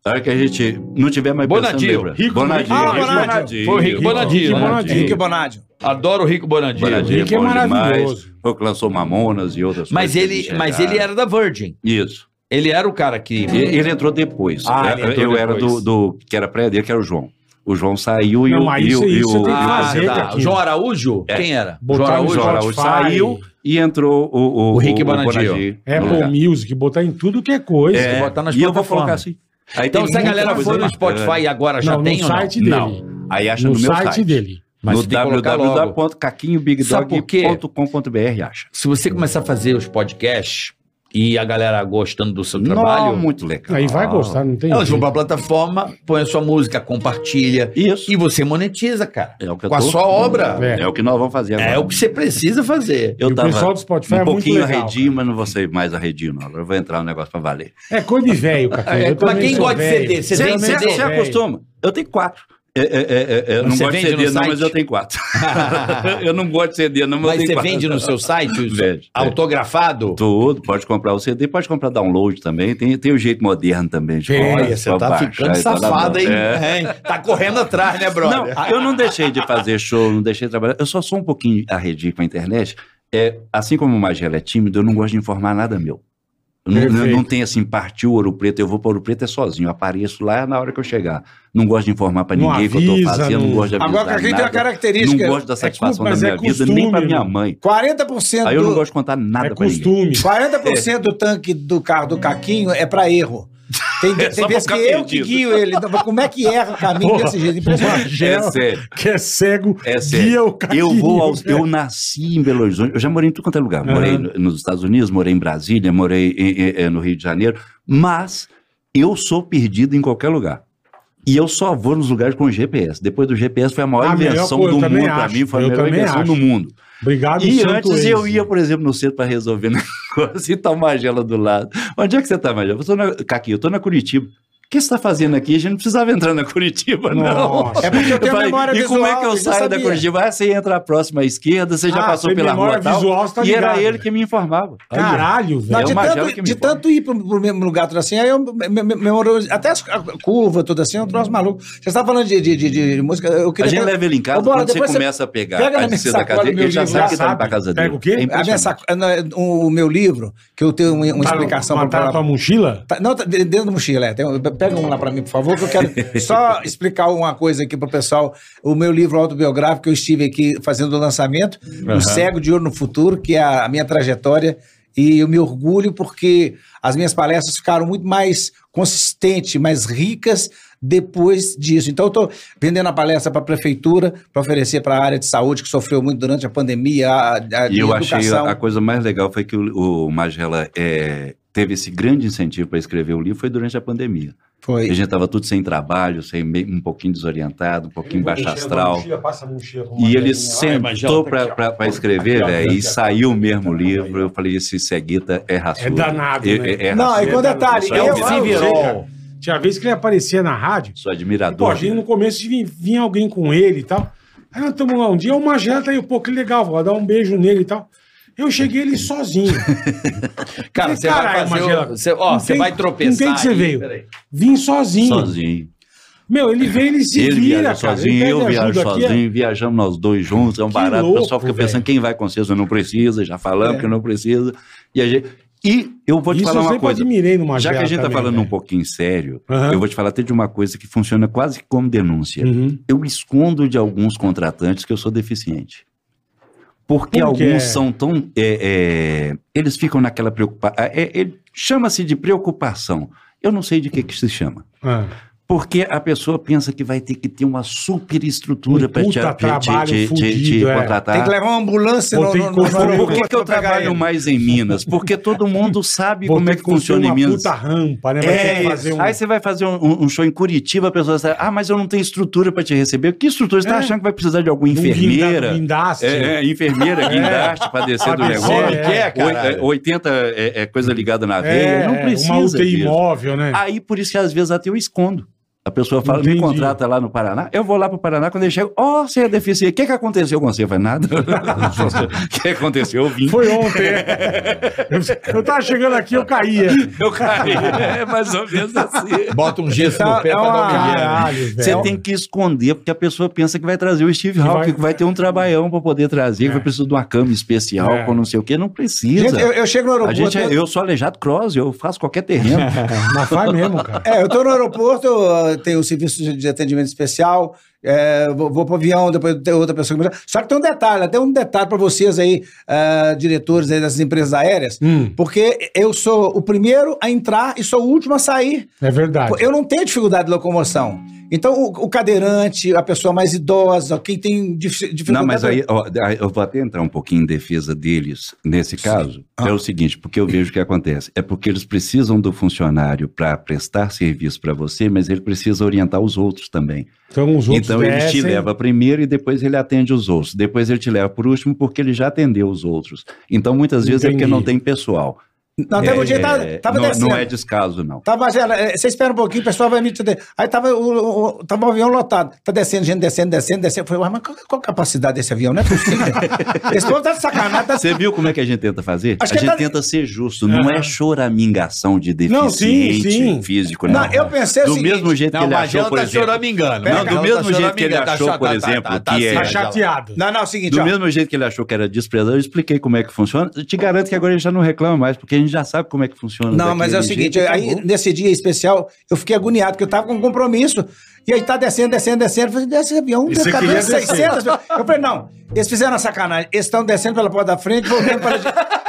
A: A hora que a gente não tiver mais
E: Bonadio.
A: pensando, lembra.
C: Rico-
A: Bonadio.
C: Ah,
A: Rico
C: Bonadio.
A: Bonadio.
E: Foi o Rico
C: Rico
E: Bonadio. né?
C: Bonadio.
D: Henrique Bonadio.
E: Adoro o Rico Borandio.
A: Bonadio
C: Rick é
A: é bom
C: maravilhoso.
A: demais. Foi o que lançou Mamonas e outras
E: Mas
A: coisas.
E: ele,
A: que
E: mas
A: chegaram.
E: ele era da Virgin.
A: Isso.
E: Ele era o cara que.
A: E- Ele entrou depois.
E: Ah, ele
A: eu
E: entrou
A: eu era do,
E: depois.
A: do- que era pré dele, que era o João. O João saiu e
C: Não,
A: o-
C: mas
A: e
C: isso-
A: o. e
C: isso
A: o-
C: tem que
A: e o-
C: fazer,
A: Tá.
C: cara. Aqui.
E: João Araújo?
A: É.
E: Quem era?
C: Botar
E: João
C: no
E: Araújo.
A: O João Araújo
C: Spotify.
A: saiu e entrou o, o,
E: O Rick Bonadio.
A: no
C: Apple
A: lugar.
C: É, Music, botar em tudo que é coisa.
E: É. botar nas
A: e eu vou
E: plataformas.
A: colocar assim. Aí
E: Então,
A: tem
E: se a
A: muita
E: galera
A: coisa
E: for no
A: bacana.
E: Spotify agora, já
C: né? Não,
E: tem
C: no
E: ou não?
C: site dele.
A: Aí acha
C: No,
A: no, meu
C: site,
A: site.
C: dele.
E: Mas
A: no
E: tem que colocar logo.
A: www.caquinhobigdog.com.br acha.
E: Se você começar a fazer os podcasts e a galera gostando do seu
A: Não,
E: trabalho,
A: muito legal.
C: Aí vai gostar, não tem.
E: elas vão
C: jeito.
E: pra plataforma, põem a sua música, compartilha.
A: Isso.
E: E você monetiza, cara.
A: É o que eu
E: Com a
A: tô-
E: sua obra.
C: É.
A: É o que nós vamos fazer agora.
E: É o que você precisa fazer.
A: Eu
C: E o
A: tava
C: pessoal do Spotify é
A: um
C: muito
A: pouquinho
C: legal,
A: arredio, mas não vou ser mais arredio, não. Agora eu vou entrar no negócio pra valer.
C: É coisa de velho, cara.
E: É, mas quem gosta de CD? Você
A: Você
E: tem
A: você-
E: CD?
A: você acostuma? Eu tenho quatro. É, é, é, é, eu não
E: Você
A: gosto de
E: vende
A: CD,
E: no
A: não,
E: site?
A: mas eu tenho quatro. eu não gosto de CD, não, mas, eu
E: Mas
A: tenho
E: você
A: quatro.
E: vende no seu site os-
A: Vende,
E: autografado?
A: Tudo, pode comprar o CD, pode comprar download também. Tem, tem o jeito moderno também. de
C: Tem,
A: comprar,
E: Olha, você
A: só
E: tá
A: baixar
E: ficando
A: e tá na
E: safado,
A: mão.
E: hein?
A: É.
E: É, hein? Tá correndo atrás, né,
A: Não,
E: brother?
A: eu não deixei de fazer show, não deixei de trabalhar. Eu só sou um pouquinho arredio com a internet. É, assim como o Magela é tímido, eu não gosto de informar nada meu. Eu não,
C: Perfeito.
A: eu não tenho assim, partiu Ouro Preto, eu vou para Ouro Preto é sozinho. Eu apareço lá é na hora que eu chegar. Não gosto de informar para
C: Não
A: ninguém o que eu tô
C: avisa,
A: fazendo, não,
C: não-
A: gosto de avisar
D: Agora, quem tem uma
A: nada. Não
D: característica.
A: gosto da
C: culpa,
A: satisfação
C: mas
A: da minha
C: é
A: vida,
C: costume,
A: nem para minha
C: irmão.
A: mãe.
D: 40%
A: Aí eu não
D: do-
A: gosto de contar nada
C: É
A: pra ninguém.
C: costume.
D: 40% do tanque do carro do Caquinho é pra erro. Tem, tem
A: É pra
D: vezes que
A: ficar
D: eu que
A: perdido.
D: guio ele. Então, mas Como é que erra o caminho
C: Porra.
D: desse jeito? Impressionante.
A: É
C: Gera,
A: sério.
C: que é cego,
A: É
C: guia
A: sério.
C: o
A: Eu
C: Caquinho,
A: vou aos,
C: velho.
A: eu nasci em Belo Horizonte. Eu já morei em tudo quanto é lugar. Morei
C: né? Aham.
A: no- nos Estados Unidos, morei em Brasília, morei em- em- eh, no Rio de Janeiro. Mas eu sou perdido em qualquer lugar. E eu só vou nos lugares com GPS. Depois do GPS foi a maior
C: A melhor
A: invenção
C: coisa,
A: do
C: Ah, eu também
A: mundo para
C: acho.
A: mim. Foi
C: Eu
A: a melhor
C: também
A: invenção
C: acho.
A: do mundo.
C: Obrigado,
A: E
C: santo
A: antes eu
C: Enzo.
A: ia, por exemplo, no centro para resolver negócio e tá o Magela do lado. Onde é que você tá, Magela? Eu tô na... Caqui, eu tô na Curitiba. O que você tá fazendo aqui? A gente não precisava entrar na Curitiba, não.
C: Nossa.
D: É porque eu tenho
A: Eu falei,
D: memória
A: e
D: visual.
A: como é que eu saio
D: já
A: da
D: sabia.
A: Curitiba? Ah, você entra a próxima à esquerda, você já
C: Ah,
A: passou
C: tem
A: pela
C: memória
A: rua tal.
C: visual, você tá
A: e era
C: ligado.
A: ele que me informava.
C: Caralho,
A: É
D: Não,
C: velho.
D: de
A: o Magela
D: tanto,
A: que me
D: de
A: fala.
D: tanto ir pro, pro mesmo lugar, tudo assim, aí eu me, me, me, memorizo- até as a curva, tudo assim, eu trouxe maluco. Você estava falando de, de, de, de música, eu
A: A
D: queria...
A: gente
D: até-
A: leva ele em casa,
D: Ô, Bola,
A: quando você
D: depois
A: começa a pegar
D: pega na
A: a
D: minha
A: descer da
D: sacola
A: casa
D: meu
A: dele, ele já
D: livro,
C: já
A: sabe que tá indo pra
C: sabe.
A: casa
C: Pega
A: dele.
C: o quê?
A: É
D: A minha
A: impressionante.
D: saco- na- o, o meu livro, que eu tenho um, uma, uma
C: Tá-
D: explicação
C: tá,
D: pra-
C: tá, tua mochila?
D: Tá- não, tá de- dentro da mochila, é. Tem um- pega um lá pra mim, por favor, que eu quero só explicar uma coisa aqui pro pessoal. O meu livro autobiográfico, eu estive aqui fazendo o lançamento, O Cego de Ouro no Futuro, que é a minha trajetória, e eu me orgulho porque as minhas palestras ficaram muito mais consistentes, mais ricas depois disso. Então, eu estou vendendo a palestra para a prefeitura, para oferecer para a área de saúde, que sofreu muito durante a pandemia, a, a
A: E eu
D: a
A: achei a, a coisa mais legal foi que o, o Magela é, teve esse grande incentivo para escrever o livro foi durante a pandemia.
D: Foi.
A: A gente tava tudo sem trabalho, sem, meio- um pouquinho desorientado, um pouquinho baixo astral. E ele sentou
C: tá
A: para escrever, velho, e saiu mesmo o livro. Eu falei, esse cegueta é raçudo.
C: É danado,
A: É,
C: né?
A: é, é
D: Não, e
A: raçudo.
D: quando detalhe,
A: É
D: eu,
A: um
C: desenvirol. Tinha vez que ele aparecia na rádio,
A: Sou
C: pô, a
A: admirador.
C: gente no começo vinha, vinha alguém com ele e tal. Aí nós estamos lá um dia, o Magela tá aí, pô, que legal, vou lá dar um beijo nele e tal. Eu cheguei ele sozinho.
E: Cara,
C: Eu falei,
E: você vai
C: "Caralho,
E: fazer o-
C: Magela,
E: você- ó,
C: com
E: você
C: quem-
E: vai tropeçar
C: Com quem que você
E: aí,
C: veio?
E: peraí.
C: Vim sozinho.
A: Sozinho.
C: Meu, ele veio, ele se
A: Ele
C: vira,
A: viaja
C: cara.
A: sozinho,
C: ele
A: eu
C: pede
A: viajo
C: ajuda aqui, é-
A: sozinho, viajamos nós dois juntos, é um
C: Que
A: barato. o pessoal
C: louco,
A: fica pensando
C: velho. É.
A: quem vai com vocês, eu não precisa, já falamos que não precisa. E, a gente- e eu vou te
C: Isso
A: falar
C: eu
A: uma
C: sempre
A: coisa.
C: admirei no Magela
A: Já que a gente tá
C: também, né?
A: falando
C: velho.
A: um pouquinho sério,
C: Aham.
A: eu vou te falar até de uma coisa que funciona quase que como denúncia.
C: Uhum.
A: eu escondo de alguns contratantes que eu sou deficiente. Porque
C: Por quê?
A: alguns são tão. é, é, eles ficam naquela preocupação. Chama-se de preocupação. Eu não sei de que, que se chama.
C: Ah,
A: Porque a pessoa pensa que vai ter que ter uma superestrutura
C: Um
A: para te,
C: puta
A: te- te-
C: trabalho
A: te-
C: fudido,
A: te
C: é.
A: contratar.
D: Tem que levar uma ambulância
C: Ou
D: no,
C: tem
D: no,
C: que
D: no,
C: construir um-
A: Por que,
D: aeroporto
A: que eu
D: pra pegar
A: trabalho
D: ele.
A: mais em Minas? Porque todo mundo sabe
C: vou
A: como
C: ter
A: é que funciona em
C: uma
A: Minas.
C: puta rampa, né? Vai ter que
A: É,
C: fazer um...
A: Aí você vai fazer um, um- um show em Curitiba, a pessoa fala, ah, mas eu não tenho estrutura para te receber. Que estrutura? Você
C: É.
A: tá achando que vai precisar de alguma
C: um guinda-
A: enfermeira?
C: guindaste.
A: É, é, enfermeira, guindaste para descer do
C: Pra descer,
A: negócio.
C: é. Quer,
A: Oi- é, 80 é, é coisa ligada na
C: É,
A: veia. não
C: uma
A: precisa
C: UTI
A: disso.
C: móvel, né?
A: Aí por isso que às vezes até eu escondo. A pessoa fala,
C: Entendi.
A: me contrata lá no Paraná. Eu vou lá para o Paraná, quando ele chega, ó, você é deficiente. O que, que aconteceu com você? Eu falei, nada. O que aconteceu? Eu vim.
C: Foi ontem. é. Eu- Eu tava chegando aqui, eu caía.
A: Eu caí. É mais ou menos assim.
G: Bota um gesso
D: Tá-
G: no pé
D: é
G: pra
D: uma-
G: dar um dinheiro.
C: Caralho, velho.
A: né? Você tem que esconder, porque a pessoa pensa que vai trazer o
C: Que
A: Steve Hawking,
C: vai-
A: que vai ter um trabalhão para poder trazer, que vai precisar de uma cama especial
C: É.
A: com não sei o quê. Não precisa.
D: Gente, eu, eu chego no
A: a
D: aeroporto.
A: gente, é- eu sou aleijado cross, eu faço qualquer terreno.
C: É. Mas faz mesmo, cara.
D: É, eu tô no aeroporto, eu tenho um serviço de- de atendimento especial, é, vou, vou pro avião, depois tem outra pessoa que me... Só que tem um detalhe, até um detalhe pra vocês aí, ah, diretores aí dessas empresas aéreas,
C: Hum,
D: porque eu sou o primeiro a entrar e sou o último a sair.
C: é
A: Tá.
C: verdade.
D: Eu não tenho dificuldade de locomoção. Então, o, o cadeirante, a pessoa mais idosa, quem tem dif- dificuldade...
A: Não, mas aí, ó, aí eu vou até entrar um pouquinho em defesa deles nesse caso.
D: Ah.
A: É o seguinte, porque eu vejo o que acontece. É porque eles precisam do funcionário para prestar serviço para você, mas ele precisa orientar os outros também.
C: Então os outros
A: então ele te
C: descem.
A: leva primeiro e depois ele atende os outros. Depois ele te leva por último porque ele já atendeu os outros. Então muitas vezes é
C: Entendi.
A: porque não tem pessoal.
D: Não, teve um
A: É,
D: dia, tava,
A: é,
D: tava
A: não,
D: descendo.
A: não é descaso, não.
D: Tá, mas era, é, você espera um pouquinho, o pessoal vai me entender. Aí tava o, o- tava o avião lotado. Tá descendo, gente descendo, descendo, descendo. Eu falei, ué, mas qual, qual a capacidade desse avião? Não é possível. Esse povo tá de sacanagem. Tá...
A: Você viu como é que a gente tenta fazer?
D: Acho
A: a
D: que
A: gente
D: tá-
A: tenta ser justo, não é choramingação de deficiente
C: Não, sim, sim.
A: físico, não.
D: Não, eu pensei
A: né? do
D: assim.
A: mesmo jeito que
G: Não,
A: ele
G: Magela
A: achou, por
G: tá
A: exemplo.
G: choramingando.
A: Não,
G: Magela
A: do
G: tá
A: mesmo jeito que ele
G: choramingando, tá
A: achou,
G: chato,
A: por
G: tá,
A: exemplo,
G: tá,
A: que é-
G: tá
C: Tá
G: certo.
C: chateado.
D: Não, não, é o seguinte,
A: Do
D: ó.
A: mesmo jeito que ele achou que era desprezado, eu expliquei como é que funciona. Eu te garanto que agora ele já não reclama mais, porque a gente já sabe como é que funciona.
D: Não, mas é o
A: daquele
D: seguinte,
A: jeito, tá
D: aí
A: acabou.
D: nesse dia especial eu fiquei agoniado, porque eu tava com um compromisso. E aí tá descendo, descendo, descendo. Eu falei, desce avião,
C: E você
D: tá
C: queria
D: dando 600. Eu falei, não, eles fizeram a sacanagem. Eles estão descendo pela porta da frente, voltando pela de,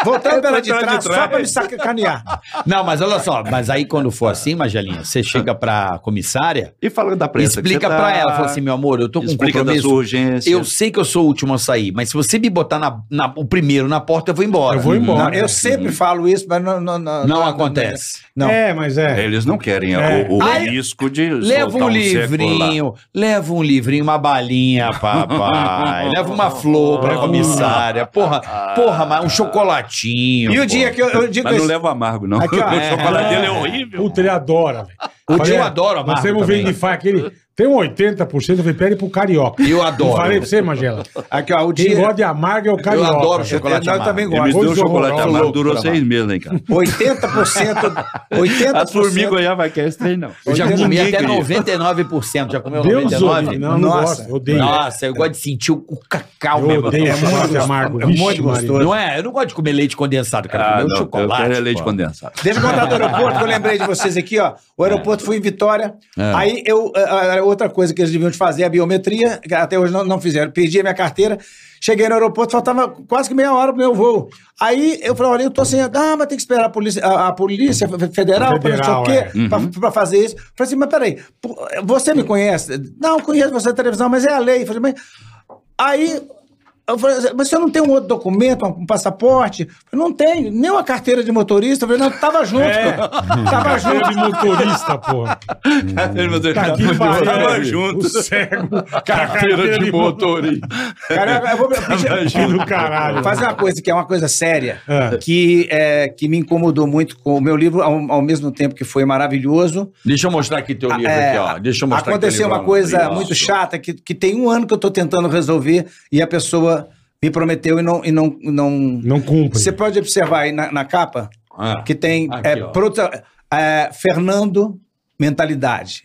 D: voltando pela de,
G: Voltando de
D: trás, só
G: trás.
D: pra me sacanear.
E: Não, mas olha só, mas aí quando for assim, Magelinha, você chega pra comissária
A: E falando da
E: e
A: pressa. que
E: explica
A: você tá,
E: pra ela, fala assim, meu amor, eu tô com um
A: Explica da sua
E: compromisso.
A: urgência.
E: Eu sei que eu sou o último a sair, mas se você me botar na, na- o primeiro na porta, eu vou embora.
C: Eu vou embora.
D: Não, eu sempre falo isso, mas não. Não, não,
E: Uhum. Não, acontece.
D: não.
C: É, mas é.
A: Eles não querem
C: É.
A: o, o
E: Ai,
A: risco de
E: Leva
A: soltar
E: um
A: seco lá.
E: livrinho, leva um livrinho, uma balinha, papai. leva uma flor pra comissária. Porra, porra, mas um chocolatinho.
D: E o
E: porra.
D: dia que eu, eu digo
A: Mas não
D: isso.
A: leva amargo, não.
D: Aqui, ó.
A: o chocolate dele é horrível.
C: Puta, ele adora, velho.
E: O
C: Falei,
E: tio
C: é,
E: adora
C: Nós
E: amargo
C: temos
E: também.
A: né?
C: Vendify aquele. Tem um 80%, eu falei, pede pro carioca.
E: Eu
C: Eu falei
E: adoro.
C: pra você, Magela.
D: Aqui, ó, o
C: Quem
D: dia.
C: gosta de amargo é o carioca.
E: adoro
C: velho.
E: chocolate
D: eu, eu
E: amargo.
D: também
A: Ele me
D: gosto.
A: deu
C: Coisa
A: chocolate
C: horrorosa.
A: amargo, durou
E: Louco,
A: seis meses, hein, cara.
D: 80%.
A: As
D: 80%.
A: formigas já vai querer esse trem, não.
E: Eu já comi
A: Ninguém
E: até
A: queria.
E: 99%. Já comeu
C: Deus o livre.
E: 99%?
C: Não, não
D: Nossa.
C: gosto. Odeio.
E: Nossa, eu gosto de sentir o, o cacau
C: Eu
E: mesmo.
C: odeio chocolate amargo.
D: é muito
C: Vixe,
D: gostoso.
C: Maria.
E: Não é? Eu não gosto de comer leite condensado, cara.
A: Ah,
E: comer um
A: não, eu
E: chocolate.
A: quero é leite
E: pô.
A: condensado.
D: Deixa eu contar do aeroporto, que eu lembrei de vocês aqui, ó. O aeroporto foi em Vitória. Aí eu. a- a- outra coisa que eles deviam fazer é a biometria, que até hoje não, não fizeram. Perdi a minha carteira. Cheguei no aeroporto, faltava quase que meia hora pro meu voo. Aí eu falei, olha, eu tô sem. Ah, mas tem que esperar a polícia, a, a polícia fe- federal, pra não sei
C: Federal,
D: o quê, pra, pra fazer isso. Eu falei assim, mas peraí, pô, você me conhece? Não, conheço você na televisão, mas é a lei. Eu falei, mas. Aí eu falei, assim, mas você não tem um outro documento, um passaporte? Eu falei, não tenho, nem uma carteira de motorista. Eu falei, não, tava junto.
C: É.
D: Tava
C: Cheio de
D: junto.
C: motorista, porra. Tá aqui
A: Tava junto.
C: O cego.
G: Carteira de motorista.
D: Cara, eu vou pedir,
C: Que do caralho.
D: fazer uma coisa que é uma coisa séria,
C: É.
D: que, é, que me incomodou muito com o meu livro, ao, ao mesmo tempo que foi maravilhoso.
E: Deixa eu mostrar aqui
C: Ah,
E: teu livro,
D: É,
E: aqui, ó. Deixa eu mostrar tá aqui teu
D: aconteceu
E: livro,
D: uma
E: ó.
D: coisa
E: Isso.
D: muito chata, que, que tem um ano que eu tô tentando resolver e a pessoa me prometeu e não... E não, e não...
C: Não cumpre.
D: Você é pode observar aí na, na capa
E: Ah.
D: que tem
E: Aqui,
D: é,
E: ó.
D: produta- é, Fernando Mentalidade.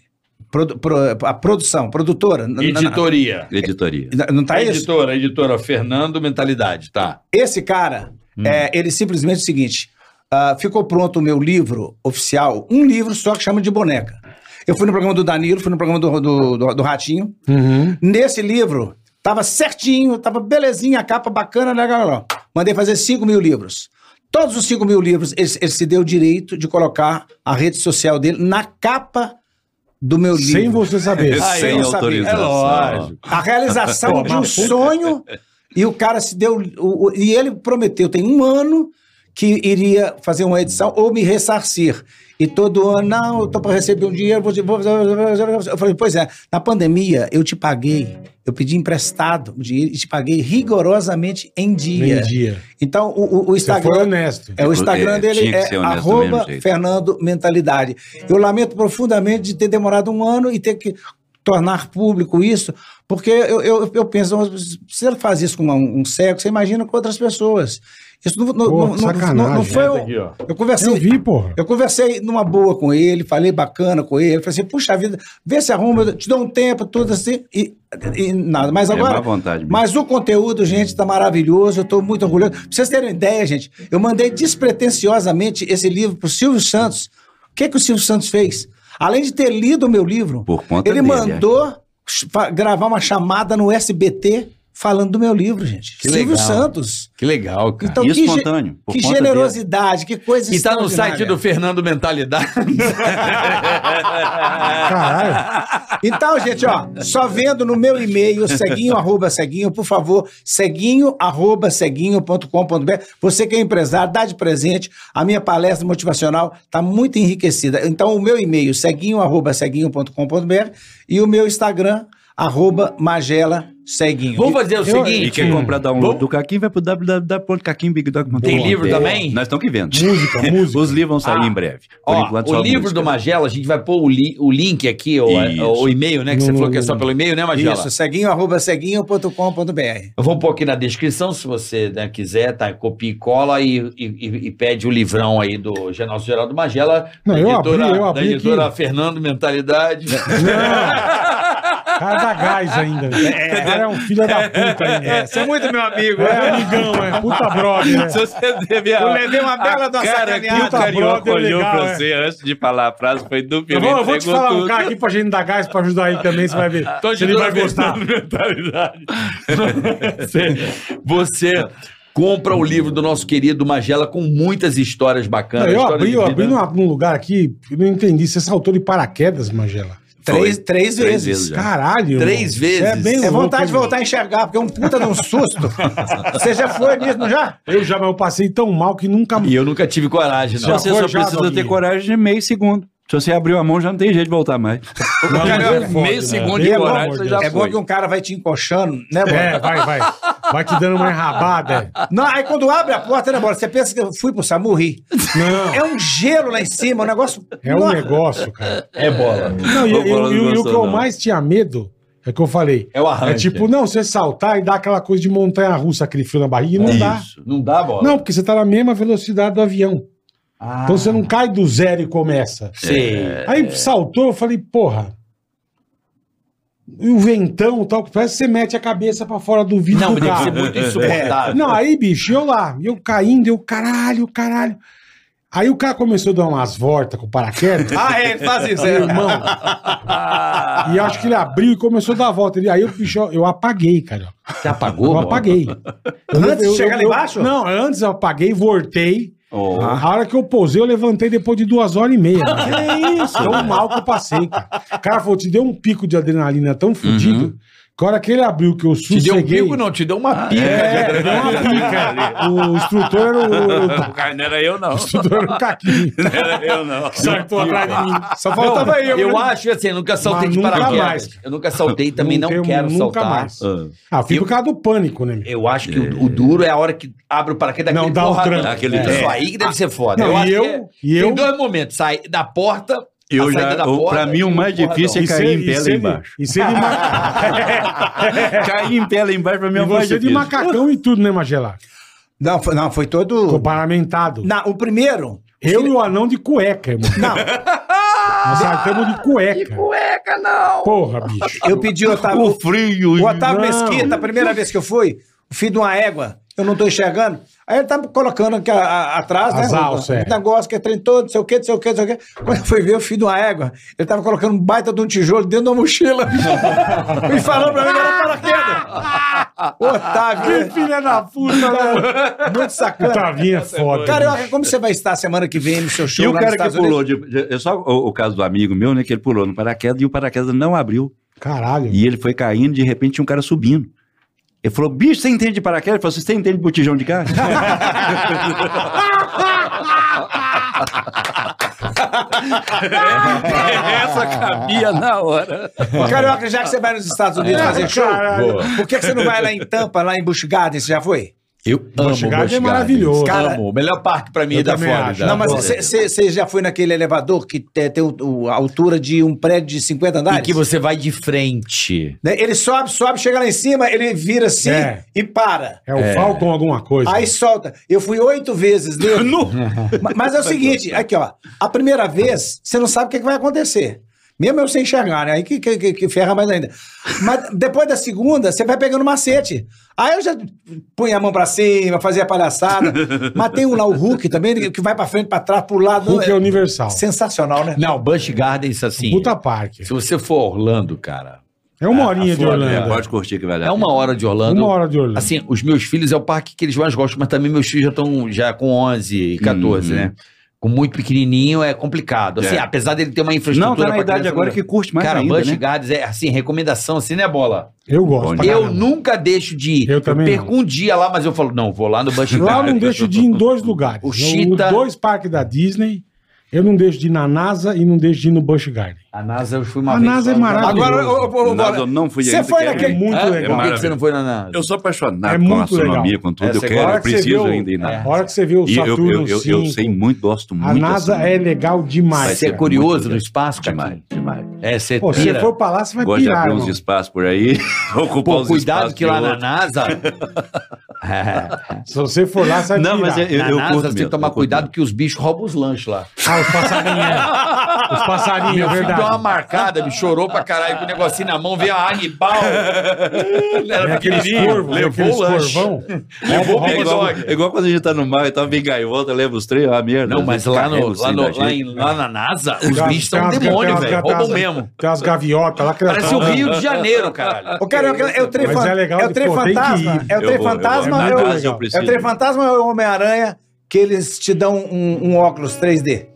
D: Produ- pro- a produção, produtora. n- n-
E: Editoria.
A: Editoria.
D: n- Não
C: É
D: tá isso?
E: editora, editora, Fernando Mentalidade, tá.
D: Esse cara,
C: Hum.
D: é, ele simplesmente é o seguinte: ah, ficou pronto o meu livro oficial, um livro só que chama de boneca. Eu fui no programa do Danilo, fui no programa do, do, do- do Ratinho.
C: Uhum.
D: Nesse livro, tava certinho, tava belezinha, a capa bacana, né, galera? Mandei fazer 5 mil livros. Todos os 5 mil livros, ele, ele se deu o direito de colocar a rede social dele na capa do meu livro.
C: Sem você saber.
D: Ah, eu
A: Sem
D: não sabia.
A: autorização.
D: É
E: lógico.
D: A realização de um sonho. E o cara se deu. o- o- e ele prometeu, tem um ano, que iria fazer uma edição ou me ressarcir. E todo ano, não, eu tô para receber um dinheiro, vou, te- vou, vou- vou- vou- Eu falei, pois é, na pandemia eu te paguei, eu pedi emprestado o dinheiro e te paguei rigorosamente em dia.
C: Vendia.
D: Então, o, o- o
C: Você foi
D: Instagram.
C: honesto.
D: É, o Instagram
A: É,
D: dele
A: tinha que
D: é
A: ser honesto do
D: arroba
A: mesmo jeito.
D: Fernando Mentalidade. Eu lamento profundamente de ter demorado um ano e ter que tornar público isso, porque eu, eu, eu penso, se você faz isso com um, um cego, você imagina com outras pessoas. Isso não, não,
C: Pô,
D: não- não,
C: sacanagem. né?
D: não- não foi...
E: Aqui,
D: Eu,
E: ó.
D: eu conversei...
C: Eu vi, porra.
D: Eu conversei numa boa com ele, falei bacana com ele, falei assim, puxa vida, vê se arruma, eu te dou um tempo, tudo assim, e, e nada. Mas
A: É má
D: agora,
A: vontade. mesmo.
D: mas o conteúdo, gente, tá maravilhoso. Eu tô muito orgulhoso. Pra vocês terem uma ideia, gente, eu mandei despretensiosamente esse livro pro Silvio Santos. O que, que o Silvio Santos fez? Além de ter lido o meu livro,
A: Por conta
D: ele
A: dele,
E: é.
D: mandou ch- fa- gravar uma chamada no SBT falando do meu livro, gente.
E: Que
D: Silvio
E: legal.
D: Santos.
E: Que legal, cara.
D: Então,
A: Isso
D: que, ge-
A: espontâneo. por
D: que
A: conta
D: generosidade, que coisa
C: Então,
E: E tá no site
D: extraordinária.
E: do Fernando Mentalidade.
C: Caralho.
D: Então, gente, ó, só vendo no meu e-mail, ceguinho, arroba ceguinho, por favor, ceguinho, arroba ceguinho.com.br. Você que é empresário, dá de presente. A minha palestra motivacional está muito enriquecida. Então, o meu e-mail, ceguinho, arroba ceguinho.com.br e o meu Instagram, arroba magela ceguinho.
E: Vamos fazer o
A: dele. E
E: seguinte.
A: quer comprar download
E: Vamos-
A: um do Caquinho, vai pro www.caquinbigdog.com.
E: Tem livro também?
A: Nós estamos que vendo.
C: Música, música.
A: Os livros vão sair
E: Ah.
A: em breve. Por
E: Ó,
A: enquanto,
E: o
A: só
E: livro
A: música.
E: do Magela, a gente vai pôr o, li- o link aqui, ou
A: Isso.
E: o e-mail, né? Que você
C: No-
E: falou que é só pelo e-mail, né, Magela?
D: Isso, ceguinho, arroba ceguinho.com.br.
E: Eu vou pôr aqui na descrição, se você né, quiser, tá? Copia e cola e, e- e- e pede o livrão aí do Nosso Geraldo Magela.
C: Não,
E: da
C: eu abri, eu
E: da
C: abri
E: editora
C: aqui.
E: Fernando Mentalidade.
C: Cara da gás ainda. É, o cara é um filho da puta ainda. É,
E: é muito meu amigo.
C: amigão, é puta brother. né?
G: você teve a.
D: Eu levei uma bela da
G: cara que o
D: sacaneada.
G: carioca
C: brother
G: olhou
C: legal, é.
G: pra você antes de falar a frase foi do
C: Eu
G: Pio.
C: vou, eu vou te falar um cara aqui pra gente dar gás pra ajudar ele também, você vai ver.
G: Tô
C: se ele vai gostar.
G: Mentalidade.
E: você, você compra o livro do nosso querido Magela com muitas histórias bacanas.
C: Não, eu
E: histórias
C: abri,
E: é de
C: eu
E: vida.
C: abri numa- num lugar aqui, eu não entendi. Você saltou de paraquedas, Magela.
D: Três, três
A: Três
D: vezes.
A: vezes já.
C: Caralho.
E: Três
C: irmão. Você É,
E: vezes.
C: bem
D: É
C: louco,
D: vontade de
C: hein,
D: voltar a enxergar, porque é um puta de um susto. Você já foi nisso, não já?
C: meu? Eu já, mas eu passei tão mal que nunca.
E: E eu nunca tive coragem, não.
C: Já
A: Você só
C: foi já,
A: precisa
C: Doguinho?
A: ter coragem de meio segundo. Se você abriu a mão, já não tem jeito de voltar mais.
C: Não,
G: cara,
C: é foda,
G: meio
C: né?
G: segundo de
C: Pelo
G: coragem,
C: amor
G: você
C: de
G: já-
C: Deus.
D: É bom
G: foi.
D: que um cara vai te encoxando, né, Bola?
C: É, vai, vai. Vai te dando uma é. enrabada.
D: Não, aí quando abre a porta, né, Bola? Você pensa que eu fui pro SAMU rir.
C: Não,
D: É um gelo lá em cima, um negócio.
C: é um
D: Nossa.
C: negócio, cara.
E: É bola.
C: Não, e,
A: O
C: e-
A: Bola não
C: e- e o
A: gostou,
C: que eu
A: não.
C: mais tinha medo é que eu falei.
E: É o arranque.
C: É tipo, não, você saltar e dar aquela coisa de montanha russa, aquele frio na barriga, e não dá.
E: Não dá bola.
C: Não, porque você tá na mesma velocidade do avião.
E: Ah,
C: Então você não cai do zero e começa.
E: sei.
C: Aí saltou, eu falei, porra. E o ventão e tal, parece que você mete a cabeça pra fora do vidro
E: Não,
C: do
E: deve
C: carro.
E: ser muito
D: É.
E: insuportável.
C: Não, aí, bicho, eu lá, eu caindo, eu caralho, caralho. Aí o cara começou a dar umas voltas com o paraquedas.
D: Ah, é, ele faz isso.
C: Meu
D: É.
C: irmão.
G: Ah.
C: e acho que ele abriu e começou a dar a volta. Ele- Aí o bicho, eu apaguei, cara.
E: Você apagou?
C: Eu
E: bola?
C: apaguei.
D: Antes de chegar lá
C: eu-
D: embaixo?
C: Não, antes eu apaguei, voltei.
A: Oh.
C: A hora que eu pousei, eu levantei depois de duas horas e meia. Que isso? Tão mal que eu passei, cara. O cara falou, te deu um pico de adrenalina tão fudido que a hora que ele abriu, que eu
E: Te deu um
C: sosseguei...
E: pico, não, te deu uma pica.
C: É, deu uma pica. O instrutor era o,
G: Cara, não era eu, não.
C: o instrutor era o Caquinho. um
G: Era eu, não.
C: Saltou atrás de mim.
D: Só faltava eu.
C: né?
E: Eu acho assim, eu nunca saltei
C: Mas
E: de
C: nunca
E: paraquedas.
C: mais.
E: Eu nunca saltei, também não,
C: tenho-
E: quero
C: nunca
E: saltar.
C: mais.
A: Ah.
C: Ah, fica por causa do pânico, né, meu?
E: Eu acho que o, o duro é a hora que abre o paraquedas
C: Não,
E: aquele
C: dá o
E: porradão. É.
C: tranco.
A: Aquele
E: Isso
A: tranco.
E: aí que deve ser foda.
C: Não,
E: acho
C: e eu-
E: que é-
C: e eu-
E: Tem dois momentos. Sai da porta,
A: Eu
E: a saída
A: já-
E: da
A: o- pra mim, o
E: e um
A: mais
E: porradão.
A: difícil é-
C: se-
A: cair em pé
C: se
A: lá
C: ele-
A: embaixo.
C: E se ele
A: Cair Ah. em pé lá embaixo pra mim é
C: E
A: mais
C: você de
A: difícil.
C: macacão e tudo, né, Magela?
D: Não, foi, não, foi
C: Tô
D: todo.
C: paramentado.
D: Na, o primeiro.
C: Eu e o anão de cueca, irmão.
D: Não,
C: Nós saltamos de cueca. De cueca, não! Porra, bicho.
D: eu pedi o Otávio.
A: O frio.
D: O
C: Não.
D: Otávio Mesquita, a primeira vez que eu fui, o filho de uma égua, eu não tô enxergando. Aí ele tá colocando aqui a- a- atrás,
C: As
D: né?
C: alças,
D: um,
C: é.
D: um negócio que é trem todo, não sei o quê, não sei o quê, não sei o quê. Quando eu fui ver o filho de uma égua, ele tava colocando um baita de um tijolo dentro da mochila. e falou pra mim que era paraquedas. Otávio, é
C: filha da puta, né?
D: muito sacana.
C: Tavinha é foda.
D: Carioca, como você vai estar semana que vem no seu show
A: E o
D: lá nos
A: cara que
D: Estados
A: pulou,
D: Unidos?
A: de, de- é só o, o caso do amigo meu, né? Que ele pulou no paraquedas e o paraquedas não abriu.
C: Caralho.
A: E ele foi caindo, de repente tinha um cara subindo. Ele falou, bicho, você entende de paraquedas? Ele falou, você entende de botijão de gás? Essa cabia na hora.
D: Ô, Carioca, já que você vai nos Estados Unidos
A: É.
D: fazer show, por que, que você não vai lá em Tampa, lá em Busch Garden? Você já foi?
E: Eu amo
C: Busch Garden é
E: Busch
C: maravilhoso.
E: Cara, amo. O melhor parque pra mim
C: Eu
E: é da
C: também acho.
E: Flórida.
D: não, mas
E: Pô,
D: você- você você já foi naquele elevador que te- tem o- o- a altura de um prédio de 50 andares?
E: E que você vai de frente.
D: Né? Ele sobe, sobe, chega lá em cima, ele vira assim
C: É.
D: e para.
C: É o Falcon alguma coisa.
D: Aí solta. Eu fui oito vezes nele. Ma- Mas é o seguinte, aqui ó, a primeira vez você não sabe o que, que vai acontecer. Mesmo eu sem enxergar, né? Aí que, que, que- que ferra mais ainda. Mas depois da segunda, você vai pegando um macete. Aí eu já punha a mão pra cima, fazia palhaçada. Mas tem um lá, o Hulk também, que vai pra frente, pra trás, pro lado.
C: Hulk é universal.
D: Sensacional, né?
E: Não, Busch Gardens, assim.
C: Puta parque.
E: Se você for a Orlando, cara,
C: É uma
A: Ah,
E: A- a
C: horinha de
E: Flórida,
C: Orlando.
A: Pode curtir que vai dar.
E: é uma hora de Orlando.
C: Uma hora de Orlando.
E: Assim, os meus filhos é o parque que eles mais gostam, mas também meus filhos já estão já com 11 e 14,
A: Uhum.
E: né? Com muito pequenininho é complicado. Assim,
A: É.
E: apesar dele ter uma
A: Não,
E: infraestrutura
A: tá na
E: pra
A: idade
E: criança
A: agora
E: grande.
A: que curte mais
E: Cara,
A: ainda,
E: Busch
A: né?
E: Gardens é assim, recomendação assim, né, bola?
C: Eu gosto.
A: Bom,
C: pra
A: Pra
E: Eu
C: caramba.
E: nunca deixo de ir.
C: Eu também
E: perco um dia lá, mas eu falo, não, vou lá no Busch
C: Lá eu não
E: Gardens.
C: deixo de ir em dois lugares.
E: O
C: No-
E: Cheetah-
C: Nos dois parques da Disney. Eu não deixo de ir na NASA e não deixo de ir no Busch Garden.
E: A NASA eu fui
C: A
E: uma vez.
C: NASA é
E: só.
C: maravilhosa.
D: Agora, ô, ô, ô,
A: Nada,
D: bora.
A: eu não fui
D: Você
A: ainda,
D: foi
A: quero
C: É
D: naquele-
A: ir.
C: muito
E: Hã?
C: legal.
E: é? Por que que você não foi na NASA?
A: Eu sou apaixonado
C: É
A: com
C: muito legal.
A: astronomia, com tudo.
E: Essa
A: eu quero,
C: hora
A: eu
C: que você vê
A: preciso
C: o-
A: ainda ir na
E: É.
C: A hora que você vê o
A: E eu, eu,
C: Saturno
A: eu, eu
C: 5,
A: sei muito, gosto
C: A
A: muito.
C: NASA
A: assim.
C: é legal
A: Vai
C: demais.
E: Você
A: ser
E: é
C: cara.
E: curioso
A: muito
E: no espaço,
A: Demais,
E: cara?
A: demais.
E: É, você
C: Pô, se
E: pira.
C: for pra lá, você vai
A: Gosto de
C: pirar.
A: abrir uns
C: irmão.
A: espaços por aí, ocupar
E: Pô,
A: os
E: cuidado
A: espaços
E: que
A: de
E: lá na
A: outro.
E: NASA... É.
C: Se você for lá, você vai
A: Não, mas
C: pirar.
A: eu,
E: na
A: eu
E: NASA
A: curto
E: você tem
A: mesmo,
E: que tomar
A: eu curto
E: cuidado que os bichos roubam os lanches lá.
C: Ah, os passarinhos. é. Os passarinhos, é
E: Deu uma
C: verdade.
E: marcada, me chorou pra caralho com o negocinho na mão, veio a Agnibal. Era pequenininho,
C: corvos,
E: levou
C: aqueles
E: o lanche.
C: corvão.
E: Levou o
A: É
E: Big
A: igual,
E: Dog.
A: é igual quando a gente tá no mar e tá vem gaivota, leva os três, é uma merda.
E: Não, mas lá, no, lá, no- lá em- lá na NASA, os
C: Tem
E: bichos são um
C: umas- tem
E: demônio,
C: umas-
E: velho.
C: tem umas-
E: Roubam mesmo.
C: Tem umas gaviotas lá que elas
E: Parece o
C: tão-
E: Rio de Janeiro, caralho.
D: Ô, cara, é o trem,
C: Mas
D: fan-
C: é legal
D: é o
C: de-
D: trem
C: pô, tem que
D: fantasma.
C: ir.
D: É o trem
A: Eu vou, eu vou.
D: fantasma.
A: Na
D: é o-
A: NASA eu
D: É o
A: preciso.
D: trem fantasma ou é o Homem-Aranha que eles te dão um, um óculos 3D?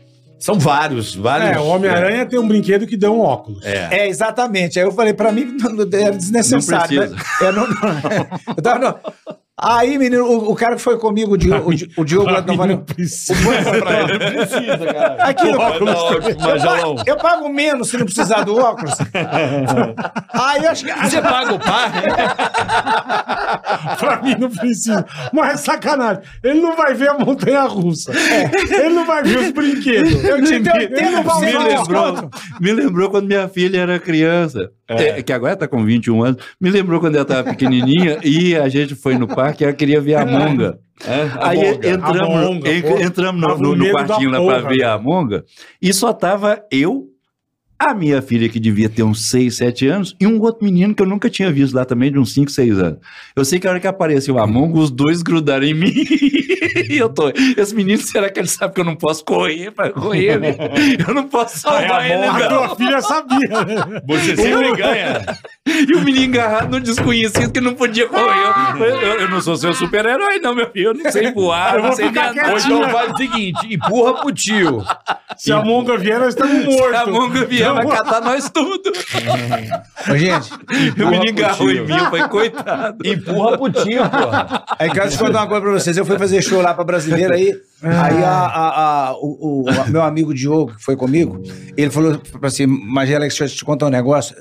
E: São vários, vários.
C: É, o Homem-Aranha tem um brinquedo que dá um óculos.
E: É.
D: É, exatamente. Aí eu falei, pra mim não, não- era desnecessário.
A: Não
D: né? Eu não- não- eu tava no- Aí, menino, o, o cara que foi comigo, o Diogo, o, Di- o Diogo lá do
C: Pra mim
D: Novo
C: não precisa.
E: Precisa, cara.
D: Aqui, no óculos.
E: é Mas, Jalão,
D: Eu pago menos se não precisar do óculos. Aí eu acho que.
E: você paga o par? né?
C: pra mim não precisa. Mas é sacanagem. Ele não vai ver a montanha russa. É. Ele não vai ver os brinquedos.
D: Eu te dei
C: Ele não vai
A: me
D: 80 valor
C: usar
D: de
C: os
A: lembrou,
D: desconto.
A: me lembrou quando minha filha era criança, é, que agora tá com 21 anos. Me lembrou quando ela tava pequenininha e a gente foi no parque e ela queria ver a monga.
E: É.
A: Aí
E: monga.
A: entramos,
C: A monga,
A: en-
C: pô.
A: entramos no,
C: Tava
A: no,
C: um
A: no
C: medo da
A: quartinho lá
C: porra, né?
A: pra ver a monga e só tava eu, a minha filha que devia ter uns 6, 7 anos e um outro menino que eu nunca tinha visto lá também de uns 5, 6 anos. Eu sei que a hora que apareceu a monga, os dois grudaram em mim e eu tô... Esse menino, será que ele sabe que eu não posso correr pra correr? né? Eu não posso salvar ele,
C: A
A: não.
C: tua filha sabia.
G: Você sempre ganha.
A: E o menino agarrado no desconhecido que não podia correr. Eu, eu- eu não sou seu super-herói, não, meu filho. Eu não sei voar, eu não sei
C: ficar
A: nadar.
E: Ou então faz o seguinte, empurra pro tio.
C: Se a monga vier, nós estamos
A: Se a
C: mortos.
A: monga vier, então, vai catar nós tudo.
D: Ô, gente,
A: E o menino agarrou em mim, eu falei, coitado.
E: Empurra pro tio, porra.
D: Aí É quero te contar uma coisa pra vocês. Eu fui fazer show lá pra brasileira aí. Aí a- a- a- o, o- a- meu amigo Diogo, que foi comigo, ele falou pra assim: Magela, deixa eu te contar um negócio.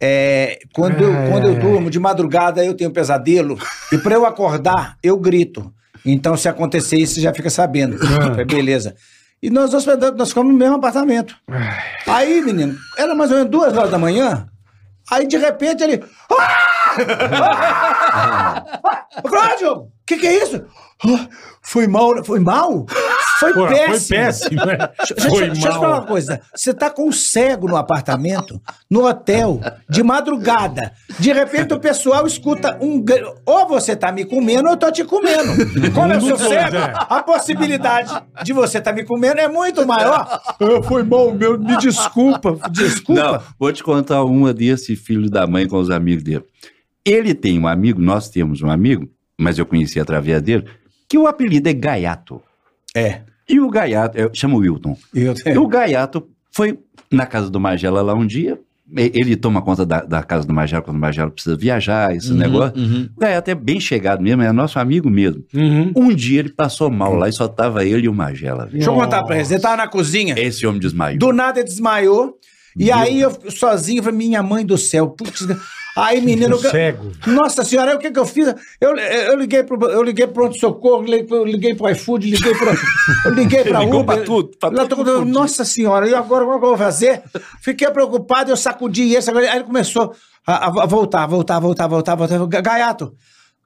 D: É, quando, eu, quando eu durmo de madrugada, eu tenho pesadelo. E pra eu acordar, eu grito. Então, se acontecer isso, você já fica sabendo. Eu falei, Beleza. E nós dois nós ficamos no mesmo apartamento. Aí, menino, era mais ou menos duas horas da manhã. Aí, de repente, ele. "Ah!" Ô, Cláudio, o "Ah, que, que é isso? Ah, Foi mal, foi mal? Foi
C: Pô,
D: péssimo.
C: foi péssimo. né?
D: Deixa- Deixa,
C: Foi
D: deixa eu te falar uma
C: mal.
D: coisa. Você tá com um cego no apartamento, no hotel, de madrugada. De repente o pessoal escuta um. gr- Ou você tá me comendo ou eu tô te comendo. Como
C: Um
D: eu
C: dos
D: sou
C: dois,
D: cego,
C: é.
D: a possibilidade de você tá me comendo é muito maior. Ah, Foi mal, meu. Me desculpa.
A: Não,
D: Desculpa.
A: vou te contar uma desse filho da mãe com os amigos dele. Ele tem um amigo, nós temos um amigo, mas eu conheci através dele, que o apelido é Gaiato.
D: É.
A: E o Gaiato, eu chamo Wilton.
D: Eu
A: E o Gaiato foi na casa do Magela lá um dia, e- ele toma conta da, da casa do Magelo quando o Magelo precisa viajar,
D: Uhum,
A: esse negócio. O Gaiato é bem chegado mesmo, é nosso amigo mesmo.
C: Uhum.
A: Um dia ele passou mal lá e só tava ele e o Magela. velho.
D: Deixa eu contar pra eles. Ele tava na cozinha.
A: Esse homem desmaiou.
D: Do nada ele desmaiou. E
A: Meu
D: aí eu sozinho, falei, minha mãe do céu. Putz, aí
C: Menino
D: menino... eu ga-
C: cego.
D: Nossa senhora, aí o que que eu fiz? Eu, eu liguei pro eu liguei pro pronto-socorro, liguei pro- liguei pro iFood, liguei pro eu liguei pra
A: Ligou
D: Uber.
A: pra tudo, pra
D: Lá
A: tudo
D: tô- nossa senhora, e agora como é que eu vou fazer? Fiquei preocupado, eu sacudi esse, agora- aí ele começou a, a voltar, voltar, voltar, voltar, voltar. Ga- Gaiato,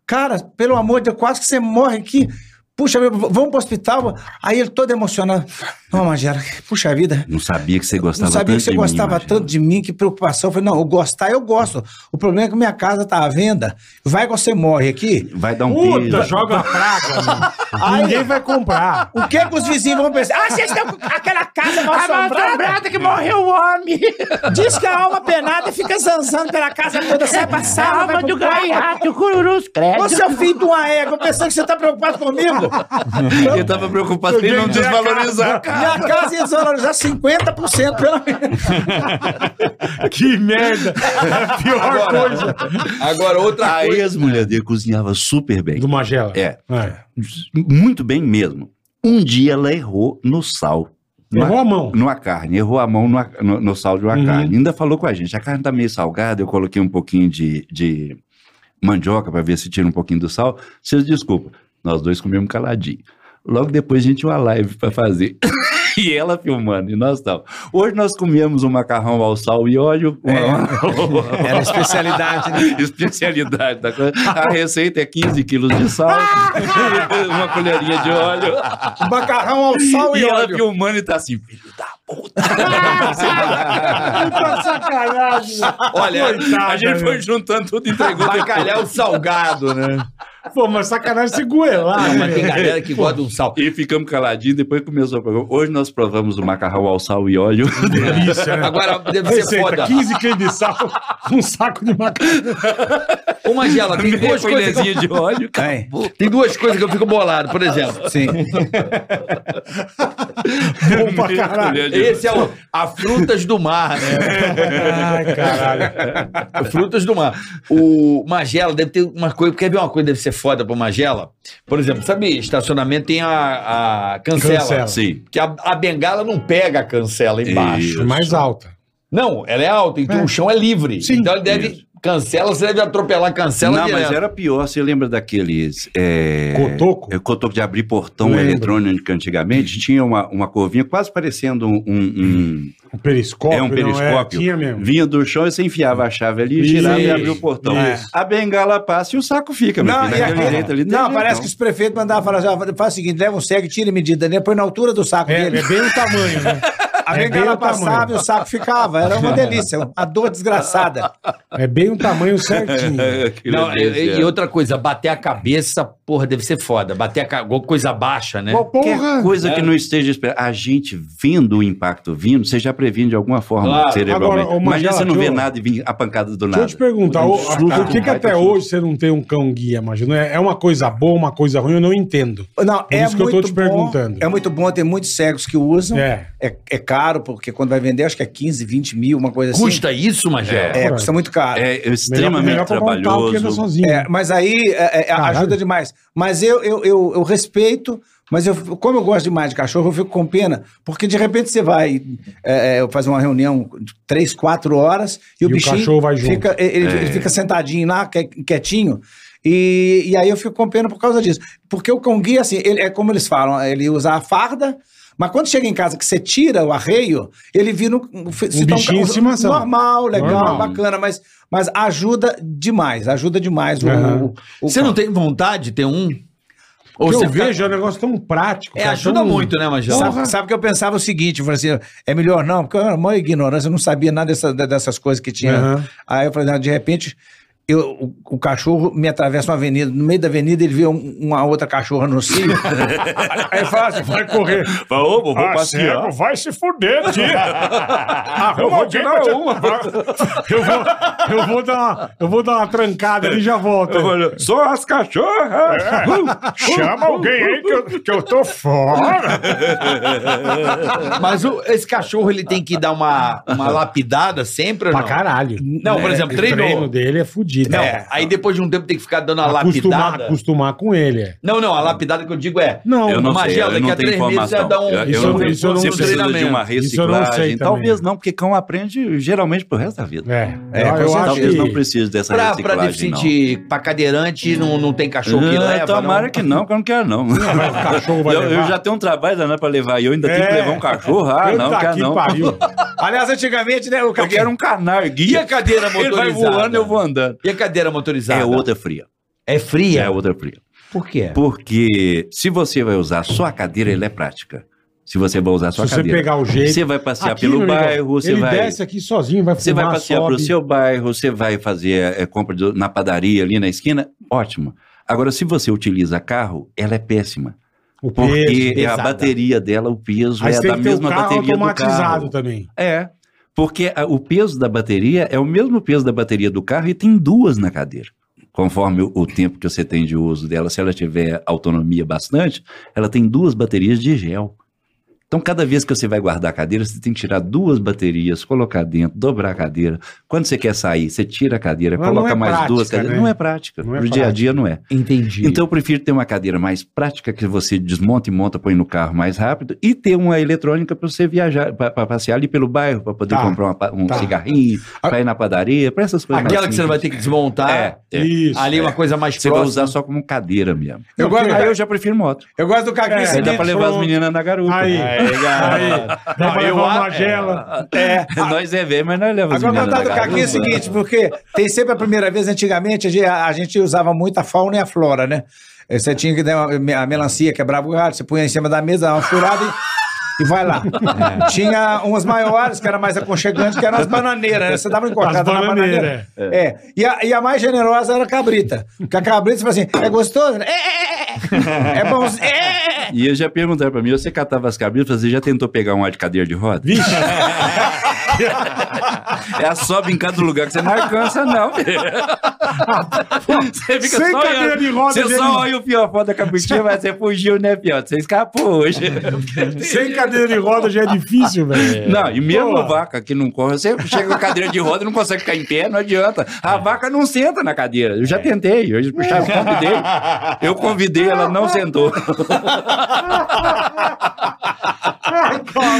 D: cara, pelo amor de Deus, quase que você morre aqui. Puxa, meu, v- vamos pro hospital. Aí ele todo emocionado. Não, Magera, puxa vida.
A: Não sabia que você
D: Não
A: gostava tanto
D: sabia que você
A: de mim,
D: gostava
A: Magela.
D: tanto de mim, que preocupação. Eu falei, não, eu gostar eu gosto. O problema é que minha casa tá à venda. Vai que você morre aqui.
A: Vai dar um
C: Puta,
A: peso.
C: joga a praga, mano. Ninguém vai comprar.
D: O que, que os vizinhos vão pensar? Ah, vocês estão com aquela casa mal assombrada.
E: que morreu o homem.
D: tá Diz que a alma penada fica zanzando pela casa toda, sai pra sala, vai pro quarto.
E: o cururus credo.
D: Ô, é seu filho de uma égua, pensando que você tá preocupado comigo.
A: Ele
D: então,
A: tava preocupado pra ele não
C: Ninguém quer a
A: desvalorizar.
D: Minha casa é ia desvalorizar 50% pelo menos.
C: né? Que merda. É a pior coisa.
G: Agora, outra
A: A
G: coisa.
A: ex-mulher dele cozinhava super bem.
C: Do Magela.
A: É,
C: É.
A: muito bem mesmo. Um dia ela errou no sal.
C: Errou a mão.
A: Numa carne, errou a mão numa- no, no sal de uma
C: Uhum.
A: carne. Ainda falou com a gente, a carne tá meio salgada, eu coloquei um pouquinho de, de mandioca para ver se tira um pouquinho do sal. Vocês desculpa, nós dois comemos caladinho. Logo depois a gente tinha uma live para fazer. e ela filmando, e nós tal. Hoje nós comemos um macarrão ao sal e óleo.
C: É.
D: Era a especialidade, né?
A: Especialidade da coisa. A receita é 15 quilos de sal, uma colherinha de óleo.
D: Macarrão ao sal e,
A: E ela
D: óleo.
A: filmando e tá assim, filho da puta.
C: Puta sacanagem.
G: Olha,
C: Coitada,
A: A gente foi juntando tudo e entregou.
G: bacalhau salgado, né?
C: Pô, mas sacanagem se goelar,
E: Ah, Mas tem
C: né?
E: galera que gosta de um sal.
A: E ficamos caladinhos, depois começou o programa. Hoje nós provamos o macarrão ao sal e óleo.
C: Delícia, né?
E: Agora deve ser
C: Receita,
E: foda.
C: 15 quilos de sal, um saco de macarrão.
E: Ô, Magela, tem
A: Meia
E: duas coisas. que eu-
A: colherzinha de óleo.
D: Tem.
E: Tem duas coisas que eu fico bolado, por exemplo.
D: Sim.
C: Bom pra
A: Meia
C: caralho.
A: colher de óleo.
E: Esse é o a frutas do mar, né?
C: Ai, caralho.
E: frutas do mar. O Magela deve ter uma coisa, quer ver uma coisa que deve ser foda pro Magela? Por exemplo, sabe, estacionamento tem a, a cancela.
C: Cancela.
A: Sim.
E: Que a, a bengala não pega a cancela embaixo.
A: Isso.
C: Mais alta.
E: Não, ela é alta, então o chão é livre.
C: Sim.
E: então ele deve. Cancela, você deve atropelar a cancela
A: Não,
E: é direto.
A: mas era pior. Você lembra daqueles. É...
C: Cotoco?
A: é, Cotoco de abrir portão
C: Lembro.
A: eletrônico que antigamente tinha uma, uma corvinha quase parecendo um. um-
C: Um periscópio.
A: É um
C: não
A: periscópio.
C: Tinha
A: um-
C: mesmo.
A: Vinha do chão e você enfiava a chave ali, girava e
C: Isso.
A: abria o portão.
C: Isso.
A: A bengala passa e o saco fica. meu
D: Não,
A: filho.
D: e
A: Daquele
D: aqui-
A: jeito ali, tem
D: não
A: jeito
D: parece que os prefeitos mandavam falar assim, ó, faz o seguinte, leva um cego, tira a medida, né? põe na altura do saco
C: É, é
D: dele.
C: bem o tamanho, né?
D: A
C: é bem
D: bengala
C: o tamanho.
D: passava e o saco ficava. Era uma delícia, uma dor desgraçada.
C: É bem o tamanho certinho.
A: Aquilo
E: Não,
A: é
E: e, e-
A: deserto.
E: e outra coisa, bater a cabeça, porra, deve ser foda. Bater a ca- alguma coisa baixa, né?
C: Qual porra?
A: Qualquer coisa que é não esteja esperando. A gente vendo o impacto vindo, você já previne de alguma forma
E: Claro.
A: cerebralmente.
C: Agora, ô,
A: Imagina
C: Magela,
A: você não vê
C: deixa eu-
A: nada e vir a pancada do
C: Deixa
A: nada.
C: eu te perguntar, ô,
A: Um susto,
C: por que, que
A: um baita
C: até
A: susto.
C: hoje você não tem um cão guia, Magela? É é uma coisa boa, uma coisa ruim, eu não entendo.
D: Não,
C: Por
D: é
C: isso que eu
D: muito
C: tô te
D: bom,
C: perguntando.
D: É muito bom, tem muitos cegos que usam. É.
C: É.
D: é caro, porque quando vai vender, acho que é 15, 20 mil, uma coisa
E: Custa isso, Magela?
D: assim. É, custa muito caro. É.
A: É extremamente
C: pra montar do que andar
A: trabalhoso.
C: sozinho.
D: mas aí é, é,
C: Caralho.
D: ajuda demais. Mas eu, eu, eu, eu respeito, mas eu, como eu gosto demais de cachorro, eu fico com pena, porque de repente você vai é, é, fazer uma reunião de 3, 4 horas e o
C: E o
D: bichinho
C: cachorro vai junto.
D: fica, ele, ele fica sentadinho lá, que- quietinho, e, e aí eu fico com pena por causa disso. Porque o cão guia, assim, ele, é como eles falam, ele usa a farda, mas quando chega em casa que você tira o arreio, ele vira um, um, se torna
C: bichinho de estimação.
D: Normal, legal,
C: Normal.
D: bacana, mas, mas ajuda demais, ajuda demais o,
C: Aham.
D: o- o
E: Você
D: cão.
E: não tem vontade de ter um?
C: O
E: Ou
C: que
E: você
C: eu
E: fica-
C: vejo é um negócio tão prático.
E: É,
C: cara,
E: ajuda
C: tão-
E: muito, né, Magela?
D: Sabe, sabe que eu pensava o seguinte, eu falei assim, é melhor não, porque eu era maior ignorância, eu não sabia nada dessa- dessas coisas que tinha.
C: Aham.
D: Aí eu falei, não, de repente, eu, o, o cachorro me atravessa uma avenida. No meio da avenida ele vê um- uma outra cachorra no cio.
C: Aí fala assim, vai correr.
A: Fala, ô, vou
C: Ah,
A: passear.
C: cego, vai se fuder, tia.
A: Eu
C: Arruma
A: vou
C: alguém
A: tirar
C: pra te-
A: uma.
C: Eu vou, eu, vou dar uma, eu vou dar uma trancada ali e já volto. É.
A: Eu falei, Só as cachorras. Uh,
C: Chama alguém aí que eu, que eu tô fora.
E: Mas o- esse cachorro, ele tem que dar uma, uma lapidada sempre ou
C: Pra
E: não?
C: caralho.
E: Não, por exemplo,
C: O treino
E: treinou.
C: dele é fudido.
E: Não,
C: É.
E: aí depois de um tempo tem que ficar dando a
C: acostumar,
E: lapidada.
C: acostumar com ele. é.
E: Não, não, a lapidada que eu digo é...
C: Não,
A: Eu não sei,
E: Magela,
A: eu
E: daqui a
A: não tenho
E: três meses já
A: informação.
E: dá um-
A: Eu- eu
C: Isso
A: não
C: eu-
A: tenho.
C: isso eu não
A: Você
C: sei.
A: precisa
C: Isso
A: de uma
C: eu não sei
A: reciclagem.
C: também.
A: Talvez não, porque cão aprende geralmente pro resto da vida.
C: É,
D: É,
C: eu,
D: com
C: eu
D: certeza
C: acho
A: Talvez
C: que...
A: não precise dessa
E: Pra, pra
A: reciclagem, não.
E: deficiente, pra cadeirante, não, não tem cachorro que
A: Ah,
E: leva,
A: tomara
E: não.
A: que não, que eu não quero, não.
C: Mas o cachorro vai
A: Eu,
C: levar.
A: eu já tenho um trabalho danado pra levar e eu ainda tenho que
C: É.
A: levar um cachorro. Ah,
C: Puta
A: não, não quero
C: que
A: não.
C: pariu.
D: Aliás, antigamente, né? O
A: Eu quero um canário
E: E a
A: guia.
E: cadeira
A: Ele
E: motorizada?
A: vai voando, eu vou andando.
E: E a cadeira motorizada?
A: É outra fria.
E: É fria?
A: É outra fria.
E: Por quê?
A: Porque se você vai usar só a cadeira, ela é prática. Se você vai usar só a
C: Se você
A: cadeira.
C: pegar o jeito...
A: Você vai passear
C: Aqui,
A: pelo
C: meu amigo,
A: bairro, você
C: ele
A: vai.
C: desce aqui sozinho, vai
A: Você
C: fumar,
A: vai passear
C: sobe.
A: pro seu bairro, você vai fazer é, compra do- na padaria ali na esquina, ótimo. Agora, se você utiliza carro, ela é péssima.
C: O
A: Porque
C: peso.
A: a
E: pesada.
A: bateria dela, o peso
C: Aí
A: é
C: você tem
A: da
C: que ter o
A: mesma
C: carro
A: bateria do
C: automatizado
A: carro.
C: também.
A: É. Porque a- o peso da bateria é o mesmo peso da bateria do carro e tem duas na cadeira. Conforme o, o tempo que você tem de uso dela, se ela tiver autonomia bastante, ela tem duas baterias de gel. Então, cada vez que você vai guardar a cadeira, você tem que tirar duas baterias, colocar dentro, dobrar a cadeira. Quando você quer sair, você tira a cadeira,
C: Mas
A: coloca
C: não é
A: mais
C: prática,
A: duas cadeiras.
C: né?
A: Não é prática.
C: Não é
A: Pro dia a dia não é.
E: Entendi.
A: Então eu prefiro ter uma cadeira mais prática que você desmonta e monta, põe no carro mais rápido e ter uma eletrônica para você viajar, para passear ali pelo bairro, para poder
C: Tá,
A: comprar uma pa- um
C: tá.
A: cigarrinho, para ir na padaria, para essas coisas.
E: Aquela
A: mais
E: que você vai ter
A: simples.
E: que desmontar.
A: É, é.
C: Isso.
E: ali uma coisa mais
A: Você vai
E: próxima.
A: usar só como cadeira mesmo.
D: Eu gosto,
A: Aí eu já prefiro moto.
D: eu gosto do Caqui
C: É,
A: Aí dá
D: Cimento.
A: para levar as
C: sou-
A: meninas na garupa.
C: Aí.
A: É.
C: Aí. Dá pra
E: eu
C: levar uma
E: a-
C: gela.
A: nós é velho, mas nós levamos as
D: Agora,
A: meninas na
D: contado do
A: garupa.
D: Caqui é o seguinte, porque tem sempre a primeira vez, antigamente, a gente, a gente usava muito a fauna e a flora, né? Eh, Você tinha que dar uma- a melancia, quebrava o galho, você punha em cima da mesa, dava uma furada e, e vai lá. Tinha umas maiores, que era mais aconchegante, que eram as bananeiras, né? Você dava
C: As
D: uma encortada na bananeira.
C: bananeiras.
D: É. E, a, e a mais generosa era a cabrita. Porque a cabrita, você fala assim, é gostoso? É, é, é, é. É bom. É, é.
A: E eu já perguntaram para mim, você catava as cabeças, você já tentou pegar uma de cadeira de roda?
C: Vixe,
A: Ela sobe em cada lugar que você não alcança, não. filho. você fica
C: Sem
A: só
C: cadeira
A: olhando.
C: de roda,
A: Você
C: gente.
A: só olha o fiofó da capuchinha, mas você fugiu, né, Pioto? Você escapou hoje. É.
C: sem cadeira de roda já é difícil, velho.
A: Não, e mesmo
C: Porra.
A: vaca que não corre, você chega com a cadeira de roda e não consegue ficar em pé, não adianta. A vaca não senta na cadeira. Eu já tentei, eu já convidei. Eu convidei, ela não sentou.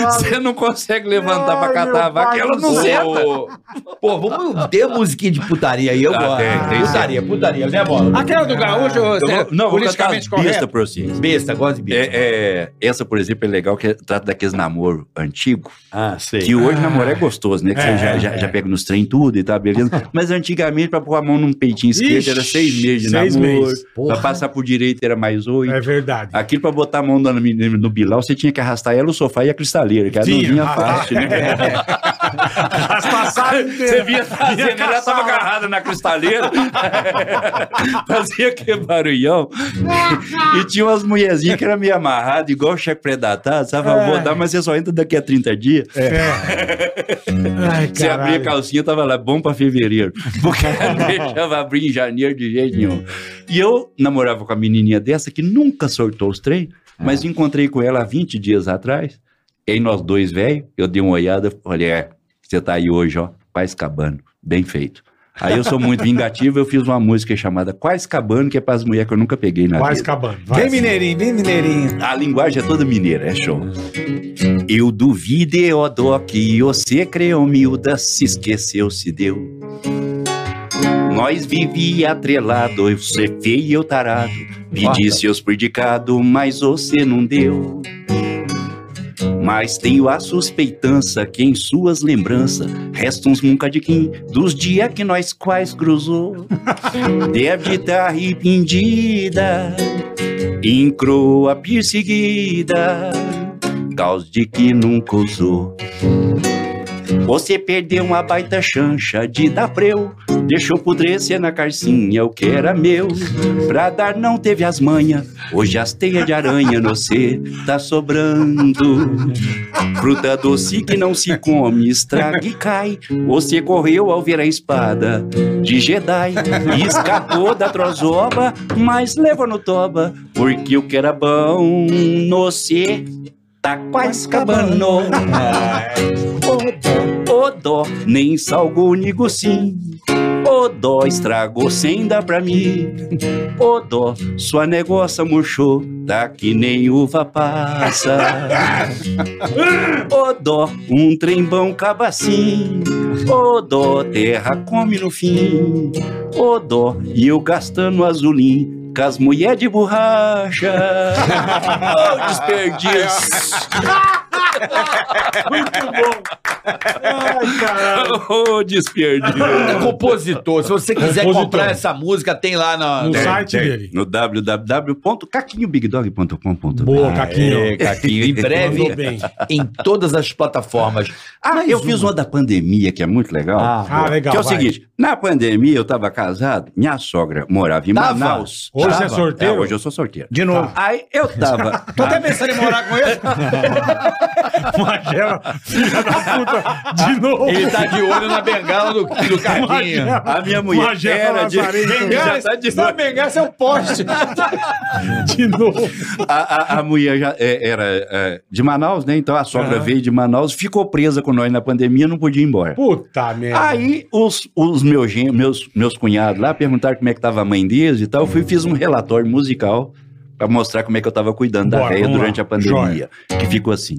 A: Você não consegue levantar pra
C: Ai, meu
A: catar a vaca,
C: pai
A: e ela
C: do
A: não
C: céu.
A: senta.
E: Pô, vamos ter musiquinha de putaria aí, eu
A: Ah,
E: gosto.
A: tem, tem
E: putaria, putaria, né, bola?
D: Aquela do gaúcho,
A: Eu
D: né,
A: vou- não, vou cantar as
D: politicamente correto.
A: pistas pra vocês.
E: Besta, gosto de besta.
A: É, é, essa, por exemplo, é legal que trata daqueles namoro antigo,
E: Ah, sei.
A: que hoje namoro é gostoso, né? Que
C: É,
A: você já, já, já pega nos trem tudo e tá, beleza. Mas antigamente, pra pôr a mão num peitinho esquerdo,
C: Ixi,
A: era seis meses de
C: seis
A: namoro.
C: meses.
A: Pra passar por direito era mais oito.
C: É verdade.
A: Aquilo pra botar a mão no, no bilau, você tinha que arrastar ela, o sofá e a cristaleira, que ela não
C: Tinha, É.
A: vinha
C: arrastar.
A: fácil, né?
C: As passadas
A: Você
C: inteiras.
A: vinha fazendo,
C: Vinha
A: ela tava
C: caçar.
A: agarrada na cristaleira, fazia aquele barulhão. e tinha umas mulherzinhas que eram meio amarradas, igual o cheque predatado, sabe? Eu
C: É.
A: Vou dar, mas você só entra daqui a 30 dias.
C: Ai,
A: Você abria a
C: caralho.
A: calcinha, tava lá, bom pra fevereiro. Porque não deixava abrir em janeiro de jeito nenhum. E eu namorava com a menininha dessa que nunca soltou os trem,
C: É.
A: mas encontrei com ela há 20 dias atrás. Em nós dois, velho, eu dei uma olhada, falei, é, você tá aí hoje, ó, Quais Cabano, bem feito. Aí eu sou muito vingativo, eu fiz uma música chamada Quais Cabano, que é pras mulheres que eu nunca peguei na
C: Vai
A: vida.
C: escabando.
D: Bem
C: Vai.
D: mineirinho, bem mineirinho.
A: A linguagem é toda mineira, é show. Eu duvidei, ó Doc, e você creu miúda, se esqueceu, se deu. Nós vivia atrelado, eu você feio e eu tarado. Pedi seus predicados, mas você não deu. Mas tenho a suspeitança que em suas lembranças resta uns nunca de quem dos dias que nós quais cruzou. Deve estar arrependida em croa perseguida, caos de que nunca usou. Você perdeu uma baita chancha de dar preu, Deixou pudrecer na carcinha o que era meu. Pra dar não teve as manhas. Hoje as teias de aranha no cê tá sobrando. Fruta doce que não se come, estraga e cai. Você correu ao ver a espada de Jedi. E escapou da trozoba, mas levou no toba. Porque o que era bom no cê tá quase acabando. Ô dó, nem salgou o negocim. Ô dó, estragou sem dar pra mim. Ô dó, sua negócia murchou, tá que nem uva passa. Ô dó, um trembão cabacim. Ô dó, terra come no fim. Ô dó, e eu gastando azulim. Com as mulher de borracha. Ô desperdício. Ô Oh, desperdício.
E: É compositor. Se você quiser
C: Compositor.
E: comprar essa música, tem lá na.
C: No
E: na-
C: site dele.
A: No www.caquinhobigdog.com.br
C: Boa, Caquinho.
E: É, Caquinho, em
C: Mandou
E: breve,
C: bem.
E: em todas as plataformas.
A: Ah, eu fiz uma da pandemia que é muito legal.
E: Ah,
C: Ah, legal.
A: que é o
C: vai.
A: seguinte, na pandemia eu tava casado, minha sogra morava em
E: Tava.
A: Manaus.
C: Hoje
A: Tava.
C: é sorteio?
A: hoje eu sou sorteiro.
D: De novo.
A: Aí eu tava.
D: Tô até pensando em morar com ele.
C: Magela, filha da puta, de novo.
E: ele tá de olho na bengala do, do Caquinho.
C: Magela,
A: A minha mulher
C: Magela
A: era de-
C: Lazarento.
A: Já tá de novo.
D: Vingança é um poste.
C: De novo.
A: A, a- a mulher já é, era é, de Manaus, né? Então a sogra
C: Aham.
A: veio de Manaus, ficou presa com nós na pandemia, não podia ir embora.
C: Puta merda.
A: Aí os, os meus, gen- meus, meus cunhados lá perguntaram como é que tava a mãe deles e tal. Eu fui e fiz um relatório musical pra mostrar como é que eu tava cuidando da
C: Bora,
A: véia
C: vamos
A: durante
C: lá.
A: a pandemia. Que ficou assim.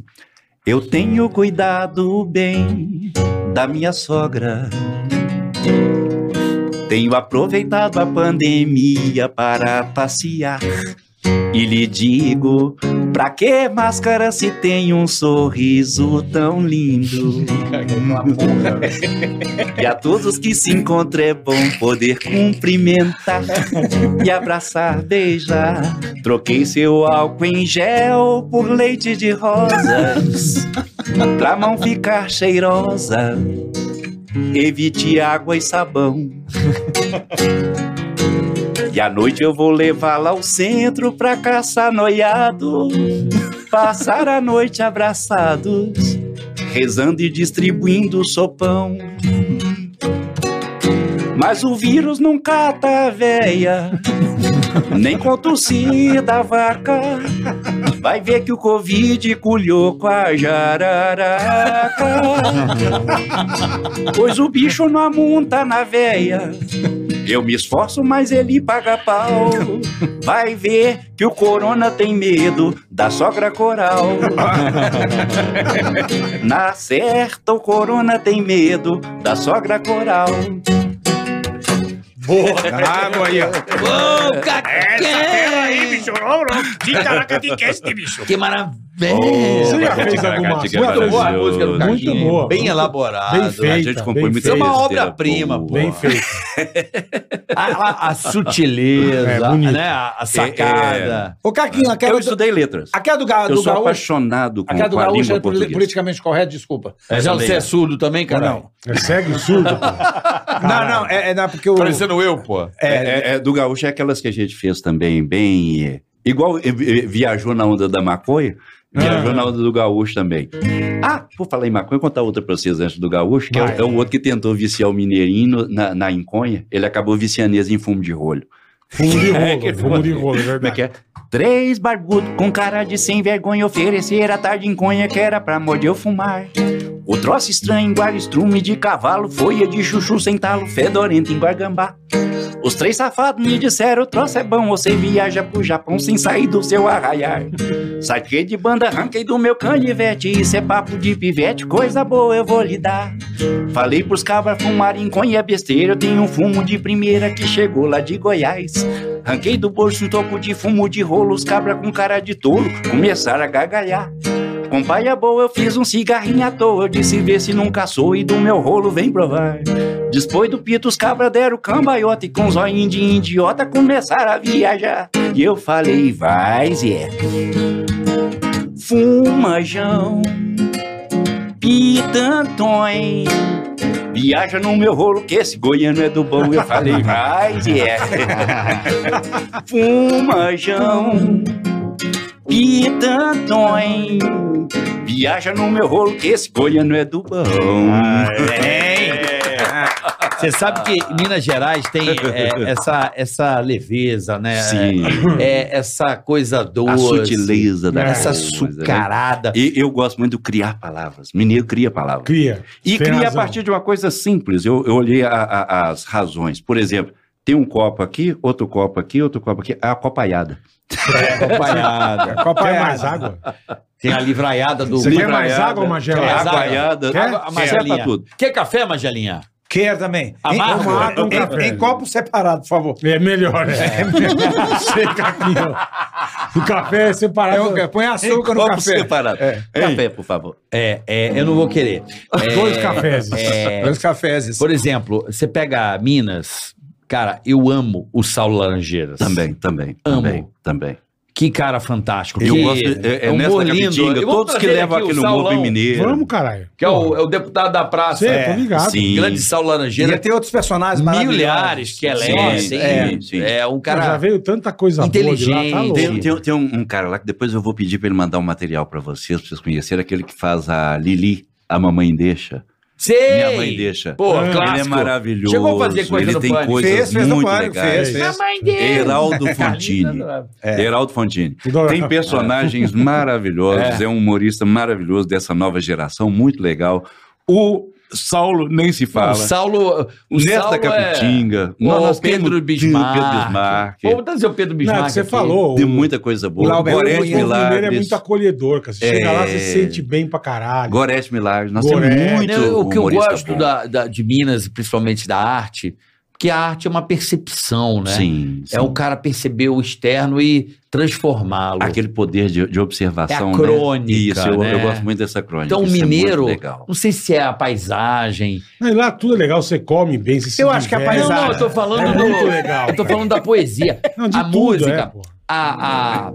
A: Eu tenho cuidado bem da minha sogra. Tenho aproveitado a pandemia para passear. E lhe digo, pra que máscara se tem um sorriso tão lindo? E a todos que se encontram é bom poder cumprimentar e abraçar, beijar. Troquei seu álcool em gel por leite de rosas, pra mão ficar cheirosa. Evite água e sabão. E à noite eu vou levá-la ao centro pra caçar noiado, passar a noite abraçados, rezando e distribuindo sopão. Mas o vírus não cata a véia, nem com tossir da vaca. Vai ver que o Covid culhou com a jararaca. Pois o bicho não amunta na véia. Eu me esforço, mas ele paga pau. Vai ver que o corona tem medo da sogra coral. Na certa, o corona tem medo da sogra coral.
D: Água aí, ó.
E: Ô, Caquinho!
B: bicho. De caraca, de que este bicho?
E: Que maravilha!
C: Você já fez alguma
E: Muito boa a música do
C: Muito
E: Caquinho.
C: boa.
E: Bem
C: Muito-
E: elaborada.
C: bem feita.
A: A gente compõe
C: bem
A: muito
C: feita.
E: É uma obra-prima, pô.
C: Bem feito.
E: A, a- a sutileza,
C: É, bonito.
E: né? A, a sacada.
D: Ô, Caquinho,
A: Eu
D: aquela, do,
A: estudei letras.
D: aquela é do, ga,
A: Eu
D: do
A: sou
D: gaúcho.
A: apaixonado com,
D: Aquela do
A: com a
D: gaúcho
A: língua
D: é poli-
A: portuguesa.
D: politicamente correto, desculpa.
E: É, já você é surdo também, cara?
D: Não.
C: É cego e surdo, pô.
D: Não, não, é, é não, porque o.
E: Parecendo eu, pô.
A: É, é- é, do gaúcho é aquelas que a gente fez também, bem... é, Igual é, é, viajou na onda da maconha, viajou
C: Ah.
A: na onda do gaúcho também. Ah, vou falar em maconha, vou contar outra pra vocês antes do gaúcho, que é,
C: Vai.
A: é um outro que tentou viciar o mineirinho no- na, na enconha, ele acabou viciando eles em fumo de rolho.
C: Fumo de
A: que
C: rolo, fumo de
A: foda.
C: rolo, é
A: Como é
C: verdade.
A: que é? Três barbudo com cara de sem vergonha oferecer a tarde em conha que era pra morder eu fumar. O troço estranho, guarda-estrume de cavalo, folha de chuchu sem talo, fedorento em guargambá. Os três safados me disseram, o troço é bom, você viaja pro Japão sem sair do seu arraiar. Saquei de banda, arranquei do meu canivete, isso é papo de pivete, coisa boa eu vou lhe dar. Falei pros cabras fumarem conha é besteira, eu tenho um fumo de primeira que chegou lá de Goiás. Ranquei do bolso um topo de fumo de rolo, os cabra com cara de touro começaram a gargalhar. Com paia boa eu fiz um cigarrinho à toa, eu disse vê se nunca sou e do meu rolo vem provar. Depois do pito os cabra deram cambaiota e com zoinho de idiota começaram a viajar. E eu falei, vai Zé, fumajão, pitantões. Viaja no meu rolo, que esse goiano é do bom. Eu falei, vai, e é. Fumajão, pitantões. Viaja no meu rolo, que esse goiano é do bom.
E: Você sabe que Minas Gerais tem é, essa, essa leveza, né?
A: Sim,
E: É, essa coisa doce.
A: a sutileza da
E: Essa
A: coisa, né?
E: sucarada.
A: E eu gosto muito de criar palavras. Mineiro cria palavras.
C: Cria.
A: E
C: Tem
A: cria a
C: razão.
A: partir de uma coisa simples. Eu, eu olhei a- a- as razões. Por exemplo, tem um copo aqui, outro copo aqui, outro copo aqui. A copaiada.
E: Acompanhada.
C: Quer é mais água?
E: Tem a livraiada do.
C: Você quer
E: Livra-
C: mais água, Magela?
A: É,
E: Quer mais água?
A: Aguaiada.
C: Quer?
E: Água- Magelinha.
A: Serve pra tudo.
E: Quer café, Magelinha?
D: Quer também.
E: Amargo?
D: Em,
C: Amargo, um
D: em-
C: café.
D: em copo separado, por favor.
C: É melhor, né? Seca aqui, ó. O café é
D: É
C: separado.
D: um- põe açúcar no
A: Copo
D: café.
A: separado. Café, por favor.
E: É, é, eu não vou querer. É,
C: Dois cafés.
E: é,
D: Dois cafés.
E: por exemplo, você pega Minas. Cara, eu amo o Saulo Laranjeiras.
A: Também, também.
E: Amo.
A: Também, também.
E: Que cara fantástico.
A: Eu
E: que um
A: gosto. É, é
E: humor
A: nessa
E: lindo.
A: capitinga.
E: Eu vou
A: Todos que
E: trazer
A: levam aqui
E: o
A: no
E: Saulão,
A: Morro Mineiro.
C: Vamos, caralho.
E: Que é o, é o deputado da praça.
C: Você,
E: é.
C: tô ligado.
A: Sim.
E: Grande Saulo
D: Ia
E: Laranjeira.
D: ter outros personagens maravilhosos.
E: Milhares que é elege.
A: Sim,
E: tem-
A: sim, sim.
E: É um
C: Cara, já
E: cara.
C: veio tanta coisa boa de lá, tá louco.
A: Tem,
E: inteligente.
A: tem- tem um, um cara lá que depois eu vou pedir pra ele mandar um material pra vocês, pra vocês conhecerem. Aquele que faz a Lili, a mamãe deixa.
E: Sei!
A: Minha mãe deixa.
E: Pô,
C: Ele é
A: Ele é
E: clássico.
A: maravilhoso.
E: Chegou a fazer coisa
A: Ele
E: no
A: tem
E: Pânico.
A: coisas
D: Fez, fez no
A: muito
D: Pânico,
A: legais.
D: fez, fez.
A: Heraldo Fontini.
E: É.
A: Heraldo Fontini. Tem personagens maravilhosos, é. um humorista maravilhoso dessa nova geração, muito legal. O Saulo nem se
E: O
A: fala.
E: Saulo. O
A: Nesta
E: Saulo
A: Capitinga.
E: É...
A: Nós-
E: o
A: nós temos
E: Pedro
A: Pedro
E: Bismarck.
A: Bismarck.
E: Vamos trazer o Pedro
C: Não, é
E: Bismarck.
C: que você
E: aqui.
C: falou.
A: Tem
C: o-
A: muita coisa boa.
D: Glauber
C: O
A: Gorete
D: Cunha,
C: Mineiro é
A: Milagres.
C: muito acolhedor, cara. Você chega
A: É.
C: lá, você se sente bem pra caralho.
A: Gorete Milagres. Nós
C: Gorete.
A: temos
E: Não,
A: muito
E: o que eu
A: humorista
E: gosto
A: bom.
E: da- da- de Minas, principalmente da arte, porque a arte é uma percepção, né?
A: Sim, sim.
E: É o cara perceber o externo e transformá-lo.
A: Aquele poder de, de observação.
E: É a crônica,
A: Né? Isso, eu,
E: né?
A: eu gosto muito dessa crônica.
E: Então, o
A: isso é muito
E: mineiro-
A: legal.
E: Não sei se é a paisagem.
C: Mas lá tudo é legal, você come bem, você se
D: Eu acho que a
C: diverte.
D: paisagem-
E: Não, não, eu tô falando
C: É
E: do-
C: muito legal.
E: Eu tô falando da poesia.
C: Não, de
E: a
C: tudo,
E: música.
C: é, pô.
E: A, a-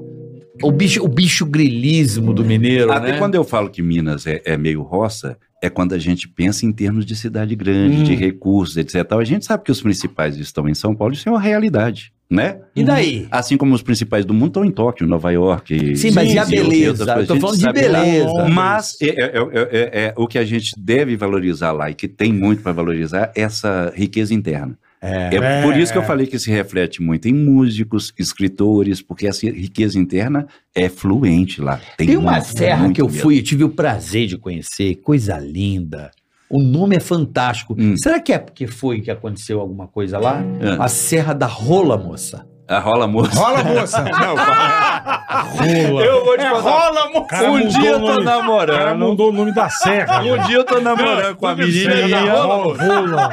E: o, bicho, o bicho grilismo do mineiro,
A: Até
E: né?
A: quando eu falo que Minas é, é meio roça, é quando a gente pensa em termos de cidade grande,
C: Hum.
A: de recursos, etc. tal. A gente sabe que os principais estão em São Paulo, isso é uma realidade, né?
E: E daí?
A: Assim como os principais do mundo estão em Tóquio, Nova York. e-
E: Sim, mas
C: Sim,
E: e a
C: sim,
E: beleza? Eu
A: outras
E: tô
A: coisas,
E: falando
A: a
E: de
A: gente sabe lá.
E: beleza.
A: Mas é, é- é- é- é o que a gente deve valorizar lá e que tem muito para valorizar é essa riqueza interna. É,
C: É.
A: por isso que eu falei que se reflete muito em músicos, escritores, porque essa riqueza interna é fluente lá. Tem,
E: Tem uma
A: muito,
E: serra
A: muito
E: que eu
A: mesmo.
E: fui, eu tive o prazer de conhecer, coisa linda. O nome é fantástico.
A: Hum.
E: Será que é porque foi que aconteceu alguma coisa lá?
A: É.
E: A Serra da Rola, moça.
A: A ah, rola moça.
D: Rola, moça. É,
C: Rola.
A: vou te falar.
C: Cara,
A: um
C: mudou
A: dia
C: o
A: eu tô
C: nome. O cara
A: namorando.
C: mandou o nome da serra. né?
A: Um dia eu tô namorando com a menininha.
C: Rola.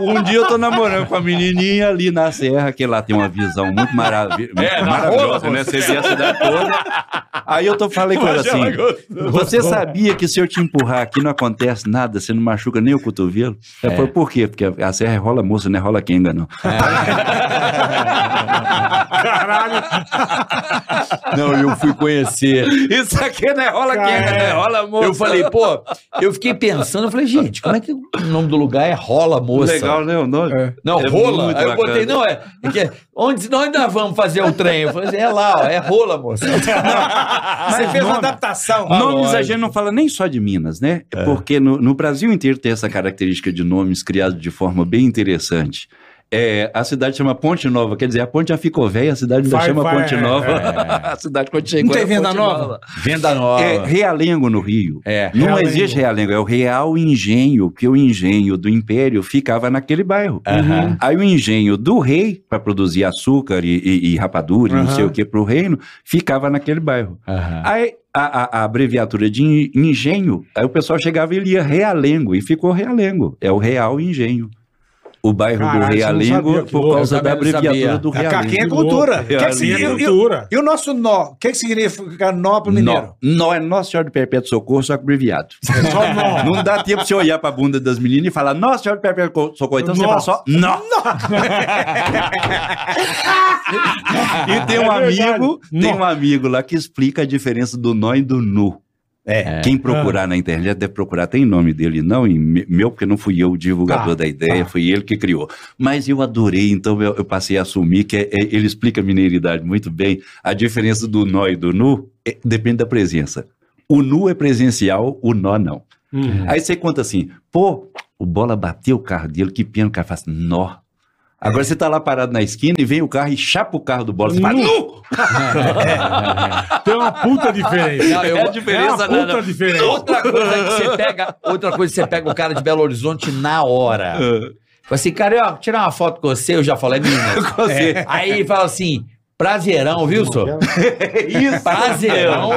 A: Um dia eu tô namorando com a menininha ali na serra, que lá tem uma visão muito maravi maravilhosa, né? Você vê a cidade toda. Aí eu tô, falei com ela assim, você sabia que se eu te empurrar aqui não acontece nada, você não machuca nem o cotovelo? Ela falou, por quê? Porque a serra é rola moça, não é rola quenga, não.
E: Não, eu fui conhecer.
A: Isso aqui não é rola quenga, não é rola moça.
E: Eu falei, pô, eu fiquei pensando, eu falei, gente, como é que o nome do lugar é Rola, moça?
A: Legal, né? O nome?
E: Não,
A: É
E: rola.
A: muito
E: Aí eu
A: bacana.
E: botei, não, é. é que é- onde nós ainda vamos fazer o trem? Eu falei, assim, é lá, ó, é rola, moça.
D: Você fez uma adaptação.
A: Nomes a gente não fala nem só de Minas, né? Porque no, no Brasil inteiro tem essa característica de nomes criados de forma bem interessante. É, a cidade chama Ponte Nova, quer dizer, a ponte já ficou velha, a cidade ainda
C: Vai,
A: chama
C: vai,
A: Ponte
C: é,
A: Nova. a cidade quando chegou.
D: Não tem
A: era
D: venda
A: Ponte
D: nova?
E: Venda nova.
A: É Realengo no Rio.
E: É.
A: Não
C: Realengo.
A: existe Realengo, é o Real Engenho, que o engenho do Império ficava naquele bairro.
E: Aham.
A: Aí o engenho do rei, para produzir açúcar e, e- e rapadura e não
C: Aham.
A: sei o que para o reino, ficava naquele bairro.
E: Aham.
A: Aí a, a- a abreviatura de en- engenho, aí o pessoal chegava e lia Realengo, e ficou Realengo. É o Real Engenho. O bairro
C: Caralho,
A: do
C: você não
A: Realengo,
C: sabia que
A: por
C: louco.
A: causa
E: Eu
A: da
E: também não
A: abreviatura
E: sabia.
A: do
D: A caquinha é
A: Realengo.
D: cultura.
A: Que
D: Que que
C: é
A: louco.
D: significa- e, o-
C: Cultura.
D: e o nosso nó? O que, que significa nó pro mineiro?
A: Nó. Nó é Nossa Senhora do Perpétuo Socorro, só que abreviado.
C: Só nó.
A: Não dá tempo de você olhar pra bunda das meninas e falar Nossa Senhora do Perpétuo Socorro. Então você fala
C: Nossa.
A: só Nó. e tem um
C: É verdade.
A: amigo,
C: Nó.
A: um tem um amigo lá que explica a diferença do nó e do nu. É. Quem procurar na internet deve procurar, tem nome dele, não em me- meu, porque não fui eu o divulgador
C: Tá,
A: da ideia,
C: tá.
A: foi ele que criou. Mas eu adorei, então eu, eu passei a assumir que é- é- ele explica a mineiridade muito bem. A diferença do nó e do nu é- depende da presença. O nu é presencial, o nó não.
C: Hum.
A: Aí você conta assim, pô, o bola bateu o carro dele, que pena, o cara faz nó. Agora você tá lá parado na esquina e vem o carro e chapa o carro do bola. Você fala,
C: Nu!
A: nu!
C: Tem uma puta diferença.
E: Não, eu-
A: É a diferença,
C: é uma puta
A: né?
C: diferença.
E: Outra coisa é que você pega, outra coisa é que você pega o cara de Belo Horizonte na hora. Fala assim, carioca, tirar uma foto com você, eu já falei, é Minas.
A: Com você.
E: Aí fala assim, prazerão, viu, senhor?
A: Isso.
E: Prazerão.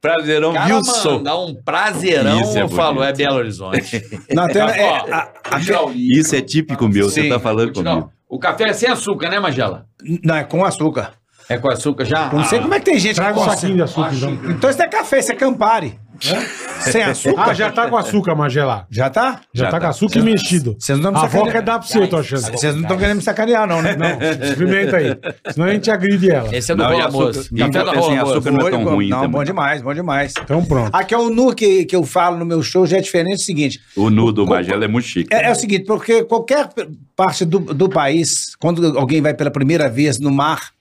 A: Prazerão,
E: Cara,
A: viu,
E: mano,
A: só?
E: dá um prazerão,
A: Isso é
E: eu falo,
A: bonito.
E: é Belo Horizonte.
D: Não, tem,
E: Tá,
D: é,
E: ó,
D: a- a-
A: Isso é típico meu, você tá falando comigo.
E: O café é sem açúcar, né, Magela?
D: não, é com açúcar.
E: É com açúcar já?
D: Eu não sei como é que tem gente
C: Traga
D: que
C: um
D: consegue.
C: saquinho de açúcar, então.
D: Então isso é café, isso é Campari. né? Sem açúcar?
C: Ah, já tá com açúcar, Magela.
D: Já tá?
C: Já,
A: Já
C: tá, com
A: tá.
C: açúcar e mexido.
D: Vocês não
C: A é
D: estão me
C: vodka
D: sacaneando.
C: dá pra você, eu tô achando.
D: Vocês não estão querendo me sacanear, não, né?
C: Não, experimenta aí. Senão a gente agride ela.
E: Esse é do
A: Não,
E: bom
A: e açúcar-
E: almoço.
A: e
E: Café da
A: café
E: bom
A: sem açúcar.
E: almoço.
A: não é tão ruim
D: Não,
A: também.
D: bom demais, bom demais.
C: Então pronto.
D: Aqui é o nu que, que eu falo no meu show, já é diferente é o seguinte.
A: O nu do Magela é muito chique.
D: É, é o seguinte, porque qualquer parte do, do país, quando alguém vai pela primeira vez no mar,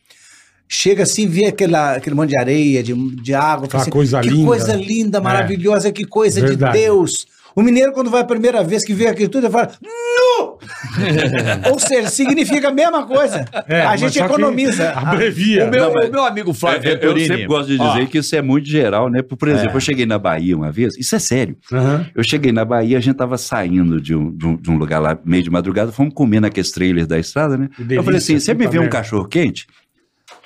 D: chega assim, vê aquela, aquele monte de areia, de, de água,
C: Aquela
D: fala assim,
C: coisa
D: que
C: linda." É.
D: coisa linda, maravilhosa, que coisa
C: Verdade.
D: de Deus. O mineiro, quando vai a primeira vez que vê aquilo tudo, ele fala, nu! Ou seja, significa a mesma coisa.
C: É,
D: a
C: mas
D: gente
C: só que
D: economiza.
C: Abrevia.
E: O meu,
A: Não, mas-
E: o meu amigo Flávio
A: É, eu
E: Venturini.
A: sempre gosto de dizer que isso é muito geral, né? Por exemplo, eu cheguei na Bahia uma vez, isso é sério.
C: Aham.
A: Eu cheguei na Bahia, a gente tava saindo de um, de um- de um lugar lá, meio de madrugada, fomos comer naqueles trailers da estrada, né?
C: Que delícia,
A: eu falei assim, você me
C: puta
A: vê um
C: merda."
A: cachorro quente?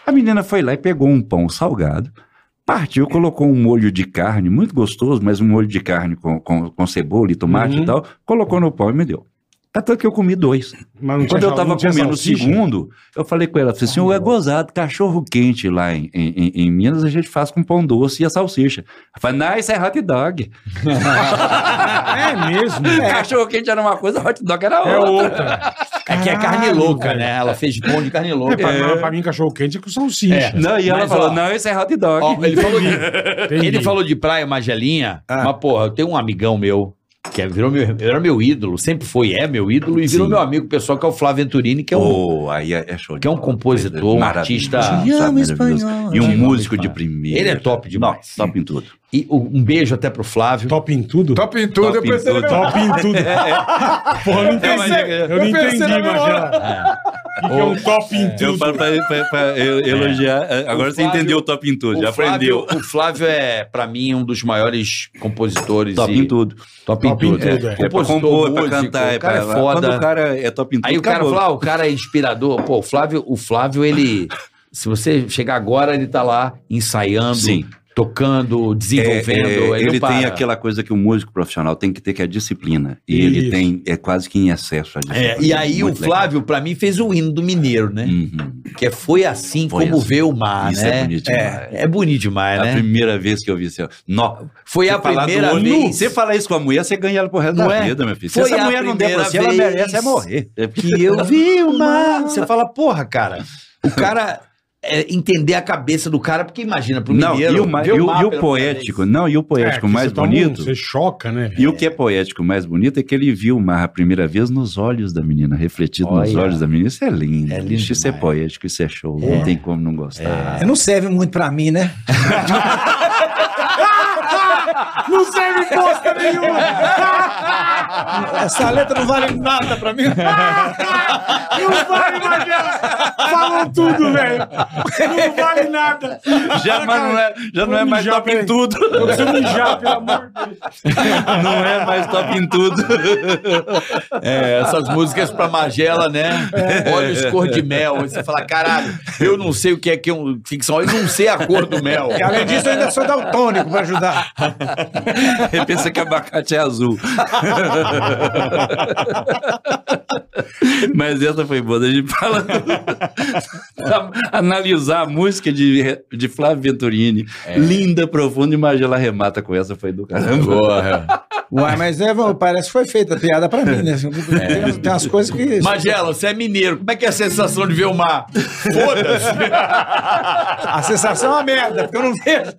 A: A menina foi lá e pegou um pão salgado, partiu, colocou um molho de carne, muito gostoso, mas um molho de carne com, com, com cebola e tomate
C: Uhum.
A: e tal, colocou no pão e me deu. É tanto que eu comi dois.
C: Mas não
A: Quando
C: tinha
A: eu
C: sal-
A: tava
C: não tinha
A: comendo o
C: salsicha?
A: segundo, eu falei com ela, falei assim, "Ô, é gozado, cachorro quente lá em, em, em- em Minas, a gente faz com pão doce e a salsicha. Eu falei, não, isso é hot dog.
C: É mesmo.
A: Cachorro quente era uma coisa, hot dog era
C: É
A: outra.
C: outra.
E: É que é carne
C: Caralho,
E: louca,
C: velho.
E: né? Ela fez pão de carne
C: É,
E: louca.
C: pra, pra mim, cachorro quente é com salsicha.
A: Não, e ela
E: Mas,
A: falou,
E: ó,
A: não, isso é hot dog.
E: Ó, ele, falou de,
C: Entendi.
E: ele falou de praia Magelinha,
D: Ah.
E: mas, porra, eu tenho um amigão meu, que é- virou meu, era meu ídolo, sempre foi, é meu ídolo, e virou meu amigo pessoal, que é o Flávio Venturini, que é um,
A: Ô, aí é, é show. de
E: que é um
A: bola.
E: compositor, um
A: Maravilhoso,
E: artista.
A: sabe,
D: Te amo,
A: maravilhoso.
D: espanhol.
E: Te
A: E um
E: amo,
A: músico de
E: espanhol. né?
A: primeira.
E: Ele é top demais.
A: Nossa, top em tudo.
E: E o- um beijo até pro Flávio.
C: Top em tudo?
G: Top em tudo,
A: Top
G: eu
A: em
G: pensei
A: tudo.
C: Top em tudo. Porra, eu não
G: Eu
C: entendi.
G: pensei-
C: Eu não
G: eu pensei
C: entendi,
G: na mesma
C: Magela. O que é um top em
A: Eu,
C: tudo?
A: pra, pra- pra- pra eu elogiar, agora
E: O
A: você
E: Flávio-
A: entendeu É. o top em tudo, já
E: o Flávio-
A: aprendeu.
E: O Flávio é, pra mim, um dos maiores compositores.
A: Top
E: e-
A: em tudo.
C: Top
E: Top,
C: em
E: em tudo.
C: tudo, é.
A: É pra
E: Compositor,
A: compor, é pra
E: músico,
A: cantar, é
E: o cara
A: pra...
E: é foda.
A: Quando o cara é top em tudo,
E: Aí o cara
A: acabou.
E: fala, ah, o cara é inspirador. Pô, o Flávio, o Flávio, ele. Se você chegar agora, ele tá lá ensaiando,
A: Sim.
E: tocando, desenvolvendo.
A: É, é,
E: ele
A: ele
E: não
A: tem
E: para.
A: aquela coisa que o músico profissional tem que ter, que é a disciplina. E
C: Isso.
A: ele tem, é quase que em excesso a disciplina.
E: É, e aí o
A: Muito legal.
E: Flávio, pra mim, fez o hino do Mineiro, né?
A: Uhum.
E: Que é Foi Assim
A: Foi
E: Como
A: Assim.
E: Vê o Mar,
A: Isso
E: né?
A: é bonito demais.
E: É, é bonito demais,
A: A
E: né?
A: primeira vez que eu vi isso, eu- Nó.
E: Foi É a primeira vez.
A: Você falar isso com a mulher, você ganha ela pro resto
E: Não
A: da
E: é?
A: vida, meu filho.
E: Foi
A: Se essa
E: a
A: mulher não der pra você, ela
E: primeira
A: merece é
E: vez.
A: morrer.
E: que eu vi o mar. Você fala, porra, cara. O cara é, entender a cabeça do cara, porque imagina, pro
A: Não,
E: mineiro...
A: e o, ma-
E: ver
A: e o-
E: mar
A: e o
E: pela primeira
A: poético,
E: vez.
A: não, e o
C: que
A: poético
C: você
A: mais
C: toma um-
A: bonito.
C: Você choca, né? velho?
A: E o que é poético mais bonito é que ele viu o mar a primeira vez nos olhos da menina, refletido nos
E: Olha.
A: olhos da menina. Isso é lindo.
E: É lindo
A: bicho, isso é
E: demais. É.
A: poético, isso é show. Não tem como não gostar.
D: É, Não serve muito pra mim, né?
C: Não serve bosta nenhuma.
D: Essa letra não vale
A: né?
D: nada pra mim.
C: Não vale, Magela. Falou tudo, velho. Não vale nada.
A: Já, mas não é, já não é
C: Vou
A: mais
C: mijar,
A: top em
C: peraí.
A: tudo.
C: Eu preciso mijar, pelo amor de Deus.
A: Não é mais top em tudo.
E: É, essas músicas pra Magela, né?
A: É.
E: Olhos cor de mel. Aí Você fala, caralho, eu não sei o que é que é um ficção, eu não sei a cor do mel.
D: E, além disso, eu ainda sou daltônico pra ajudar.
A: Ele pensa que abacate é azul. Mas essa foi boa. A gente fala pra analisar a música de, de
E: É.
A: Flávio Venturini. Linda, profunda, e Magela remata com essa. Foi do caramba.
E: Porra.
D: Uai, mas é, vamos, parece que foi feita a piada pra mim, né? Tem, tem umas coisas que.
E: Magela, você é mineiro. Como é que é a sensação de ver o mar? Foda-se.
D: A sensação é uma merda, porque eu não vejo.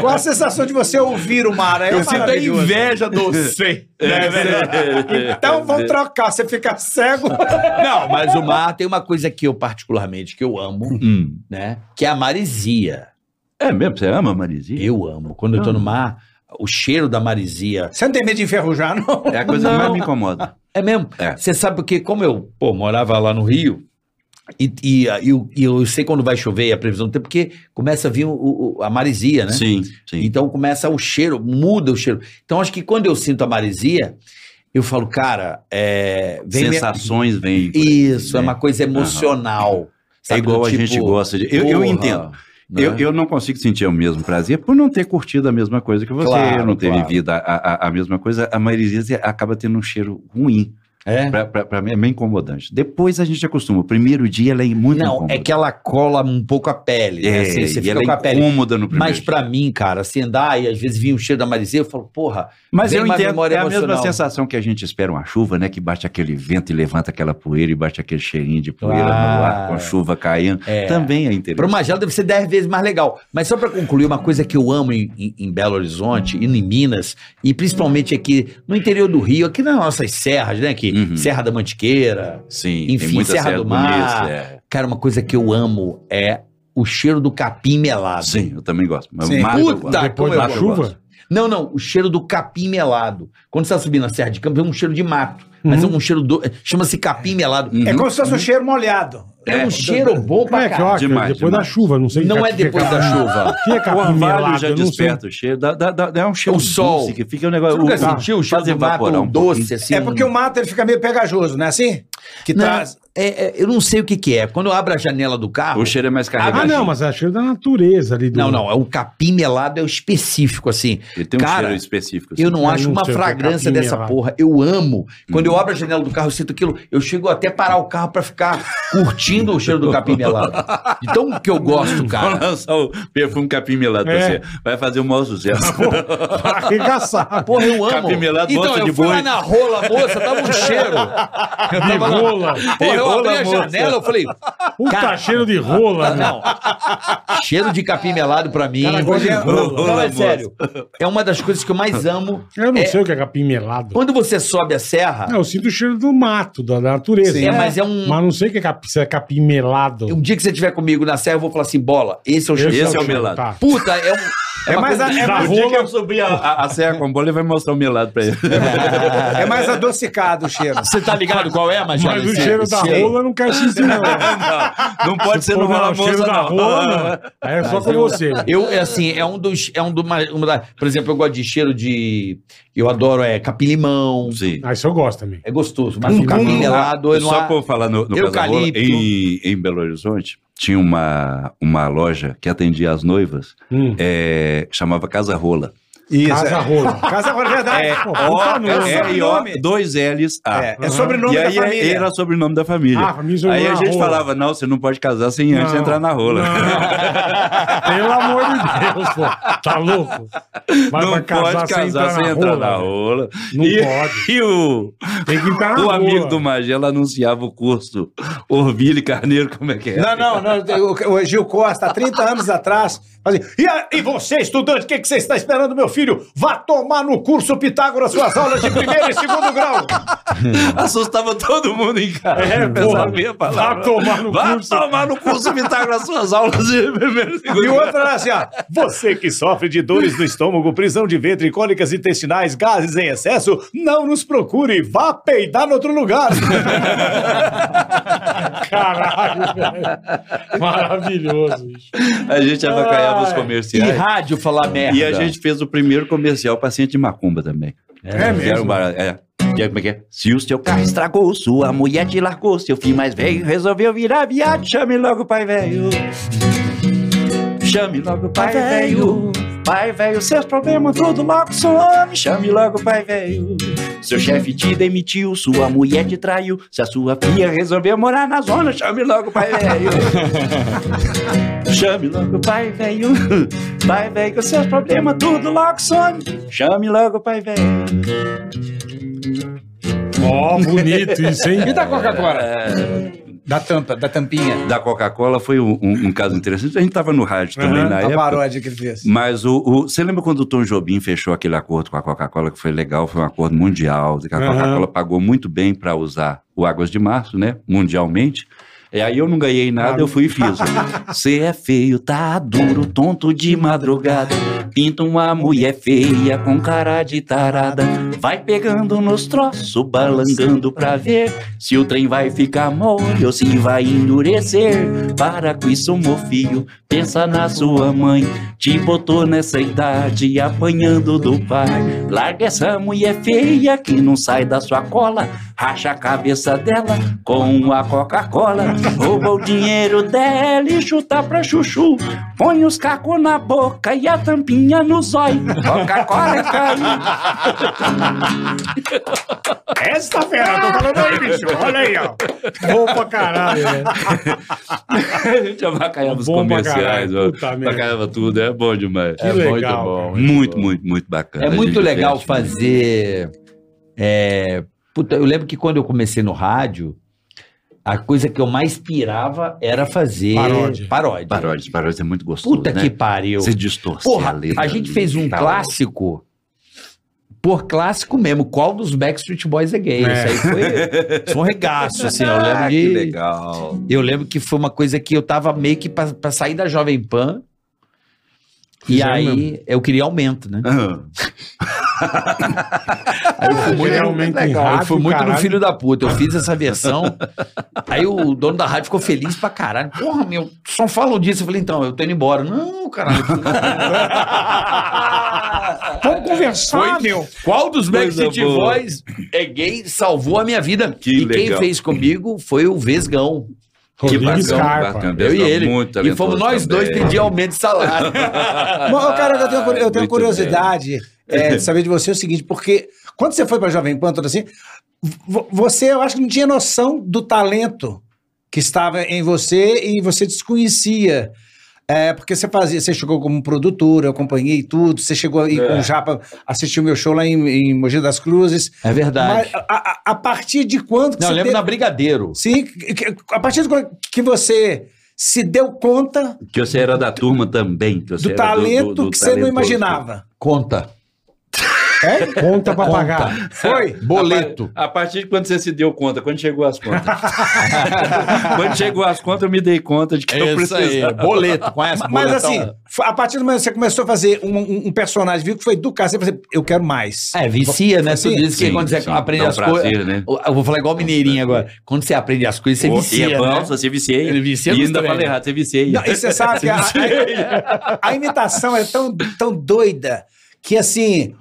D: Qual a sensação de você ouvir o mar? Aí é
E: Eu sinto a
D: maravilhoso.
E: inveja do C.
A: É.
D: Então vamos trocar, você fica cego.
E: Não, mas o mar tem uma coisa que eu particularmente que eu amo,
A: Hum.
E: né? Que é a maresia.
A: É mesmo? Você ama a Marizinha?
E: Eu amo. Quando eu tô no mar, o cheiro da maresia
D: Você não tem medo de enferrujar, não?
A: É a coisa que
E: Não.
A: mais me incomoda.
E: É mesmo?
A: É.
E: Você sabe porque, como eu pô, morava lá no Rio, e, e, ah, eu, e eu sei quando vai chover e a previsão do tempo, porque começa a vir o- o- o- a maresia, né?
A: Sim, sim.
E: Então começa o cheiro, muda o cheiro. Então acho que quando eu sinto a maresia, eu falo, cara, é, vem minha-
A: Sensações vêm. por aí,
E: Isso, é
A: né?
E: uma coisa emocional.
A: É
E: sabe? Do
A: igual a
E: tipo,
A: gente gosta de. Eu, eu
E: porra,
A: entendo.
E: né?
A: Eu, eu não consigo sentir o mesmo prazer por não ter curtido a mesma coisa que você,
E: Claro,
A: eu não ter
E: claro.
A: vivido a, a, a- a mesma coisa. A maioria acaba tendo um cheiro ruim.
E: É?
A: Pra, pra, pra mim é meio incomodante. Depois a gente acostuma. O primeiro dia ela é muito
E: Não,
A: incômoda.
E: é que ela cola um pouco a pele. né? Assim, você
A: e
E: fica
A: ela
E: com a
A: é
E: pele.
A: incômoda no primeiro
E: Mas pra mim, cara, assim, andar e às vezes vinha o cheiro da maresia, eu falo, porra,
A: Mas
E: Vem
A: eu
E: uma
A: entendo,
E: memória
A: é a mesma
E: emocional.
A: sensação que a gente espera uma chuva, né? Que bate aquele vento e levanta aquela poeira e bate aquele cheirinho de poeira no ar com a
E: Claro.
A: chuva caindo.
E: É.
A: Também é interessante.
E: Para uma Magela deve ser 10 vezes mais legal. Mas só para concluir, uma coisa que eu amo em, em- em Belo Horizonte e em Minas, e principalmente aqui no interior do Rio, aqui nas nossas serras, né? Aqui,
A: Uhum.
E: Serra da Mantiqueira.
A: Sim,
E: Enfim, Serra do Mar.
A: bonita, é.
E: Cara, uma coisa que eu amo é o cheiro do capim melado.
A: Sim, eu também gosto. Mas
D: Sim.
A: mar eu
E: Puta
A: gosto.
E: como
C: Depois
E: eu
C: da
E: gosto.
C: chuva?
E: Não, não, o cheiro do capim melado. Quando você tá subindo na Serra de Campos, é um cheiro de mato. Mas é um cheiro do... Chama-se capim melado.
A: Uhum.
D: É como se fosse um cheiro molhado.
E: É, um cheiro bom pra
C: É, que eu
E: caralho.
C: acho,
A: Demais,
C: depois
A: demais.
C: da chuva, não sei.
E: Não
C: que-
E: é
C: que
E: depois da
C: capim-
E: chuva.
C: Que é
A: O
C: capim
A: orvalho já
C: melado, eu não sei.
A: desperta o cheiro. Dá, dá- dá- dá- é um cheiro
E: O sol.
A: doce que fica um negócio.
E: Você nunca
A: tá,
E: sentiu o cheiro
A: faz
E: do mato
A: evaporar um
E: doce,
A: pouquinho.
E: assim?
D: É porque o mato ele fica meio pegajoso, não é assim? Que
E: Não,
D: traz.
E: é- é, eu não sei o que que é. Quando eu abro a janela do carro...
A: O cheiro é mais carregado.
C: Ah, não, mas é cheiro da natureza ali. Do...
E: Não, não, é o capim melado, é o específico, assim.
A: Ele tem um
E: Cara,
A: cheiro específico. assim.
E: Eu não
C: Eu
E: acho
C: não
E: uma
C: sei o que é
E: fragrância
C: capim
E: dessa
C: melado.
E: porra. Eu amo. Quando
A: Uhum.
E: eu abro a janela do carro, eu sinto aquilo. Eu chego até parar o carro pra ficar curtindo o cheiro do capim melado. Então, que eu gosto,
A: Vamos
E: cara.
A: lançar o perfume capim melado pra
C: É.
A: você. Vai fazer o maior sucesso.
C: Pra arregaçar.
E: Porra, eu amo.
A: Capim melado,
E: então,
A: bosta
E: eu
A: de
E: fui
A: boi.
E: lá na rola, moça, tava um cheiro. Eu
C: De
E: tava lá.
C: rola.
E: Porra, eu abri
A: rola,
E: a
A: moça.
E: janela, eu falei,
C: Puta
E: Cara.
C: cheiro de rola, né?
E: não. Cheiro de capim melado pra mim.
C: Cara, gosto de rola.
E: não, é
A: Rola,
E: sério. É uma das coisas que eu mais amo.
C: Eu não
E: É-
C: sei o que é capim melado.
E: Quando você sobe a serra,
C: Não, eu sinto o cheiro do mato, da da natureza.
E: é, mas é um,
C: Mas não sei o que é capim, se é capim melado.
E: Um dia que você estiver comigo na serra, eu vou falar assim, bola, esse é o cheiro.
A: Esse é o melado.
C: Tá.
E: Puta, é um...
D: É mais, a- é,
C: Da
D: mais,
A: dia que
C: rola.
A: eu subir a, a, a serra com bola, ele vai mostrar o melado pra ele.
D: é mais adocicado o cheiro.
E: Você tá ligado qual é, Magela?
C: Mas o
E: Esse-
C: cheiro da
E: esse é-
C: rola eu não quero sentir, não.
A: não, não pode ser no
C: Não,
A: rola
C: o cheiro
A: moça,
C: da
A: não.
C: rola, não. Aí é só com você.
E: Eu, é assim, é um dos... É um do, uma, uma da- por exemplo, eu gosto de cheiro de... Eu adoro é, capim-limão.
A: Sim.
C: Ah, isso eu gosto também.
E: É gostoso, mas um
C: Capim-limão.
E: capim melado eu não...
A: Só por falar no, no Casa Rola,
E: Eucalipto.
A: em, em Belo Horizonte, tinha uma, uma loja que atendia as noivas,
C: Hum.
A: é, chamava Casa Rola.
D: Isso,
C: Casa
D: é.
C: rola.
D: Casa rola, é verdade.
C: É,
D: Pô,
C: ó,
D: puta
C: é
D: nome.
A: R-O, dois L's, A.
D: É, é sobrenome
A: e
D: da
A: aí
D: família.
A: era sobrenome da família.
C: Ah, família
A: aí a
C: na
A: gente
C: rola.
A: falava, não, você não pode casar sem antes
C: Não.
A: entrar na rola.
C: Não. Pelo amor de Deus, pô. Tá louco? Vai
A: Não
C: pra
A: pode casar sem entrar na
C: velho.
A: rola.
C: Não
A: E-
C: pode.
A: E o,
C: Tem que entrar na
A: o
C: rola.
A: amigo do Magela anunciava o curso Orville Carneiro, como é que é?
D: Não, não, não. O, o Gil Costa, há 30 anos atrás, fazia. E, a- e você, estudante, o que, que você está esperando, meu filho? Vá tomar no curso Pitágoras suas aulas de primeiro e segundo grau.
A: Assustava todo mundo em casa.
C: É,
A: Eu
C: porra.
A: sabia a palavra.
C: Vá tomar no
A: Vá
C: curso.
A: tomar no curso Pitágoras suas aulas de primeiro e segundo
D: E o
A: grau.
D: outro era assim, ó.
H: Você que sofre de dores no estômago, prisão de ventre, cólicas intestinais, gases em excesso, não nos procure, vá peidar em outro lugar.
C: Caralho, velho. Maravilhoso, bicho.
A: A gente avacalhava os
E: E
A: comerciais.
E: rádio falar merda.
A: E, a gente fez o primeiro comercial paciente de macumba também.
E: É
A: Era um bar- é. E aí, como é que é? Se o seu carro estragou, sua mulher te largou, seu filho mais velho resolveu virar viado, chame logo o pai velho. Chame logo o pai velho. Pai velho, seus problemas tudo logo some, chame logo o pai velho. Seu chefe te demitiu, sua mulher te traiu. Se a sua filha resolver morar na zona, chame logo o pai velho. chame logo o pai velho. Pai velho, com seus problemas, tudo logo some. Chame logo o pai velho.
C: Ó, é um bonito isso, hein?
G: E da Coca-Cola?
D: Da tampa, da tampinha.
A: Da Coca-Cola foi um, um- um caso interessante. A gente tava no rádio também na
D: a
A: época.
D: paródia que ele fez.
A: Mas o, o- você lembra quando o Tom Jobim fechou aquele acordo com a Coca-Cola, que foi legal, foi um acordo mundial, que a
C: Aham.
A: Coca-Cola pagou muito bem para usar o Águas de Março, né? Mundialmente. E aí eu não ganhei nada, eu fui e fiz. Você é feio, tá duro, tonto de madrugada. Pinta uma mulher feia com cara de tarada. Vai pegando nos troços, balangando pra ver se o trem vai ficar mole ou se vai endurecer. Para com isso, mofio, pensa na sua mãe. Te botou nessa idade, apanhando do pai. Larga essa mulher feia que não sai da sua cola. Racha a cabeça dela com a Coca-Cola. Rouba o dinheiro dela e chuta pra chuchu. Põe os cacos na boca e a tampinha no zóio. Coca-Cola é caiu.
H: Esta fera, tô falando aí, bicho. Olha aí, ó.
C: Bom pra caralho, né?
A: A gente avacalhava os
C: Bom pra
A: comerciais.
C: caralho,
A: ó.
C: puta merda.
A: Avacalhava tudo, é bom demais.
C: Que legal,
A: Muito, muito, muito bacana.
E: É muito
A: gente,
E: legal
A: gente.
E: fazer. é, puta, eu lembro que quando eu comecei no rádio, a coisa que eu mais pirava era fazer
C: Paródia.
E: paródia.
A: Paródias, paródias é muito gostoso.
E: Puta
A: né?
E: que pariu.
A: Você distorce
E: Porra,
A: a letra.
E: a gente
A: ali
E: fez
A: e
E: um
A: tal.
E: clássico. Por clássico mesmo, qual dos Backstreet Boys é gay?
C: É.
E: Isso aí foi, foi um regaço, assim. Eu lembro
A: Ah,
E: de.
A: que legal.
E: Eu lembro que foi uma coisa que eu tava meio que pra, pra sair da Jovem Pan. E
C: Fizeram
E: aí eu queria aumento, né?
A: Ah,
E: Aí eu fui muito,
C: Geralmente em
E: eu
C: rádio,
E: fui muito
C: Tá
E: no
C: caralho.
E: filho da puta. Eu fiz essa versão. aí o dono da rádio ficou feliz pra caralho. Porra, meu, só falam disso. Eu falei, então, eu tô indo embora. Não, caralho.
C: Vamos conversar, meu.
E: Qual dos
A: Coisa
E: Backstreet
A: boa.
E: Boys é gay? Salvou a minha vida.
A: Que
E: e quem
A: legal.
E: fez comigo foi o Vesgão.
C: Rodrigo
A: bacana,
C: Scarpa.
A: bacana.
E: Eu e
A: Vesgão,
E: ele.
A: muito
E: E
A: talentoso
E: fomos nós
A: também.
E: dois pedir aumento de salário.
D: Mas,
E: Ah,
D: ô, cara, eu tenho, eu tenho
A: Muito
D: curiosidade é, de saber de você o seguinte, porque quando você foi pra Jovem Pan, tudo assim, vo- você, eu acho que não tinha noção do talento que estava em você e você desconhecia. É, porque você fazia, você chegou como produtor, eu acompanhei tudo, você chegou aí com o Japa, assistiu meu show lá em, em Mogi das Cruzes.
E: É verdade.
D: Mas a, a- a partir de quando que
E: Não, eu
D: você
E: lembro
D: teve-
E: na Brigadeiro.
D: Sim, que- que- a partir de quando que você se deu conta
A: Que você era da turma também. Que
D: do
A: você era
D: talento
A: do- do
D: que você não
A: talentoso.
D: imaginava?
E: Conta.
C: Conta pra
E: Conta.
C: pagar.
D: Foi?
E: Boleto.
A: A partir de quando você se deu conta, quando chegou as contas. quando chegou as contas, eu me dei conta de que eu precisava.
E: É Boleto. Conhece
D: Mas
E: boletão?
D: assim, fa- a partir do momento que você começou a fazer um, um- um personagem, viu que foi do cara, você falou assim, eu quero mais.
E: É, vicia, né?
D: Sim,
E: Tudo isso que quando você
A: sim,
E: aprende
A: dá um
E: as coisas.
A: prazer, né?
E: Eu vou falar igual mineirinho agora. Quando você aprende as coisas, você
A: Pô,
E: vicia.
A: e é bom,
E: né?
A: você viciei.
E: Ele vicia
A: e
E: nos
A: ainda
E: treinos.
A: falei errado, você viciei.
D: Não, e você sabe que a, a- a imitação é tão, tão doida que assim.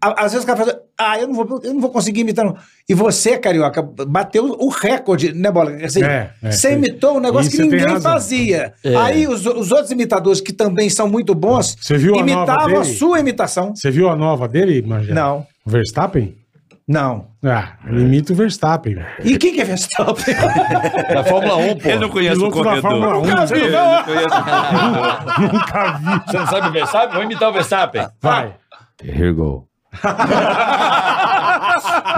D: a- Às vezes o cara fala, ah, eu não, vou, eu não vou conseguir imitar. não." E você, carioca, bateu o recorde, né, Bola? Assim,
C: É, é,
D: você
C: foi.
D: imitou um negócio
C: Isso
D: que
C: você tem
D: ninguém
C: razão.
D: fazia.
E: É.
D: Aí os, os outros imitadores, que também são muito bons,
C: Você viu a nova
D: imitavam a
C: dele? É.
D: sua imitação.
C: Você viu a nova dele, Magé?
D: Não,
C: Verstappen?
D: não.
C: Ah, ele imita o Verstappen.
D: E quem que é Verstappen?
A: né?
E: Da Fórmula 1, pô.
A: Eu não conheço o
C: Piloto da Fórmula
A: corredor.
C: 1.
D: viu,
C: né?
A: não conheço o corredor.
C: Nunca vi.
E: Você não sabe o Verstappen? Vamos imitar o Verstappen.
C: Vai.
E: Here go.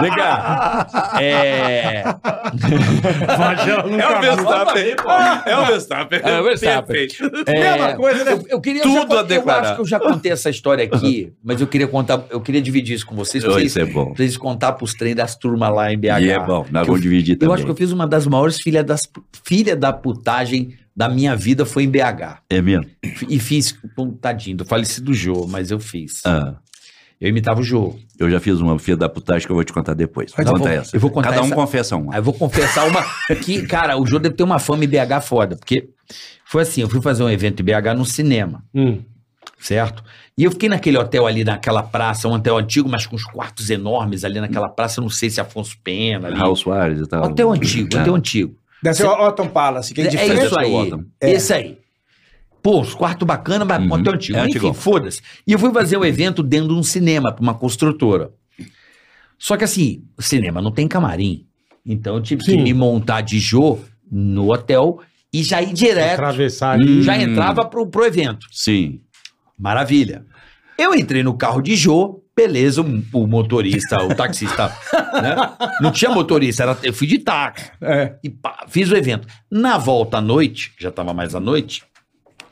E: Vem cá. É.
C: Magé,
A: É o
C: nunca vi.
A: Verstappen. É o Verstappen.
E: É o Verstappen.
A: Perfeito.
E: É,
D: Mesma coisa, né?
E: Eu, eu queria
A: Tudo
E: eu já con-
A: a declarar.
E: Eu acho que eu já contei essa história aqui, mas eu queria contar, eu queria dividir isso com vocês. pra
A: Oh,
E: vocês,
A: Isso é bom.
E: pra vocês contar pros trem das turmas lá em BH.
A: E é bom, nós
E: Que eu-
A: vamos dividir
E: Eu
A: também.
E: acho que eu fiz uma das maiores filha, das, filha da putagem da minha vida foi em BH.
A: É mesmo?
E: E fiz, com- tadinho, do falecido Jô, mas eu fiz.
A: Ah.
E: Eu imitava o Jô.
A: Eu já fiz uma filha da putagem que eu vou te contar depois.
E: Mas eu
A: Conta
E: vou-
A: essa.
E: eu vou contar
A: Cada um
E: essa-
A: confessa
E: Aí
A: uma.
E: eu vou confessar uma que, cara, o Jô deve ter uma fama em BH foda, porque foi assim, eu fui fazer um evento em BH no cinema,
C: Hum,
E: certo? E eu fiquei naquele hotel ali naquela praça, um hotel antigo, mas com os quartos enormes ali naquela praça, eu não sei se Afonso Pena ali.
A: Raul Soares e tal.
E: Hotel antigo,
G: Tá.
E: hotel antigo.
D: Deve ser o Otton Palace, que é
E: É,
D: diferente.
E: isso aí.
A: Otton.
E: Esse aí. Pô, os quartos bacanas, mas
A: Uhum.
E: hotel antigo.
A: É
E: Enfim,
A: antigão.
E: foda-se. E eu fui fazer um evento dentro de um cinema, pra uma construtora. Só que assim, o cinema não tem camarim. Então eu tive que
C: Sim.
E: me montar de Jô no hotel e já ir direto.
C: Atravessar
A: Hum.
C: ali.
E: Já entrava pro, pro evento.
A: Ah, Sim.
E: Maravilha. Eu entrei no carro de Jô, beleza, o- o motorista, o taxista, né? Não tinha motorista, era, eu fui de táxi.
D: É.
E: E pá, fiz o evento. Na volta à noite, já tava mais à noite,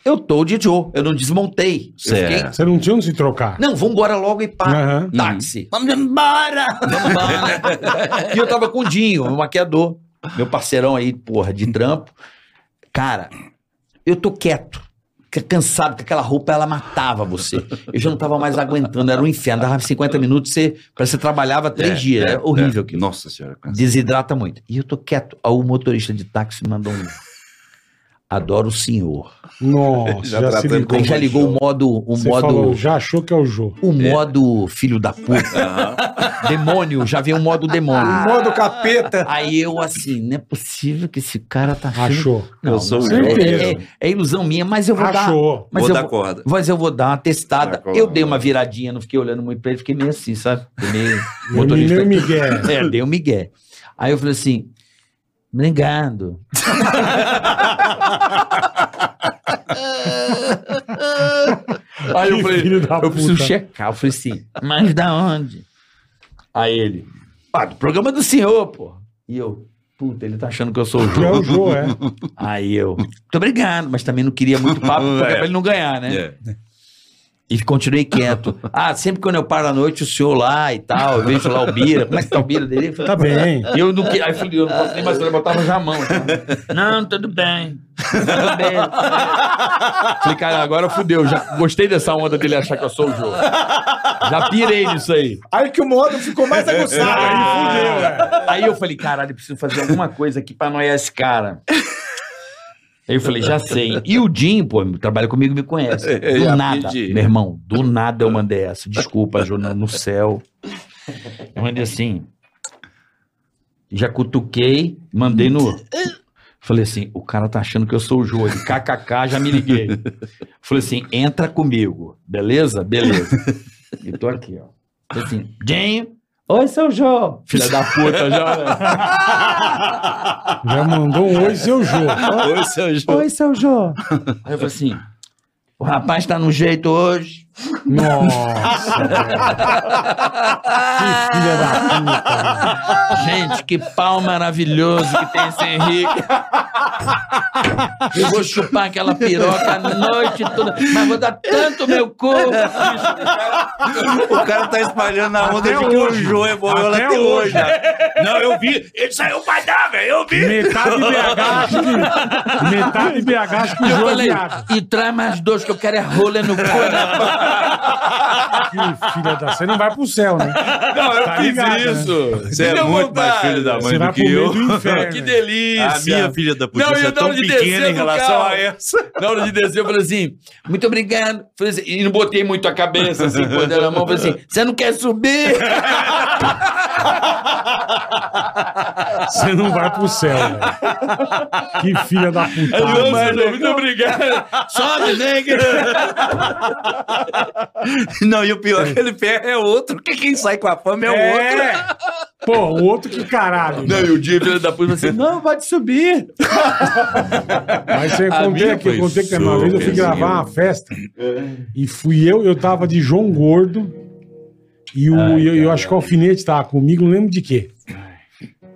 E: eu tô de Jô, eu não desmontei. Eu
A: Certo.
E: fiquei,
C: Você não tinha onde se trocar.
E: não, vambora logo e pá,
C: Aham.
E: táxi.
F: Vamos embora!
E: e eu tava com o Dinho, meu maquiador, meu parceirão aí, porra, de trampo. Cara, eu tô quieto. ca- Cansado, que aquela roupa ela matava você. Eu já não tava mais aguentando, era um inferno. Dava 50 minutos, você, parece que você trabalhava três dias. Era
G: é.
E: horrível aquilo.
A: É. Nossa senhora. cara.
E: Desidrata muito. E eu tô quieto. Aí o motorista de táxi me mandou um. Adoro o senhor.
C: Nossa, já,
A: Já
C: se
A: tratando
C: ligou.
E: Aí já ligou o modo. O
C: é Você
E: modo um.
C: falou, já achou que é o Jô.
E: o modo filho da puta. demônio, já veio o modo demônio.
D: O Ah. modo capeta.
E: Aí eu assim, não é possível que esse cara tá achando-
C: Achou.
E: Não,
A: Eu sou
E: não,
A: o
E: é,
A: Jô.
E: é, é- é ilusão minha, mas eu vou dar.
C: Achou.
E: Mas
A: Vou
E: eu
A: dar
E: vou-
A: corda.
E: Mas eu vou dar uma testada.
A: Vai,
E: Eu
A: vai.
E: dei uma viradinha, não fiquei olhando muito pra ele, fiquei meio assim, sabe? Fiquei Meio
C: Meu meu Miguel.
E: É, dei um migué. Aí eu falei assim, obrigado. Aí eu
C: Que
E: falei,
C: filho da
E: eu preciso
C: puta.
E: checar. Eu falei assim, mas da onde? Aí ele, ah, do programa do senhor, pô. E eu, puta, ele tá achando que eu sou o
C: Que é o
E: jogo.
C: Jô, é.
E: Aí eu, muito obrigado, mas também não queria muito papo, porque é pra ele não ganhar, né?
A: É.
E: E continuei quieto. Ah, sempre quando eu paro à noite, o senhor lá e tal, eu vejo lá o Bira. Como é que tá o Bira dele? Eu falei,
C: Tá bem.
E: e eu não que... Aí eu falei, eu não posso nem mais olhar, botava já a mão. assim. Não, tudo bem. Tudo bem. Falei, cara, agora fudeu. Já gostei dessa onda dele achar que eu sou o jogo. Já pirei nisso aí.
D: Aí que o modo ficou mais
C: É,
D: aguçado.
C: né?
E: Aí eu falei, caralho, eu preciso fazer alguma coisa aqui pra noiar esse cara. Aí eu falei, já sei. E o Jim, pô, trabalha comigo, me conhece.
A: Eu
E: Do
A: já
E: nada,
A: pedi.
E: meu irmão, do nada eu mandei essa. Desculpa, Jona, no céu. Eu mandei assim. Já cutuquei, mandei no. Falei assim, o cara tá achando que eu sou o Jô. Ele, KKK, já me liguei. Falei assim, entra comigo, beleza? Beleza. E tô aqui, ó. Falei assim, Jim. Oi, seu Jô. Filha da puta, já.
C: Já mandou um oi, seu Jô.
A: Oi, seu Jô.
E: Oi, seu Jô. Aí eu falei assim, o rapaz tá no jeito hoje.
C: Nossa, velho. Que filha da puta.
E: Gente, que pau maravilhoso que tem esse Henrique. Eu vou chupar aquela piroca a noite toda, mas vou dar tanto meu corpo.
A: O cara tá espalhando na onda de que o Jô é boiola
C: Até
A: até, hoje. Não, eu vi. Ele saiu pra dar, velho. Eu vi.
C: Metade BH acho que. Metade BH acho que o Jô
E: Eu
C: é
E: falei,
C: viado.
E: e traz mais dois que eu quero é rolha no cu.
C: Que filha da. Você não vai pro céu, né?
G: Não, eu
C: Tá
G: fiz
C: ligado,
G: isso.
A: Você é
G: Fica à
A: muito
G: vontade.
A: mais filho da
C: Você
A: mãe
C: vai pro
A: do que
C: meio
A: eu.
C: do inferno.
G: Que delícia.
A: A minha filha da puta
G: Não, e
A: é
G: na
A: tão
G: hora de
A: pequena
G: descer
A: em
G: do
A: relação
G: carro.
A: a essa.
E: Na hora de descer, eu falei assim, muito obrigado. Falei assim, e não botei muito a cabeça, assim, quando era a mão, eu falei assim, você não quer subir?
C: Você não vai pro céu, velho. Que filha da
G: Não,
C: puta.
G: mas
A: é
G: muito obrigado.
E: Sobe, né?
A: Não, e o pior é que ele ferra é outro, que quem sai com a fama é o outro.
C: Pô, o outro que caralho.
E: Não, e o dia, filho da puta, assim, não, pode subir.
C: Mas você
A: A
C: contei
A: minha
C: aqui, eu
A: foi
C: contei que uma
A: super
C: vez eu fui gravar
A: assim,
C: uma festa e fui eu, eu tava de João Gordo e o, e eu, eu acho que o Alfinete tava comigo, não lembro de quê.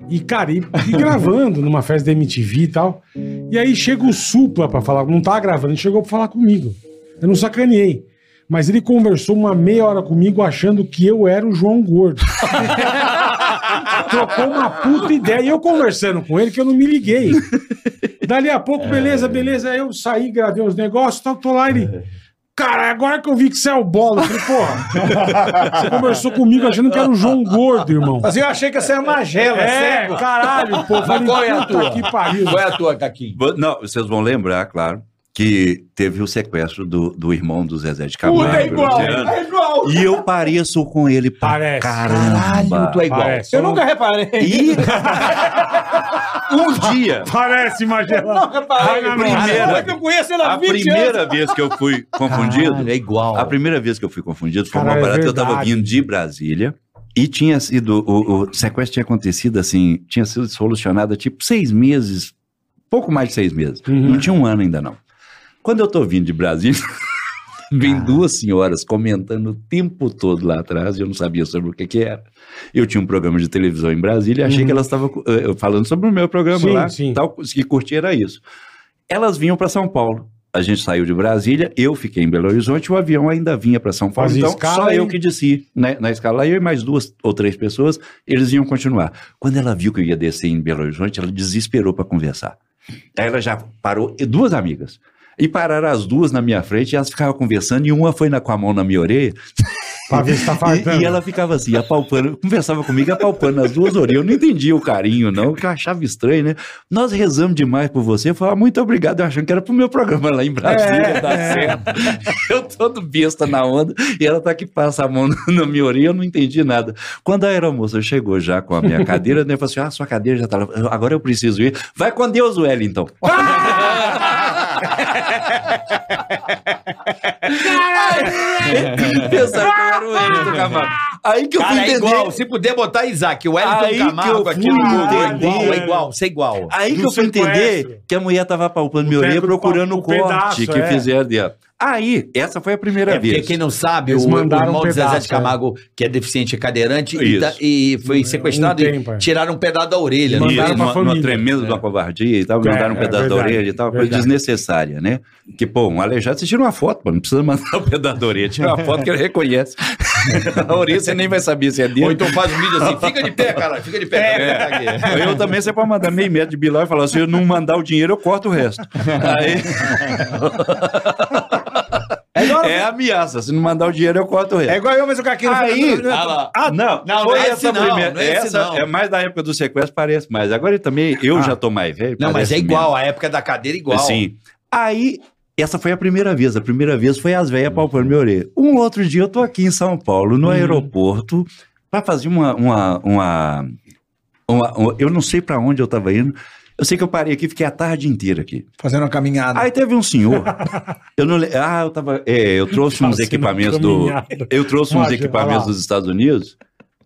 C: E, cara, e, e gravando numa festa da MTV e tal. E aí chega o Supla pra falar, não tava gravando, ele chegou pra falar comigo. Eu não sacaneei. Mas ele conversou uma meia hora comigo achando que eu era o João Gordo. Trocou uma puta ideia. E eu conversando com ele que eu não me liguei. Dali a pouco,
E: É.
C: beleza, beleza. Aí eu saí, gravei uns negócios, tal, tô lá ele. Cara, agora que eu vi que você é o bola, eu falei, porra, você conversou comigo achando que era o João Gordo, irmão.
D: Mas eu achei que essa era magela,
C: É,
D: cego.
C: caralho, pô. Falei,
E: qual é a
C: puta
E: tua?
C: que pariu.
E: Qual é a tua, Caquinho?
A: Vo- Não, vocês vão lembrar, claro, que teve o sequestro do, do irmão do Zezé de Camargo.
C: Puta, é igual,
A: Luciano. E eu pareço com ele pra
C: Parece.
A: caramba.
E: tu é igual.
C: Parece.
D: Eu nunca reparei.
A: E um dia,
C: Parece, Magela. Vai
D: Reparei.
C: na
A: primeira.
D: Como é que eu conheço ele há
A: a
D: 20 anos?
A: primeira vez que eu fui confundido,
E: Caralho, é igual.
A: a primeira vez que eu fui confundido foi uma
C: Caralho, é
A: barata que eu tava
C: verdade.
A: vindo de Brasília E tinha sido, o, o sequestro tinha acontecido assim, tinha sido solucionado tipo seis meses, pouco mais de seis meses.
C: Uhum.
A: Não tinha um ano ainda não. Quando eu tô vindo de Brasília,
C: Ah.
A: vem duas senhoras comentando o tempo todo lá atrás, e eu não sabia sobre o que que era. Eu tinha um programa de televisão em Brasília, achei que elas estavam eh, falando sobre o meu programa
C: Uhum. Sim,
A: lá,
C: sim.
A: tal, que curtia era isso. Elas vinham para São Paulo. A gente saiu de Brasília, eu fiquei em Belo Horizonte, o avião ainda vinha para São Paulo,
C: Fazia
A: então
C: escala
A: só
C: e-
A: eu que desci né, na escala, eu e mais duas ou três pessoas, eles iam continuar. Quando ela viu que eu ia descer em Belo Horizonte, ela desesperou para conversar. Aí ela já parou, e duas amigas, e pararam as duas na minha frente, e elas ficavam conversando, e uma foi na- com a mão na minha orelha,
C: Pra ver se tá
A: e,
C: fartando.
A: e ela ficava assim, apalpando, conversava comigo, apalpando as duas orelhas. Eu não entendia o carinho, não, que eu achava estranho, né? Nós rezamos demais por você. Eu falava, "Ah, muito obrigado, eu achando que era pro meu programa lá em Brasília, dar certo. Eu todo besta na onda, e ela tá que passa a mão na- na minha orelha, eu não entendi nada. Quando a aeromoça chegou já com a minha cadeira, né, eu falei assim, ah, sua cadeira já tá lá, Eu- agora eu preciso ir. Vai com Deus, Wellington. Pensaram que eu era o Wellington Camargo. Aí que eu fui
E: Cara, é
A: entender.
E: igual. Se puder botar Isaac, o Wellington
A: Aí que eu
E: Camargo
A: fui
E: aqui no Google. É
A: entender.
E: igual, é igual, você é igual.
A: Aí que
C: Não
A: eu fui
C: se
A: entender
C: conhece.
A: que a mulher tava palpando minha
C: O
A: orelha
C: tempo do
A: procurando
C: pau-
A: o
C: o
A: corte
C: pedaço,
A: que
C: é.
A: fizeram dela. Aí, essa foi a primeira
E: É porque
A: vez.
E: quem não sabe, o,
C: Eles
E: o
C: mandaram um
E: irmão de Zezé de
C: pedaço,
E: Camargo, que é deficiente e cadeirante, e,
A: Isso.
E: tá- e foi
C: Um
E: sequestrado
C: tempo, é.
E: e tiraram um pedaço da orelha. não
A: Mandaram
E: tem?
A: Isso,
C: pra
A: uma,
C: família. né?
A: uma tremenda de uma covardia e tal,
C: É,
A: mandaram um
C: é
A: pedaço da
C: verdade,
A: orelha e tal, coisa
C: verdade.
A: desnecessária, né? Que, pô, um aleijado, você tira uma foto, pô, não precisa mandar o pedaço da orelha, tira uma foto que ele reconhece. a orelha você nem vai saber se é
E: Ou
A: dele.
E: então faz um vídeo assim, fica de pé, cara, fica de pé. Tá
C: É,
E: aqui.
A: Eu também, você pode mandar meio metro de bilhão e falar, se eu não mandar o dinheiro, eu corto o resto.
C: tá
A: Aí...
D: É igual,
A: É ameaça, se não mandar o dinheiro, eu corto o resto.
D: é igual eu, mas o Caquinho...
A: Aí-
E: Ah lá.
A: Ah, não,
E: Não, não
A: foi
E: é
A: essa
E: esse não,
A: primeira.
E: não é esse
A: essa
E: não. Ah.
A: é mais da época do sequestro, parece mais. Agora também, eu já tô mais velho.
E: Não, mas
A: parece
E: é igual, a época da cadeira é igual.
A: menos. Assim, aí, essa foi a primeira vez. A primeira vez foi as
E: Uhum.
A: velhas palpando minha orelha. Um outro dia eu tô aqui em São Paulo, no aeroporto, pra fazer uma... uma, uma, uma- uma- eu não sei pra onde eu tava indo. Eu sei que eu parei aqui, fiquei a tarde inteira aqui.
D: Fazendo uma caminhada.
A: Aí teve um senhor. eu não, le- ah, eu tava. é, eu trouxe uns
C: Fazendo
A: equipamentos do.
C: caminhada.
A: Eu trouxe uns
C: Imagina,
A: equipamentos
C: olha lá.
A: dos Estados Unidos.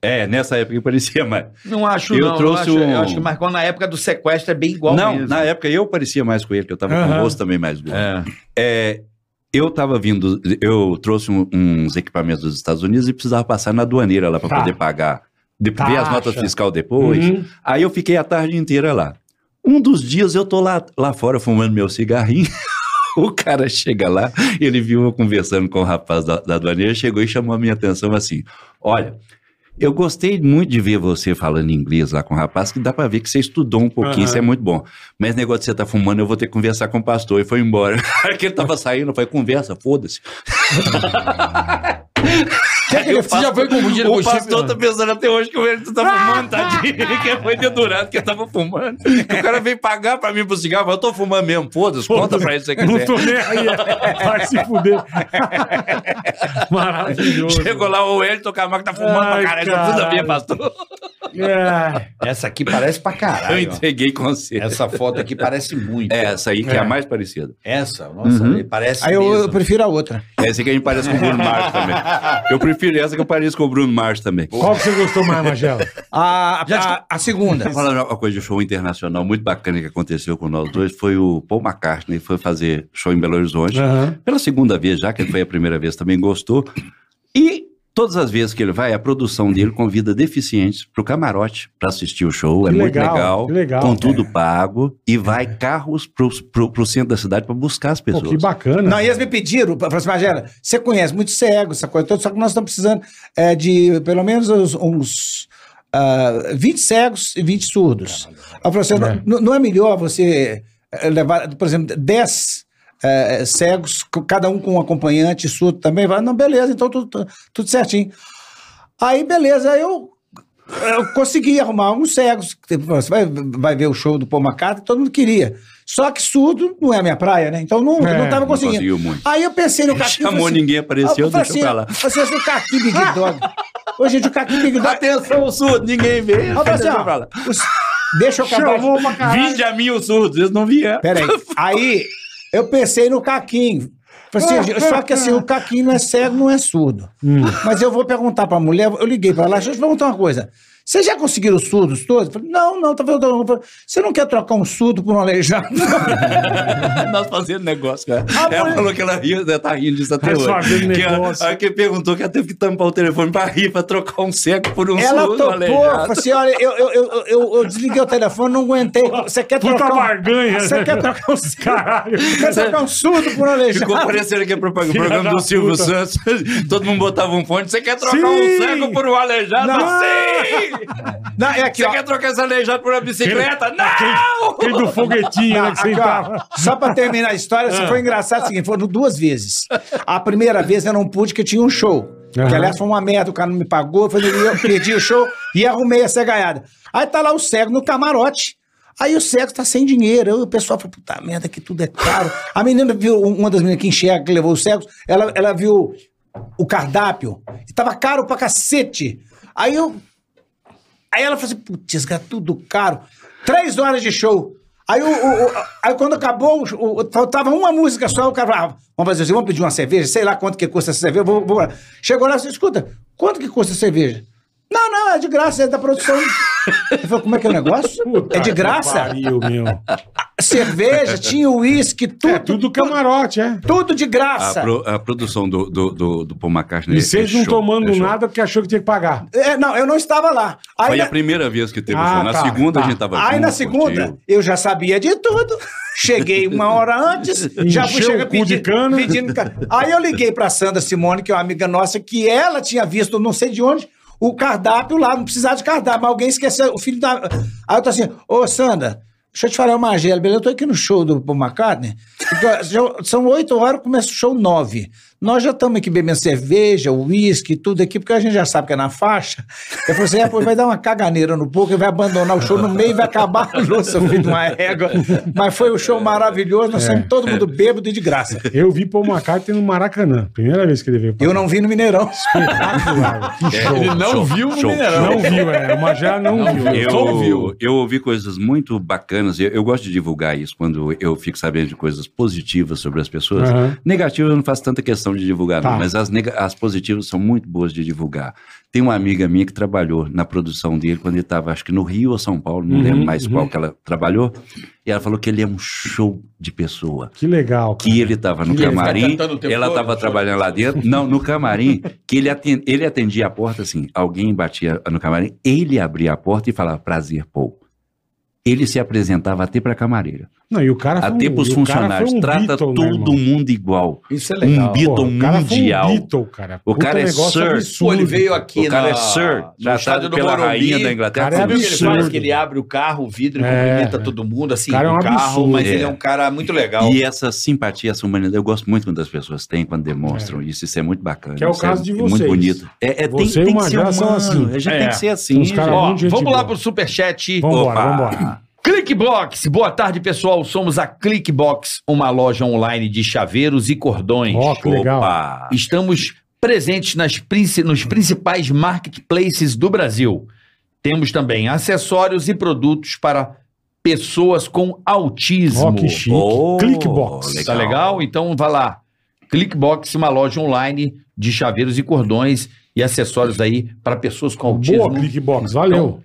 A: É, nessa época que parecia mais.
E: Não acho,
A: Eu
E: não.
A: trouxe
E: eu, acho,
A: um-
E: eu acho que marcou na época do sequestro é bem igual
A: não,
E: mesmo.
A: na época eu parecia mais com ele, que eu tava com
C: Aham.
A: o rosto também mais gordo.
E: É.
A: É, eu tava vindo, eu trouxe um- uns equipamentos dos Estados Unidos e precisava passar na aduaneira lá pra
C: Tá.
A: poder pagar, de, ver as
C: Taxa.
A: notas fiscal depois.
C: Uhum.
A: Aí eu fiquei a tarde inteira lá. Um dos dias eu tô lá, lá fora fumando meu cigarrinho. o cara chega lá, ele viu eu conversando com o rapaz da, da aduaneira, chegou e chamou a minha atenção assim: Olha, eu gostei muito de ver você falando inglês lá com o rapaz, que dá pra ver que você estudou um pouquinho,
C: Aham.
A: isso é muito bom. Mas negócio de você tá fumando, eu vou ter que conversar com o pastor. E foi embora. Na hora que ele tava saindo, eu falei: conversa, foda-se.
E: Eu faço- já foi confundido com
A: O
E: o Chico?
A: pastor tá pensando até hoje que o Wellington tá fumando, tadinho. Que foi dedurado que eu tava fumando. O cara veio pagar pra mim pro cigarro, mas eu tô fumando mesmo, foda-se, conta pra ele se
G: é.
A: você
C: Não
A: quiser.
C: tô nem aí. Vai se fuder. Maravilhoso.
A: Chegou lá o Wellington Camargo tá fumando
C: Ai,
A: pra caralho, não precisa
C: caralho.
A: ver, pastor.
C: É.
E: Essa aqui parece pra
A: Eu
E: caralho. ó.
A: entreguei com você.
E: Essa foto aqui parece muito.
A: É, essa aí que é, a mais parecida.
E: Essa, nossa,
A: Uhum.
E: parece
D: Aí eu,
E: mesmo.
D: eu prefiro a outra.
A: Essa que a gente parece com o Bruno Mars também. Eu prefiro essa que eu pareço com o Bruno Mars também.
C: Qual que você gostou mais, Magela?
D: A, a, a segunda.
A: Tá falando uma coisa de show internacional muito bacana que aconteceu com nós dois, foi o Paul McCartney foi fazer show em Belo Horizonte.
C: Aham.
A: pela segunda vez já, que ele foi a primeira vez também gostou. E todas as vezes que ele vai, a produção dele convida deficientes pro camarote para assistir o show.
C: Que
A: é
C: legal, que
A: muito
C: legal. É.
A: legal, com tudo pago. E vai carros pro, pro, pro centro da cidade para buscar as
C: Pô,
A: pessoas.
C: que bacana.
D: Não, e eles me pediram, pra- falaram assim, Magela, você conhece muito cego, essa coisa toda, só que nós estamos precisando é, de pelo menos uns, uns ah, 20 cegos e 20 surdos. Aí eu falei assim,
C: É.
D: não, não é melhor você eh, levar, por exemplo, 10 eh, cegos, c- cada um com um acompanhante surdo também? Eu falei, não, beleza, então tudo, tu- tudo certinho. Aí, beleza, aí eu... Eu consegui arrumar uns cegos. Tipo, Você vai, vai ver o show do Paul McCartney, todo mundo queria. Só que surdo não é a minha praia, né? Então não,
C: É,
D: não tava
A: Não
D: conseguindo.
A: conseguiu muito.
D: Aí eu pensei no Caquinho.
A: Chamou, ninguém apareceu,
D: eu falei
A: deixa pra lá.
D: eu falei assim, o Caquinho Big Dog. Ô, gente, o Caquinho Big Dog.
A: Atenção, o surdo, ninguém
D: Eu
A: veio.
D: falei assim,
A: Deixa pra
D: ó,
A: lá.
D: os- deixa eu acabar.
C: Chamou pra caralho.
A: Vinde a mim os surdos, eles não vieram.
D: Peraí. Aí eu pensei no Caquinho. Falei assim, só que assim, o Caquinho não é cego, não é surdo. Mas eu vou perguntar pra mulher, eu liguei pra ela, deixa eu te perguntar uma coisa. Vocês já conseguiram os surdos todos? Falei, não, não, tá vendo? Você não quer trocar um surdo por um aleijado?
G: Nós fazendo negócio, cara.
C: Ah,
G: ela falou que ela riu, ela tá rindo disso até
C: Nós
G: hoje.
C: fazendo
G: Que ela,
C: negócio.
G: aí que perguntou que ela teve que tampar o telefone pra rir, pra trocar um seco por um
D: Ela
G: surdo, um
D: topou,
G: aleijado.
D: falou assim, olha, eu, eu, eu, eu, eu desliguei o telefone, não aguentei. Você quer
C: Puta
D: trocar um
C: barganha,
D: Você
C: né?
D: quer trocar um
C: Caralho.
D: Quer trocar um surdo por um
G: Ficou
D: aleijado?
G: parecendo que é propaganda,
C: Filha
G: programa
C: da
G: do Silvio
C: puta.
G: Santos. Todo mundo botava um fone. Você quer trocar
C: Sim!
G: um seco por um aleijado?
D: Não!
G: Sim!
D: Não, é aqui,
G: Você
D: ó.
G: quer trocar esse aleijado por uma bicicleta? Não!
C: Tem do foguetinho, né? Que
D: Aqui,
C: sentava.
D: ó, só pra terminar a história, isso foi engraçado é o seguinte: foram duas vezes. A primeira vez eu não pude, porque tinha um show.
C: Aham.
D: Que aliás foi uma merda, o cara não me pagou, eu, falei, eu perdi o show e arrumei essa gaiada. Aí tá lá o cego no camarote. Aí o cego tá sem dinheiro. Eu, o pessoal fala, puta merda, que tudo é caro. A menina viu, uma das meninas que enxerga, que levou o cego, ela, ela viu o cardápio e tava caro pra cacete. Aí eu Aí ela falou assim, putz, cara, tudo caro. Três horas de show. Aí, o, o- o- aí quando acabou, o, o- faltava uma música só, o cara falava, ah, vamos fazer assim, vamos pedir uma cerveja, sei lá quanto que custa essa cerveja. Vou, vou. lá." Chegou lá e disse, escuta, quanto que custa a cerveja? Não, não, é de graça, é da produção. Eu falei, como é que é o negócio?
C: Puta
D: é de
C: que
D: graça?
C: Pariu, meu.
D: Cerveja, tinha uísque, tudo,
C: É tudo camarote, é.
D: tudo de
G: A,
D: graça.
G: pro- a produção do, do, do, do Paul McCartney.
C: E vocês
G: é
C: não
G: show,
C: tomando
G: é show.
C: nada porque achou que tinha que pagar.
D: É, não, eu não estava lá. Aí,
G: Foi
D: na-
G: a primeira vez que teve o
C: Ah,
G: show. Na
C: tá,
G: segunda
C: tá.
G: a gente tava
D: Aí
G: junto,
D: na segunda,
G: curtiu.
D: eu já sabia de tudo. Cheguei uma hora antes, já fui
C: Encheu
D: chegar
C: o cu de
D: pedindo,
C: cana.
D: pedindo ca- Aí eu liguei pra Sandra Simone, que é uma amiga nossa, que ela tinha visto, não sei de onde, o cardápio lá, não precisava de cardápio, mas alguém esqueceu, o filho da. Aí eu tô assim, ô Sandra, deixa eu te falar uma agenda, beleza? Eu tô aqui no show do Paul McCartney, então, já- são oito horas, começa o show nove. Nós já estamos aqui bebendo cerveja, uísque, tudo aqui, porque a gente já sabe que é na faixa. Eu falei assim, é, pô, vai dar uma caganeira no pouco, vai abandonar o show no meio e vai acabar a louça, filho de uma régua. Mas foi um show maravilhoso, nós saímos todo mundo bêbado e de graça.
C: Eu vi Paul McCartney no Maracanã. Primeira vez que ele veio. pra
D: Eu não vi no Mineirão.
C: Espetacular.
G: É.
C: Que show.
I: Ele não
G: show,
I: viu no
G: show,
I: Mineirão.
C: Não viu, é. O Magé não,
I: Não
C: viu.
I: viu. Só
G: Eu,
I: ouviu.
G: eu ouvi coisas muito bacanas. Eu, eu gosto de divulgar isso quando eu fico sabendo de coisas positivas sobre as pessoas.
C: Aham.
G: Negativas eu não faço tanta questão de divulgar,
C: É. Tá.
G: não, mas as, nega- as positivas são muito boas de divulgar. Tem uma amiga minha que trabalhou na produção dele quando ele estava, acho que no Rio ou São Paulo, não
C: Uhum,
G: lembro mais
C: uhum.
G: qual que ela trabalhou, e ela falou que ele é um show de pessoa
C: Que legal. cara.
G: que ele estava no
C: Que ele é
E: fica
G: camarim,
E: cantando Tá o tempo
G: ela
E: todo,
G: estava
E: show.
G: trabalhando lá dentro, não, no camarim, que ele atendia, ele atendia a porta assim, alguém batia no camarim, ele abria a porta e falava, prazer, Paul. Ele se apresentava até para camareira,
C: Não, e o cara foi
G: até para os
C: e o cara
G: funcionários,
C: foi um
G: trata
C: Beatle, né, irmão?
G: todo mundo igual.
E: Isso é
G: Um
E: legal.
G: Beatle
C: Porra, o cara foi um
G: mundial.
C: Beatle, cara.
G: O
C: Puta
G: cara é
C: negócio
G: Sir.
E: Pô,
C: absurdo.
E: ele veio aqui
G: o cara
E: na,
G: é Sir,
E: no estádio
G: tratado
E: do
G: pela
E: Morumbi.
G: rainha da Inglaterra.
C: Cara, é
E: Sabe o que ele
C: absurdo.
E: faz? Que ele abre o carro, o vidro, ele
C: É,
E: cumprimenta
C: é.
E: todo mundo, assim,
C: O cara é um
E: o carro,
C: absurdo.
E: mas
G: É.
E: ele é um cara muito legal.
G: E essa simpatia, essa humanidade, eu gosto muito quando as pessoas têm, quando demonstram isso, isso é muito bacana.
C: Que é o
G: isso
C: caso de vocês.
G: Muito bonito. É, é, tem,
C: Você e
G: tem
C: o
G: que ser
C: Magela
G: humano,
C: são assim.
G: a gente
E: É.
G: tem que ser
C: São
G: assim.
C: os caras
G: gente.
E: Ó,
C: muito gente
E: vamos lá
C: boa.
E: pro superchat.
C: Vambora,
G: Opa.
C: vambora.
E: Clickbox, boa tarde pessoal, somos a Clickbox, uma loja online de chaveiros e cordões.
C: Ó, que legal.
G: Opa!
E: Estamos presentes nas princi- nos principais marketplaces do Brasil. Temos também acessórios e produtos para pessoas com autismo.
C: Ó, que chique.
G: Oh,
C: Clickbox.
G: legal.
E: Tá legal? Então vai lá. Clickbox, uma loja online de chaveiros e cordões e acessórios aí para pessoas com autismo.
C: Boa, Clickbox. Valeu.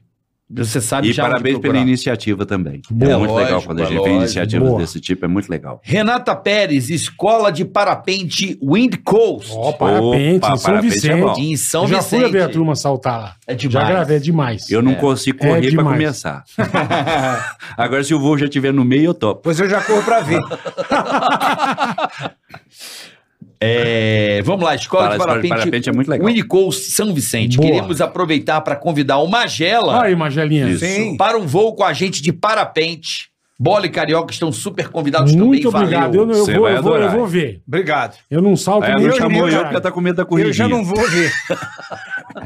E: Você sabe
G: E
E: já onde
G: parabéns pela
E: procurar.
G: iniciativa também.
C: Boa.
G: é muito legal
E: Lógico,
G: quando a gente
E: lógico.
G: vê iniciativas
C: Boa.
G: desse tipo, é muito legal.
E: Renata Pérez, Escola de Parapente Wind Coast,
C: Ó, parapente,
G: Então, Opa,
C: em São
G: parapente é
C: Vicente.
G: bom.
E: de em São
C: já
E: Vicente.
C: fui ver a turma saltar lá.
E: É demais.
C: Já gravei, é demais.
G: Eu não consigo
C: É
G: correr pra
C: demais.
G: começar. Agora, se o voo já estiver no meio, eu topo.
D: Pois eu já corro pra ver.
E: É, vamos lá, Escola
G: Fala,
E: de
G: Escola de
E: Parapente,
G: Parapente é muito legal.
E: Wind Coast, São Vicente.
C: Boa.
E: Queremos aproveitar para convidar o Magela
C: Aí, Magelinha.
G: Isso.
D: Sim.
E: para um voo com a gente de parapente. Bola e Carioca estão super convidados
C: Muito
E: também.
C: obrigado.
E: valeu.
C: Eu, não- eu
G: Tá Você
C: vou,
G: vai
C: eu, vou, eu
G: adorar.
C: vou ver.
D: Obrigado.
C: Eu não salto
A: É,
G: Aí ela
C: nem
G: não
C: eu,
G: chamou
C: nem o
G: eu, porque ela
C: cara.
G: tá com medo da
D: Eu já
G: corridinha.
D: não vou ver.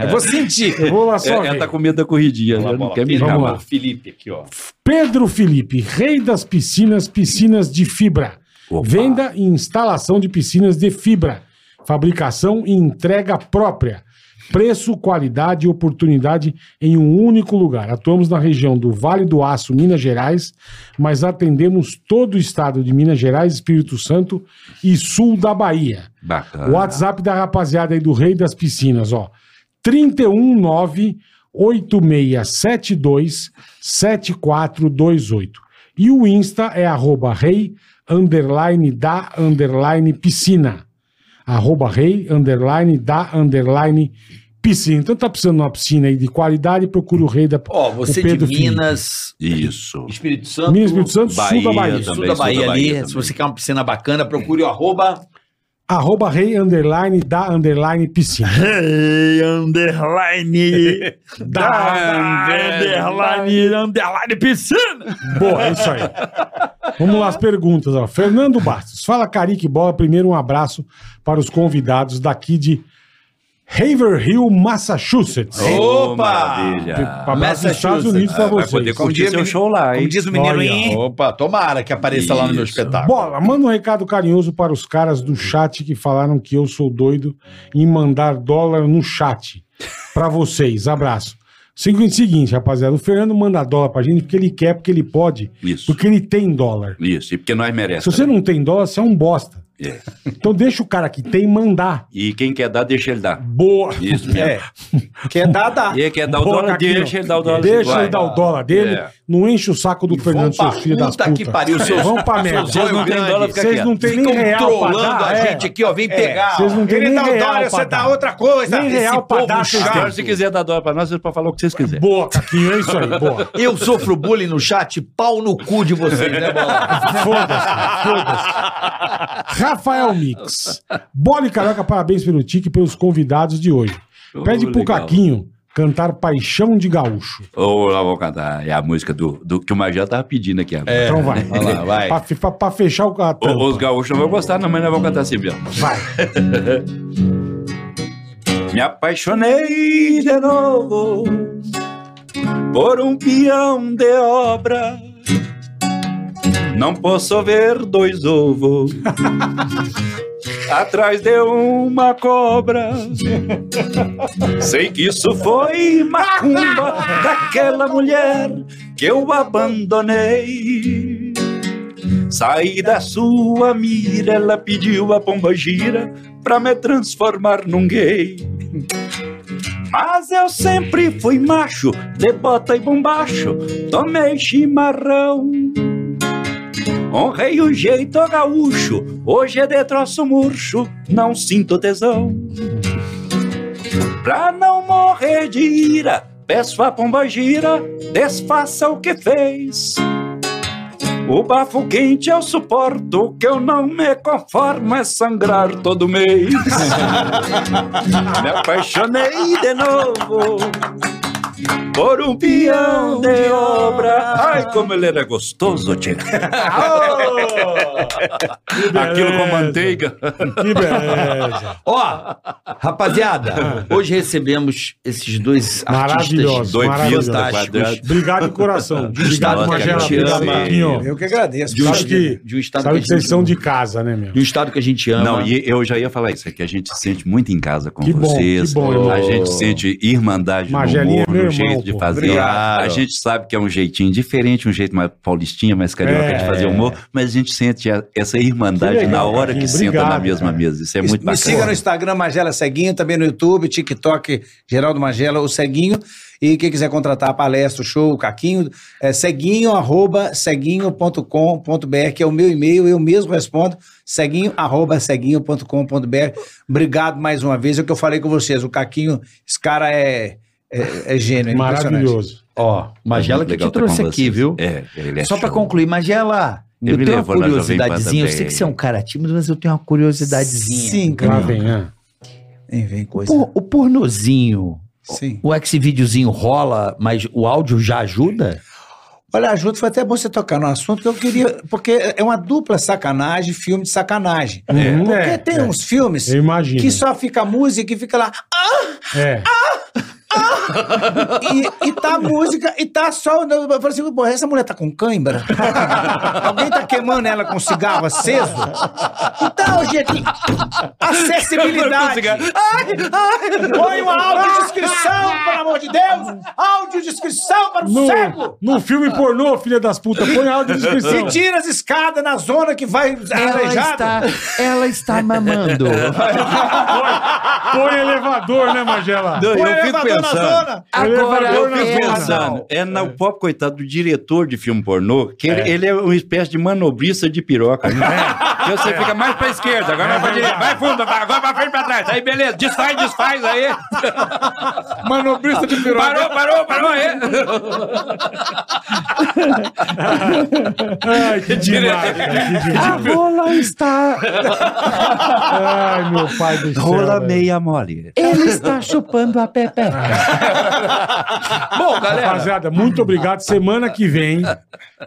D: Eu vou sentir.
C: É. Eu
E: É,
C: vou lá
A: É,
C: só
G: Ela,
C: ver.
G: ela tá com medo da corridinha, ela não quer me
C: Vamos
G: chamar.
C: lá.
E: Felipe aqui, ó.
C: Pedro Felipe, rei das piscinas, piscinas de fibra.
G: Opa.
C: Venda e instalação de piscinas de fibra. Fabricação e entrega própria. Preço, qualidade e oportunidade em um único lugar. Atuamos na região do Vale do Aço, Minas Gerais, mas atendemos todo o estado de Minas Gerais, Espírito Santo e sul da Bahia.
A: Bacana.
C: O WhatsApp da rapaziada aí do Rei das Piscinas, ó. 319 8672 7428. E o Insta é arroba rei underline da underline piscina. Arroba rei underline da underline piscina. Então tá precisando de uma piscina aí de qualidade, procura o rei da
E: Ó, você
C: o
E: de
C: Pedro Felipe.
E: Minas,
A: Isso.
E: Espírito Santo.
C: Minas, Espírito Santo, sul da Bahia.
A: Bahia também.
E: Sul da Bahia
A: sul da
E: ali.
A: Bahia também.
E: Se você quer uma piscina bacana, procure o arroba.
C: Arroba rei underline da underline piscina.
E: underline.
C: underline,
E: underline piscina.
C: Boa, é isso aí. Vamos lá as perguntas. Ó. Fernando Bastos. Fala, Carique Bola. Primeiro, um abraço para os convidados daqui de Haverhill, Massachusetts.
E: Opa!
A: Ô,
C: Um
A: Maravilha.
C: abraço dos Estados Unidos para
A: Ah, Vai poder
C: vocês.
D: é
A: curtir
D: um
A: seu show lá, hein?
D: Como diz o menino
C: Olha,
D: aí,
E: Opa, tomara que apareça lá no meu espetáculo.
C: Bola, manda um recado carinhoso para os caras do chat que falaram que eu sou doido em mandar dólar no chat. Para vocês, abraço. Seguinte, seguinte, rapaziada, o Fernando manda dólar pra gente porque ele quer, porque ele pode,
A: Isso.
C: porque ele tem dólar.
A: Isso, e porque nós
C: Se
A: merecemos.
C: você não tem dólar, você é um bosta.
A: É.
C: Então deixa o cara que tem mandar.
A: E quem quer dar, deixa ele dar.
C: Boa.
A: Isso mesmo.
D: É. Quer dar, dá.
A: E ele quer dar o
C: Bora,
A: dólar,
C: Caquinho.
A: deixa ele dar o dólar.
C: Deixa
A: Vai.
C: ele dar o dólar dele.
A: É.
C: Não enche o saco do Fernando,
E: vão pra
C: seus filhos das
E: puta
C: putas.
E: que pariu, seus-
C: Vão pra merda.
A: Vocês não têm
E: Grande.
A: dólar, fica Ah,
C: Vocês
A: quieto.
C: não têm nem
E: Ficam
C: real pra
E: trolando
C: dar.
E: a
C: é.
E: gente aqui, ó. Vem pegar.
C: Vocês não têm
D: Ele
C: nem
D: dá o
C: real
D: dólar,
C: pra
D: você
C: dar.
D: dá outra coisa.
C: Nem
D: Esse
C: real pra
D: povo
C: dar, vocês
D: chato.
A: Agora, se quiser dar dólar pra nós, vocês podem falar o que vocês quiserem.
C: Boa, Caquinho, é isso aí, boa.
E: Eu sofro bullying no chat, pau no cu de vocês, né, Bola?
C: Foda-se, foda-se. Rafael Mix. Bola e Carioca, parabéns pelo tique e pelos convidados de hoje. Pede
A: Oh,
C: pro
A: legal.
C: Caquinho cantar Paixão de Gaúcho.
A: Ou lá vão cantar. É a música do, do que o Major tava pedindo aqui agora.
C: Então vai.
E: vai lá, vai.
C: Pra, fe- pra- pra fechar o
A: O-
C: cartão.
A: os gaúchos não vão gostar, não, mas nós vamos cantar assim mesmo.
C: Vai.
A: Me apaixonei de novo por um peão de obra. Não posso ver dois ovos atrás de uma cobra. Sei que isso foi macumba daquela mulher que eu abandonei. Saí da sua mira, ela pediu a pomba gira pra me transformar num gay. Mas eu sempre fui macho, de bota e bombacho, tomei chimarrão. Honrei o jeito gaúcho, hoje é de troço murcho, não sinto tesão. Pra não morrer de ira, peço a pomba gira, desfaça o que fez. O bafo quente eu suporto, o que eu não me conformo é sangrar todo mês. me apaixonei de novo por um peão de obra. Ai, como ele era gostoso, tio. Aquilo com manteiga.
C: Que beleza.
E: Ó, rapaziada, hoje recebemos esses dois artistas.
C: Maravilhoso.
A: dois
C: maravilhoso.
A: pias, tá?
E: Fantásticos.
C: Obrigado de coração. Obrigado,
E: Estado que a
C: Magela.
E: gente
C: Obrigado,
E: ama.
C: Caquinho.
D: Eu que agradeço.
E: De um,
C: Sabe que-
E: de um estado
C: Sabe que
E: que a
C: vocês
E: gente,
C: são de casa, né, meu?
E: de um estado que a gente ama.
A: Não, e eu já ia falar isso, é que a gente se sente muito em casa com
C: Que bom,
A: vocês.
C: que bom, irmão.
A: a gente sente irmandade
C: Magelinha é
A: no
C: meu
A: humor, no
C: irmão,
A: jeito de
C: pô.
A: fazer.
E: Obrigado.
A: A gente sabe que é um jeitinho diferente, um jeito mais paulistinha, mais carioca
C: É.
A: de fazer humor, mas a gente sente a- essa irmandade
C: Que legal,
A: na hora que
C: Marquinhos.
A: senta na
C: Obrigado, né?
A: mesma
C: cara.
A: mesa. Isso é muito
D: Me siga no
A: bacana.
D: Instagram, Magela Ceguinho, também no YouTube, TikTok, Geraldo Magela, o Ceguinho. E quem quiser contratar a palestra, o show, o Caquinho, é ceguinho, arroba, ceguinho.com.br, que é o meu e-mail, eu mesmo respondo, ceguinho, arroba, ceguinho.com.br. Obrigado mais uma vez, é o que eu falei com vocês, o Caquinho, esse cara é, é, é gênio, é impressionante.
C: Maravilhoso.
E: Ó, Magela que te
A: é Legal tá
E: trouxe
A: com
E: aqui,
A: vocês.
E: viu?
A: É, ele é
E: Só pra
A: show.
E: concluir, Magela, eu
A: Ele
E: tenho uma
A: levou na Jovem Pan
E: curiosidadezinha. Eu sei
A: também.
E: que você é um cara tímido, mas eu tenho uma curiosidadezinha.
D: Sim,
C: Lá
D: cara.
C: vem, né?
D: Vem, vem coisa.
E: Por- o pornozinho,
D: Sim.
E: o Xvideozinho rola, mas o áudio já ajuda?
D: Olha, Ajuda, foi até bom você tocar no assunto que eu queria, porque é uma dupla sacanagem, filme de sacanagem.
C: Uhum.
D: Porque
C: É,
D: tem um
C: é.
D: uns filmes
C: Eu imagino.
D: que só fica a música e fica lá.
C: É.
D: E, e tá a música, e tá só. Eu falei assim, pô, essa mulher tá com cãibra? Alguém tá queimando ela com cigarro aceso? Então, gente, acessibilidade. Põe um uma audiodescrição, pelo amor de Deus! Audiodescrição para o Ah, cego!
C: No, no filme pornô, filha das putas, põe áudio de
D: Se
C: descrição.
D: tira as escadas na zona que vai
C: é
D: arejada.
E: ela está mamando.
C: Põe elevador, né, Magela?
G: Eu,
D: põe o
G: eu fico
D: elevador na
G: pensando.
D: zona.
E: Agora
G: Eu
E: eu
G: fico
E: quero.
G: pensando, é na- o pobre coitado do diretor de filme pornô, que ele, ele é uma espécie de manobrista de piroca. né?
C: É.
G: Que Você fica mais pra esquerda, agora vai pra direita, vai fundo, vai- agora pra frente, pra trás. Aí beleza, desfaz, desfaz aí.
D: Manobrista de piroca.
G: Parou, parou, parou aí.
C: Ai, que demais, cara, que demais.
G: rola está.
C: Ai, meu pai do céu.
G: Rola
C: velho.
G: meia mole.
E: Ele está chupando a pepeca. Bom, galera.
C: Rapaziada, muito obrigado. Semana que vem,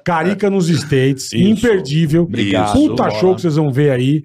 C: Carica nos States, imperdível.
G: Obrigado.
C: Puta
G: Bora.
C: show que vocês vão ver aí.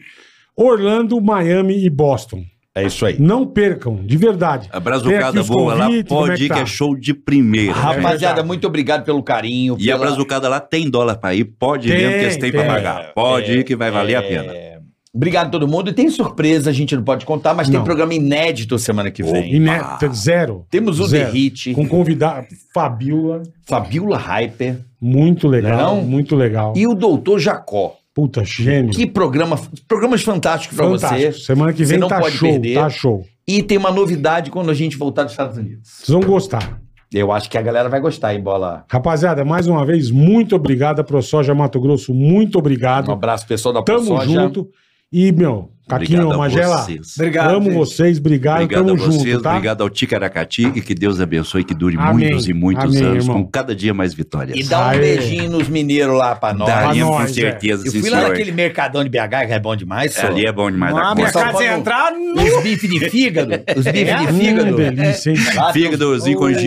C: Orlando, Miami e Boston.
G: É isso aí.
C: Não percam, de verdade.
E: Ah.
G: A
C: Tem aqui
G: brazucada
C: os
G: boa lá
C: convites, como é
G: pode
C: que
G: ir, que
C: tá?
G: é show de primeira.
E: Rapaziada, muito obrigado pelo carinho.
G: E a
E: pela-
G: brazucada lá tem dólar pra ir, pode ir
C: Tem,
G: mesmo, que eles têm
C: tem.
G: pra pagar. Pode ir, que vai valer a pena.
E: É, Obrigado a todo mundo. E tem surpresa, a gente não pode contar, mas tem
C: Não.
E: programa inédito semana que vem.
C: Ineta, zero.
E: Temos o
C: Zero.
E: The Hit,
C: Com convidado, Fabiola,
E: Fabiola Hyper
C: muito legal,
E: Não?
C: muito legal.
E: e o Doutor Jacó.
C: Puta, gênio.
E: Que programa, programas fantásticos pra
C: Fantástico.
E: você.
C: Semana que
E: Você
C: vem
E: não
C: tá
E: pode
C: show,
E: perder.
C: tá show.
E: E tem uma novidade quando a gente voltar dos Estados Unidos.
C: Vocês vão gostar.
E: Eu acho que a galera vai gostar, hein, Bola?
C: Rapaziada, mais uma vez, muito obrigado a ProSoja Mato Grosso, muito obrigado.
E: Um abraço, pessoal da
C: Tamo
E: ProSoja.
C: junto. E, meu, Caquinho,
G: Obrigado a
C: Magela,
G: vocês.
D: Obrigado,
C: amo
D: gente.
C: vocês, obrigado,
G: Obrigado a
C: tamo
G: vocês,
C: junto, tá?
G: obrigado ao Ticaracati e que Deus abençoe, que dure
C: Amém.
G: muitos e muitos
C: Amém,
G: anos,
C: irmão.
G: com cada dia mais vitórias.
E: E dá um
C: Aê.
E: beijinho nos mineiros lá pra nós.
C: Pra
G: Daria com
C: nós, é.
G: certeza,
E: Eu
G: sim,
E: fui lá
G: senhor.
E: naquele mercadão de BH, que é bom demais, só.
G: Ali é bom demais da
D: Abre a
E: Só
G: conta.
D: casa e
E: falta um-
D: entrar no É.
E: Os bifes de fígado. Os bifes de
C: Hum,
E: fígado.
C: delícia, hein?
G: É.
E: Lá tem os-
G: Fígadozinho com É.
D: Bar da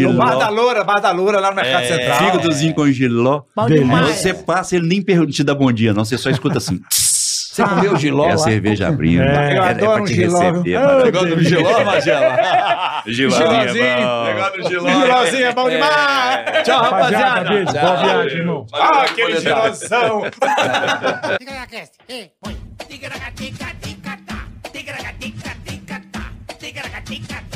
G: giló.
D: Loura, Bar da Loura, lá no Mercado Central.
G: Fígadozinho com giló.
C: Delícia.
G: Você passa, ele nem pergunta te dá bom dia, não. Você só escuta assim.
E: Você comeu o giló
G: é a
E: lá?
G: cerveja abrindo.
C: É.
G: pra-
D: Eu
G: pra
D: adoro
G: te
D: um giló, viu?
G: receber,
C: Ah,
G: maravilha.
J: Negócio do Giló, Magela?
G: Gilózinho.
D: Gilózinho.
G: é bom.
J: Negócio do Giló. né?
D: Gilozinho é bom demais.
E: Tchau,
C: Rapaziada, beijo, boa viagem, irmão.
J: Ah, aquele Giló.
F: Diga na cast. Ei, oi. Diga na tica, tica, tá. Diga na tica, tica, tá. Diga na tica,